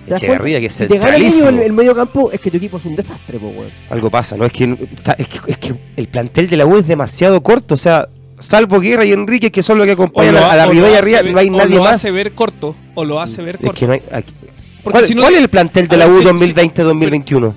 S3: Echeverría, que es
S2: si te gana el medio, el,
S3: centralísimo.
S2: el mediocampo, es que tu equipo es un desastre, po, weón.
S3: Algo pasa, ¿no? Es que, está- es, que, es que el plantel de la U es demasiado corto. O sea, salvo Guerra y Enrique, que son los que
S1: O
S3: acompañan
S1: lo
S3: a, a la
S1: ha- o lo
S3: Ribera y
S1: hace
S3: arriba,
S1: ver-
S3: no hay
S1: o
S3: nadie
S1: lo
S3: más.
S1: hace ver corto, o lo hace ver
S3: Es
S1: corto.
S3: que no hay- aquí-
S1: Porque
S3: ¿Cuál,
S1: si no- Ah,
S3: cuál es el plantel de
S1: a
S3: la
S1: ver,
S3: U
S1: si-
S3: 2020-2021?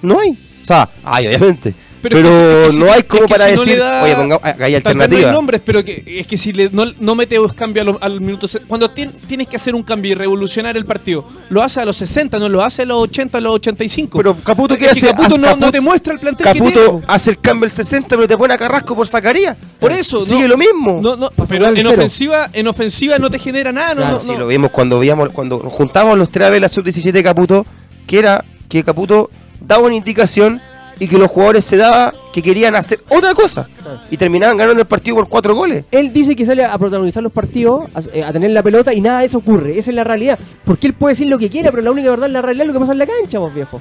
S3: No hay. O sea, hay, obviamente.
S1: Pero
S3: Pero,
S1: es que si- es que si-
S3: no hay
S1: es
S3: como
S1: que
S3: para
S1: si no
S3: decir,
S1: le da-
S3: oye, ponga, acá hay
S1: Tal vez no hay
S3: alternativa.
S1: nombres, pero que, es que si le- no, no mete dos cambios a los- al minuto. se- Cuando tien- tienes que hacer un cambio y revolucionar el partido, lo hace a los 60, no lo hace a los 80, a los 85.
S3: Pero Caputo,
S1: Es
S3: ¿qué
S1: que
S3: hace?
S1: Caputo
S3: Ah,
S1: no, no
S3: Caputo-
S1: te muestra el plantel que tiene.
S3: Caputo hace el cambio el 60, pero te pone a Carrasco por Zacarías.
S1: Por eso,
S3: Sigue
S1: no-
S3: lo mismo.
S1: No, no,
S2: Para
S1: pero
S2: sacar el
S1: en
S2: cero.
S1: ofensiva, en ofensiva no te genera nada. No,
S2: Claro,
S1: no,
S3: Sí,
S1: no.
S3: lo vimos cuando veíamos, cuando nos juntamos los tres a ver la sub-17 de Caputo, que era que Caputo daba una indicación y que los jugadores se daba que querían hacer otra cosa. Y terminaban ganando el partido por cuatro goles.
S2: Él dice que sale a protagonizar los partidos, a, eh, a tener la pelota y nada de eso ocurre. Esa es la realidad. Porque él puede decir lo que quiera, pero la única verdad es la realidad es lo que pasa en la cancha, vos viejo.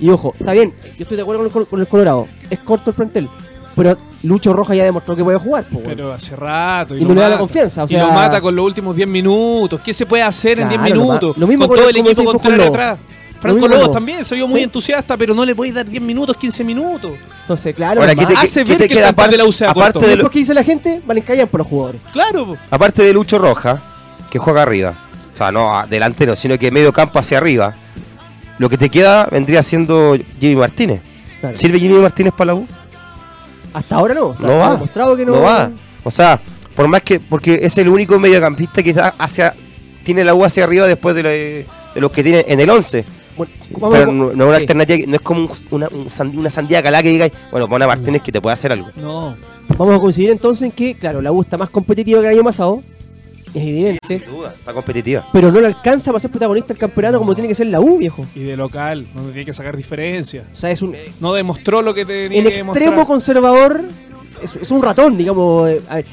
S2: Y ojo, está bien, yo estoy de acuerdo con el, col- con el Colorado. Es corto el plantel. Pero Lucho Roja ya demostró que puede jugar, po, weón.
S1: Pero hace rato.
S2: Y
S1: lo
S2: no le da la
S1: mata.
S2: confianza, o
S1: y
S2: sea-
S1: lo mata con los últimos 10 minutos. ¿Qué se puede hacer en 10
S2: Claro, lo ma-
S1: minutos?
S2: lo mismo
S1: con
S2: con-
S1: todo el
S2: como
S1: equipo
S2: decís vos con
S1: contrario
S2: Lobo.
S1: atrás.
S2: Lo
S1: Franco
S2: mismo
S1: Lobos
S2: Lobo.
S1: también se vio muy
S2: Sí.
S1: entusiasta, pero no le podéis dar 10 minutos, 15 minutos.
S2: Entonces, claro,
S3: Ahora,
S2: nomás.
S3: ¿qué te-
S1: Ah, hace
S3: qué
S1: ver
S3: te
S1: que
S3: queda
S1: el plantel de la U sea
S3: aparte
S1: corto.
S3: de
S2: Después
S3: lo-
S2: que dice la gente, valen callan por los jugadores.
S1: Claro, po.
S3: Aparte de Lucho Roja, que juega arriba, o sea, no a- delantero, sino que medio campo hacia arriba, lo que te queda vendría siendo Jimmy Martínez.
S2: Claro.
S3: ¿Sirve Jimmy Martínez para la U?
S2: Hasta ahora no.
S3: No
S2: Ha
S3: va.
S2: demostrado que no,
S3: va. O sea, por más que. Porque es el único mediocampista que está hacia, tiene la U hacia arriba después de, lo- de los que tiene en el 11.
S2: Bueno, vamos
S3: Pero
S2: a-
S3: no, no es una
S2: sí.
S3: alternativa, que- no es como un- una, un sand- una sandía calada que diga, bueno, pon a Martínez que te puede hacer algo.
S1: no.
S2: Vamos a coincidir entonces en que, claro, la U está más competitiva que el año pasado. Es evidente.
S3: Sin duda, está competitiva.
S2: Pero no le alcanza para ser protagonista del campeonato como tiene que ser la U, viejo.
S1: Y de local, donde tiene que sacar diferencias.
S2: O sea, es un. eh,
S1: No demostró lo que tenía
S2: el
S1: que demostrar.
S2: extremo conservador es, es un ratón, digamos. eh, a ver.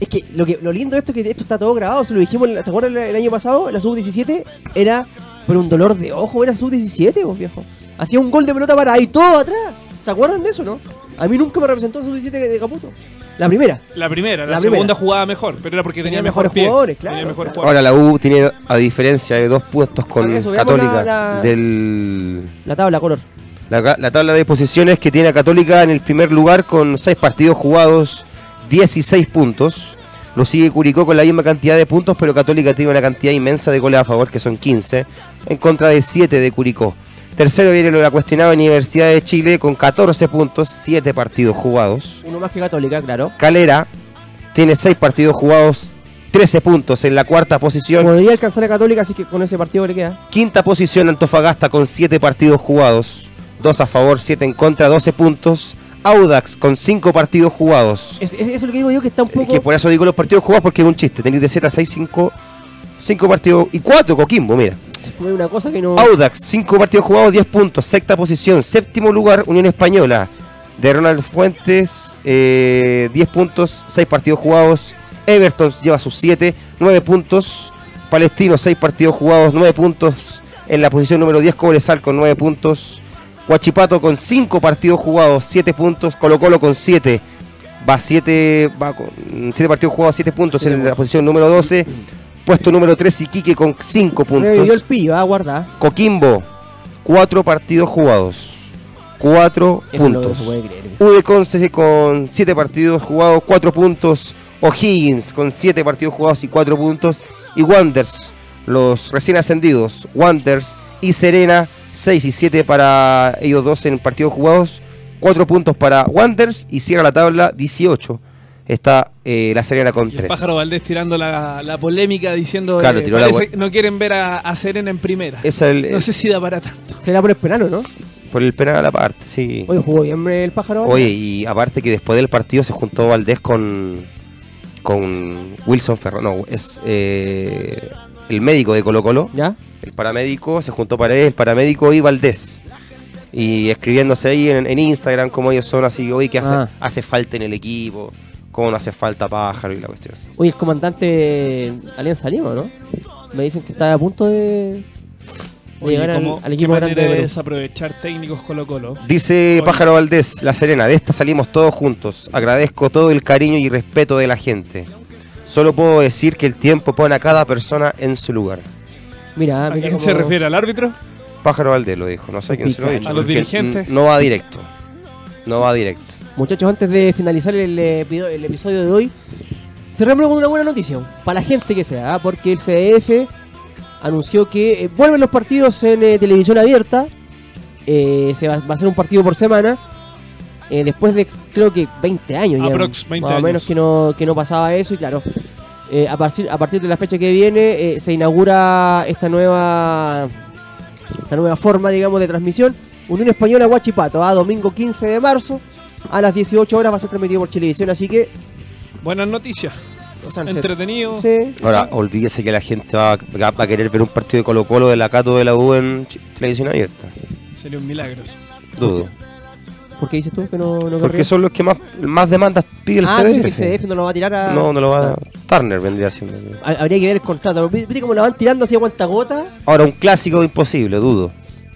S2: Es que lo, que lo lindo de esto es que esto está todo grabado. Se lo dijimos, en la- ¿se acuerdan el, el año pasado? En la sub-17 era por un dolor de ojo, era sub-17, vos viejo. Hacía un gol de pelota para ahí todo atrás. ¿Se acuerdan de eso, no? A mí nunca me representó la sub-17 de Caputo. La primera.
S1: La primera, la,
S2: La primera.
S1: segunda jugaba mejor, pero era porque tenía,
S2: Tenía
S1: mejor
S2: mejores
S1: pie.
S2: jugadores, claro,
S1: Tenía mejor
S2: claro.
S1: jugador.
S3: Ahora la U tiene, a diferencia de dos puntos con
S2: Por eso, veamos
S3: Católica,
S2: la- la-
S3: del.
S2: La tabla color.
S3: La, ca- la tabla de posiciones que tiene a Católica en el primer lugar con 6 partidos jugados, 16 puntos. Lo sigue Curicó con la misma cantidad de puntos, pero Católica tiene una cantidad inmensa de goles a favor, que son 15, en contra de 7 de Curicó. Tercero viene lo de la cuestionada Universidad de Chile con 14 puntos, 7 partidos jugados.
S2: Uno más que Católica, claro.
S3: Calera tiene 6 partidos jugados, 13 puntos en la cuarta posición.
S2: Podría alcanzar a Católica, así que con ese partido que le queda.
S3: Quinta posición Antofagasta con 7 partidos jugados, 2 a favor, 7 en contra, 12 puntos. Audax con 5 partidos jugados.
S2: Es, es- eso es lo que digo yo, que está un
S3: Es
S2: poco.
S3: que por eso digo los partidos jugados porque es un chiste. Tenéis de Z 6, 5, 5 partidos y 4 Coquimbo, mira.
S2: Una cosa que no.
S3: Audax, 5 partidos jugados, 10 puntos, sexta posición, séptimo lugar Unión Española. De Ronald Fuentes, eh, 10 puntos, 6 partidos jugados. Everton lleva sus 7, 9 puntos. Palestino, 6 partidos jugados, 9 puntos. En la posición número 10, Cobresal con 9 puntos. Huachipato con 5 partidos jugados, 7 puntos. Colo Colo con 7. Va 7 va con 7 partidos jugados, 7 puntos en la posición número 12. Puesto número 3, Iquique con 5 puntos.
S2: Revivió el pillo, ah, guarda.
S3: Coquimbo, cuatro partidos jugados, cuatro
S2: Eso no
S3: puntos.
S2: se puede creer.
S3: U de Conce con siete partidos jugados, cuatro puntos. O'Higgins con siete partidos jugados y cuatro puntos. Y Wanders, los recién ascendidos, Wanders y Serena, 6 y 7 para ellos dos en partidos jugados, cuatro puntos para Wanders y cierra la tabla 18. Está eh, la Serena con
S1: Y el
S3: 3.
S1: pájaro Valdés tirando la, la polémica diciendo
S3: Claro,
S1: eh,
S3: tiró la
S1: parece
S3: bu-
S1: que no quieren ver a, a Serena en primera.
S3: Es eh, el,
S1: no sé si da para tanto.
S2: Será por esperarlo, ¿no?
S3: por el penal a la parte, sí.
S2: Oye, jugó bien eh, el pájaro.
S3: Oye, y aparte que después del partido se juntó Valdés con, con Wilson Ferro, no, es eh, el médico de Colo Colo,
S2: ¿Ya?
S3: el paramédico, se juntó Paredes, el paramédico y Valdés. Y escribiéndose ahí en, en Instagram como ellos son, así, oye, ¿qué hace,
S2: Ah.
S3: hace falta en el equipo? ¿Cómo no hace falta pájaro y la cuestión?
S2: Oye, el comandante Alianza Lima, ¿no? Me dicen que está a punto de. Le ganaron
S1: ¿cómo-
S2: al equipo
S1: qué
S2: grande Ah,
S1: manera
S2: de
S1: de
S2: Perú.
S1: desaprovechar técnicos Colo Colo.
S3: Dice
S1: Oye.
S3: Pájaro Valdés, La Serena, de esta salimos todos juntos. Agradezco todo el cariño y respeto de la gente. Solo puedo decir que el tiempo pone a cada persona en su lugar.
S2: Mira,
S1: ¿A
S2: mira
S1: quién
S2: cómo-
S1: se refiere? ¿Al árbitro?
S3: Pájaro Valdés lo dijo, no sé quién se lo
S2: Pica.
S3: dijo.
S1: ¿A los
S3: porque
S1: dirigentes?
S3: n- No va directo. No va directo.
S2: Muchachos, antes de finalizar el, epido- el episodio de hoy, cerramos con una buena noticia, para la gente que sea, ¿ah? porque el CDF anunció que eh, vuelven los partidos en eh, televisión abierta, eh, se va, va a ser un partido por semana, eh, después de creo que 20 años ya,
S1: Aprox, 20
S2: más o menos
S1: años.
S2: que no, que no pasaba eso y claro, eh, a, partir, a partir de la fecha que viene eh, se inaugura esta nueva esta nueva forma, digamos, de transmisión. Unión Española Huachipato, a domingo 15 de marzo, a las 18 horas va a ser transmitido por Chilevisión, así que...
S1: Buenas noticias.
S2: o sea,
S1: Entretenido.
S2: sí.
S3: Ahora, olvídese que la gente va, va a querer ver un partido de Colo Colo de la Cato de la U en ch- televisión abierta.
S1: Sería un milagro.
S3: Dudo.
S2: ¿Por qué dices tú que no, no
S3: Porque
S2: querría?
S3: son los que más, más demandas pide el
S2: ah,
S3: CDF.
S2: entonces el CDF no lo va a tirar a...
S3: No, no lo va a... Turner vendría siendo.
S2: Ha- Habría que ver el contrato. ¿Viste viste cómo lo van tirando así a cuanta gota?
S3: Ahora, un clásico imposible, dudo.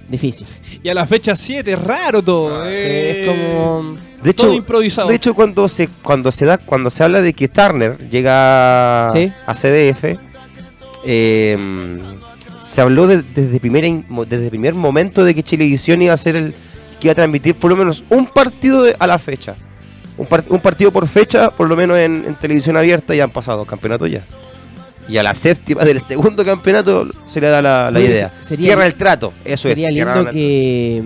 S2: Difícil.
S1: Y a la fecha 7, raro todo. eh.
S2: Ah, Es como...
S3: De hecho,
S1: Todo improvisado.
S3: De hecho, cuando se, cuando se da, cuando se habla de que Turner llega
S2: Sí.
S3: a CDF, eh, se habló de- desde primera in- mo- desde primer momento de que Chilevisión iba a ser el que iba a transmitir por lo menos un partido de- a la fecha. Un, par- un partido por fecha, por lo menos en, en televisión abierta, ya han pasado campeonatos ya. Y a la séptima del segundo campeonato se le da la, la
S2: Oye,
S3: idea.
S2: sería-
S3: Cierra el trato, eso
S2: Sería
S3: es. cierran
S2: lindo
S3: el-
S2: que,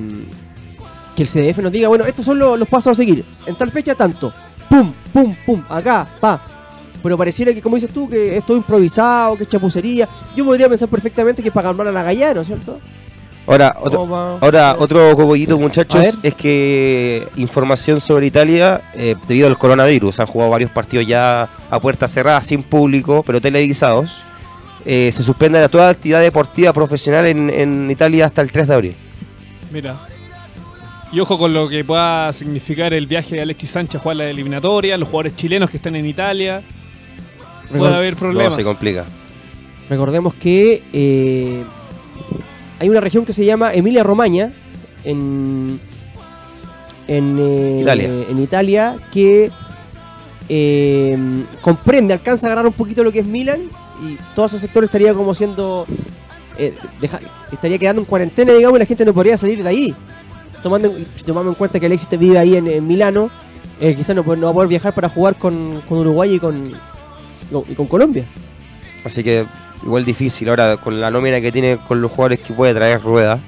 S2: que el CDF nos diga, bueno, estos son lo- los pasos a seguir. En tal fecha, tanto. Pum, pum, pum, acá, pa. Pero pareciera que, como dices tú, que es todo improvisado, que es chapucería. Yo podría pensar perfectamente que es para calmar a la Gallano, ¿cierto?
S3: Ahora, otro,
S2: Opa.
S3: ahora, otro cocollito,
S2: A
S3: muchachos,
S2: ver.
S3: es que información sobre Italia, eh, debido al coronavirus, han jugado varios partidos ya a puertas cerradas, sin público, pero televisados. Eh, se suspende toda actividad deportiva profesional en, en Italia hasta el 3 de abril.
S1: Mira. Y ojo con lo que pueda significar el viaje de Alexis Sánchez a jugar la eliminatoria, los jugadores chilenos que están en Italia. Puede
S2: Recor-
S1: haber
S3: No,
S1: problemas.
S3: se complica.
S2: Recordemos que eh, hay una región que se llama Emilia Romagna, en, en, eh,
S3: Italia.
S2: en Italia, que eh, comprende, alcanza a agarrar un poquito lo que es Milan, y todo ese sector estaría como siendo... eh, deja- estaría quedando en cuarentena, digamos, y la gente no podría salir de ahí. Tomando, en- si tomamos en cuenta que Alexis te vive ahí en, en Milano, eh, quizás no, po- no va a poder viajar para jugar con, con Uruguay y con, y con Colombia.
S3: Así que igual difícil ahora con la nómina que tiene con los jugadores que puede traer Rueda.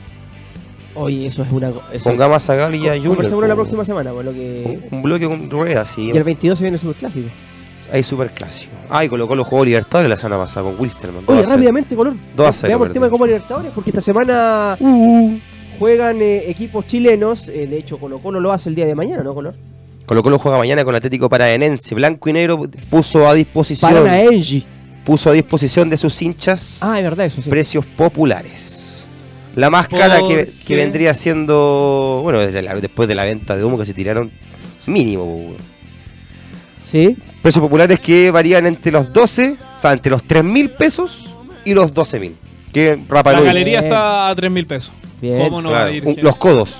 S2: Oye, eso es una. go- Eso
S3: Con Gama Zagal y a Junior,
S2: Conversemos la
S3: po.
S2: próxima semana, por lo
S3: Un,
S2: que.
S3: un bloque con Rueda, sí.
S2: Y el 22 se viene el superclásico.
S3: Hay superclásico. Ah, y colocó los juegos Libertadores la semana pasada con Wilsterman.
S2: Oye,
S3: Dos a cero.
S2: rápidamente, color.
S3: Dos a cero,
S2: Veamos el tema de
S3: perdimos.
S2: Copa Libertadores, porque esta semana juegan eh, equipos chilenos. eh, de hecho, Colo Colo lo hace el día de mañana, ¿no, color?
S3: Colocó Colo juega mañana con Atlético Paranaense. Blanco y Negro puso a disposición,
S2: Parana Engie.
S3: puso a disposición de sus hinchas
S2: Ah, es verdad, eso sí.
S3: precios populares. La más cara
S1: ¿Por
S3: que,
S1: qué?
S3: que vendría siendo, bueno, desde la- después de la venta de humo que se tiraron, mínimo. po, weón.
S2: Sí.
S3: Precios populares que varían entre los 12, o sea, entre los 3 mil pesos y los 12 mil. Que Rapa
S1: La
S3: Nui.
S1: galería
S2: Bien.
S1: está a 3 mil pesos.
S2: Bien.
S1: ¿Cómo no va
S3: Claro,
S1: a ir?
S3: un-
S1: gente?
S3: los codos.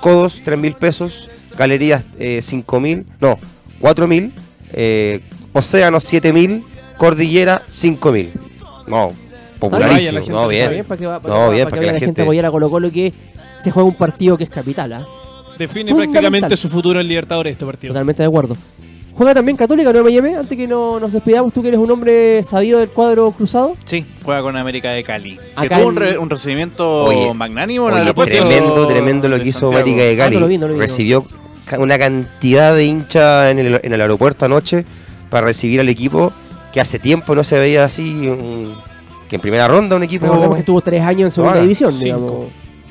S3: Codos, 3 mil pesos. Galerías, eh, 5 mil. No, 4 mil. Eh, Océano, 7 mil. Cordillera, 5 mil. No,
S1: Vaya, la
S3: popularísimo.
S1: gente
S3: No,
S1: lo
S3: bien.
S2: Está para que, va- para
S3: No,
S2: que va-
S3: bien,
S2: para que vaya la gente apoyara a Colo Colo que se juega un partido que es capital, ¿ah?
S1: Define
S2: fundamental.
S1: prácticamente su futuro en Libertadores este partido.
S2: Totalmente de acuerdo. Juega también Católica, ¿no, Miami? Antes que no, nos despidamos, tú que eres un hombre sabido del cuadro cruzado.
S4: Sí, juega con América de Cali. Que
S2: Acá
S4: tuvo un,
S2: en-
S4: re- un recibimiento
S3: Oye,
S4: magnánimo en el
S3: Oye,
S4: aeropuerto
S3: tremendo, tremendo lo
S4: de
S3: que hizo
S4: Santiago.
S3: América de Cali.
S2: Ah, no lo vi, no lo vi, no.
S3: Recibió ca- una cantidad de hinchas en el, en el aeropuerto anoche para recibir al equipo que hace tiempo no se veía así. un- que en primera ronda un equipo.
S2: Recordemos que estuvo tres años en segunda
S3: Ahora,
S2: división,
S1: cinco.
S2: digamos.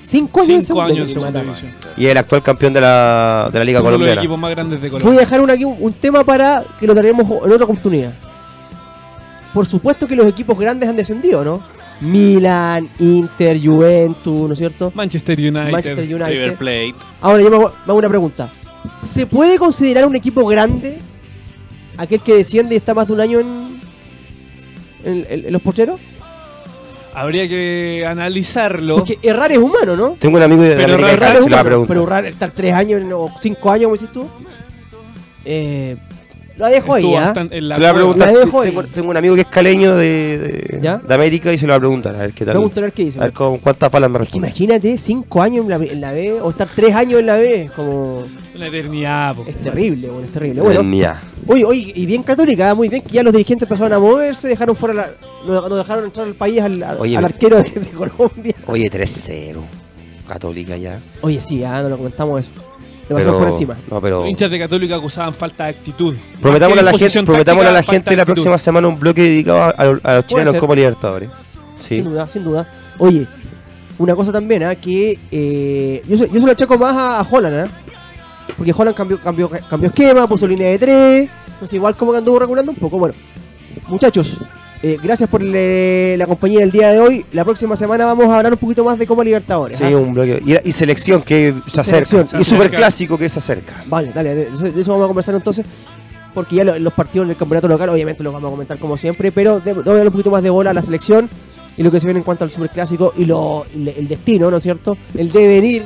S2: Cinco años
S1: Cinco
S2: en
S1: años en segunda
S2: segunda
S1: división.
S3: Y el actual campeón de la, de la Liga
S1: Uno de los
S3: Colombiana.
S1: equipos más grandes de
S2: Voy
S1: Colombia.
S2: a dejar un, aquí un, un tema para que lo traeremos en otra oportunidad. Por supuesto que los equipos grandes han descendido, ¿no? Milan, Inter, Juventus, ¿no es cierto?
S1: Manchester United.
S2: Manchester United.
S4: River Plate.
S2: Ahora yo me hago, me hago una pregunta. ¿Se puede considerar un equipo grande aquel que desciende y está más de un año en, en- en- en los porcheros?
S1: Habría que analizarlo.
S2: Porque errar es humano, ¿no?
S3: Tengo un amigo de
S1: Pero
S3: América Latina,
S1: raro,
S2: Errar
S1: raro,
S2: es
S3: se lo va a
S2: humano.
S3: preguntar.
S2: Pero errar, estar tres años o cinco años, como decís tú. Eh, lo dejo ahí,
S1: Estuvo
S2: ¿ah?
S1: bastante en la
S3: Se lo va a
S1: cueva.
S3: preguntar.
S2: La dejo ahí.
S3: Tengo, tengo un amigo que es caleño de, de-
S2: ¿Ya?
S3: de América y se lo va a preguntar. A ver qué tal.
S2: Vamos a ver qué dice.
S3: A ver con cuántas palas me
S2: Es que
S3: responde.
S2: imagínate cinco años en la, en la B o estar tres años en la B. Es como.
S1: Una eternidad, po.
S2: Es terrible, bueno, es terrible. Bueno,
S3: Mm, Ya.
S2: oye, oye, y bien católica, ah, muy bien, que ya los dirigentes empezaron a moverse, dejaron fuera la, no, no dejaron entrar al país al, al-
S3: Oye,
S2: al
S3: pero-
S2: arquero de, de Colombia.
S3: Oye, 3-0. Católica ya.
S2: Oye, sí, ah, no lo comentamos eso. Le pasamos por encima.
S3: No, pero.
S1: Los hinchas de Católica acusaban falta de actitud.
S3: Prometámosle a la
S1: Disposición
S3: gente, prometámosle a la,
S1: táctica, falta
S3: gente la
S1: actitud.
S3: próxima semana un bloque dedicado a, a- a los chilenos
S2: ser.
S3: como Libertadores. Sí.
S2: Sin duda, sin duda. Oye, una cosa también, ah, que eh, yo, se- yo se lo achaco más a, a Holland, ¿ah? Porque Holland cambió, cambió, cambió esquema, puso línea de tres, entonces igual como que anduvo regulando un poco. Bueno, muchachos, eh, gracias por le- la compañía del día de hoy. La próxima semana vamos a hablar un poquito más de Copa Libertadores.
S3: Sí,
S2: ¿ah?
S3: un bloque. Y, y selección que se acerca.
S2: selección. Se
S3: Y
S1: acerca.
S3: superclásico que se acerca.
S2: Vale, dale, de eso, de eso vamos a conversar entonces. Porque ya lo- los partidos del campeonato local, obviamente los vamos a comentar como siempre, pero de- vamos a darle un poquito más de bola a la selección y lo que se viene en cuanto al superclásico y lo, el, el destino, ¿no es cierto? El devenir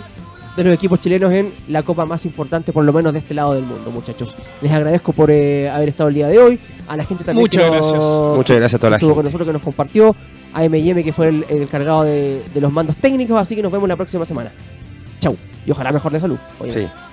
S2: de los equipos chilenos en la copa más importante, por lo menos de este lado del mundo, muchachos. Les agradezco por eh, haber estado el día de hoy. A la gente también
S1: Muchas
S2: que nos-
S1: gracias.
S3: Muchas gracias a toda la
S2: estuvo
S3: gente.
S2: con nosotros, que nos compartió. A M&M, que fue el, el encargado de, de los mandos técnicos. Así que nos vemos la próxima semana. Chau. Y ojalá mejor de salud.
S3: Sí.
S2: obviamente.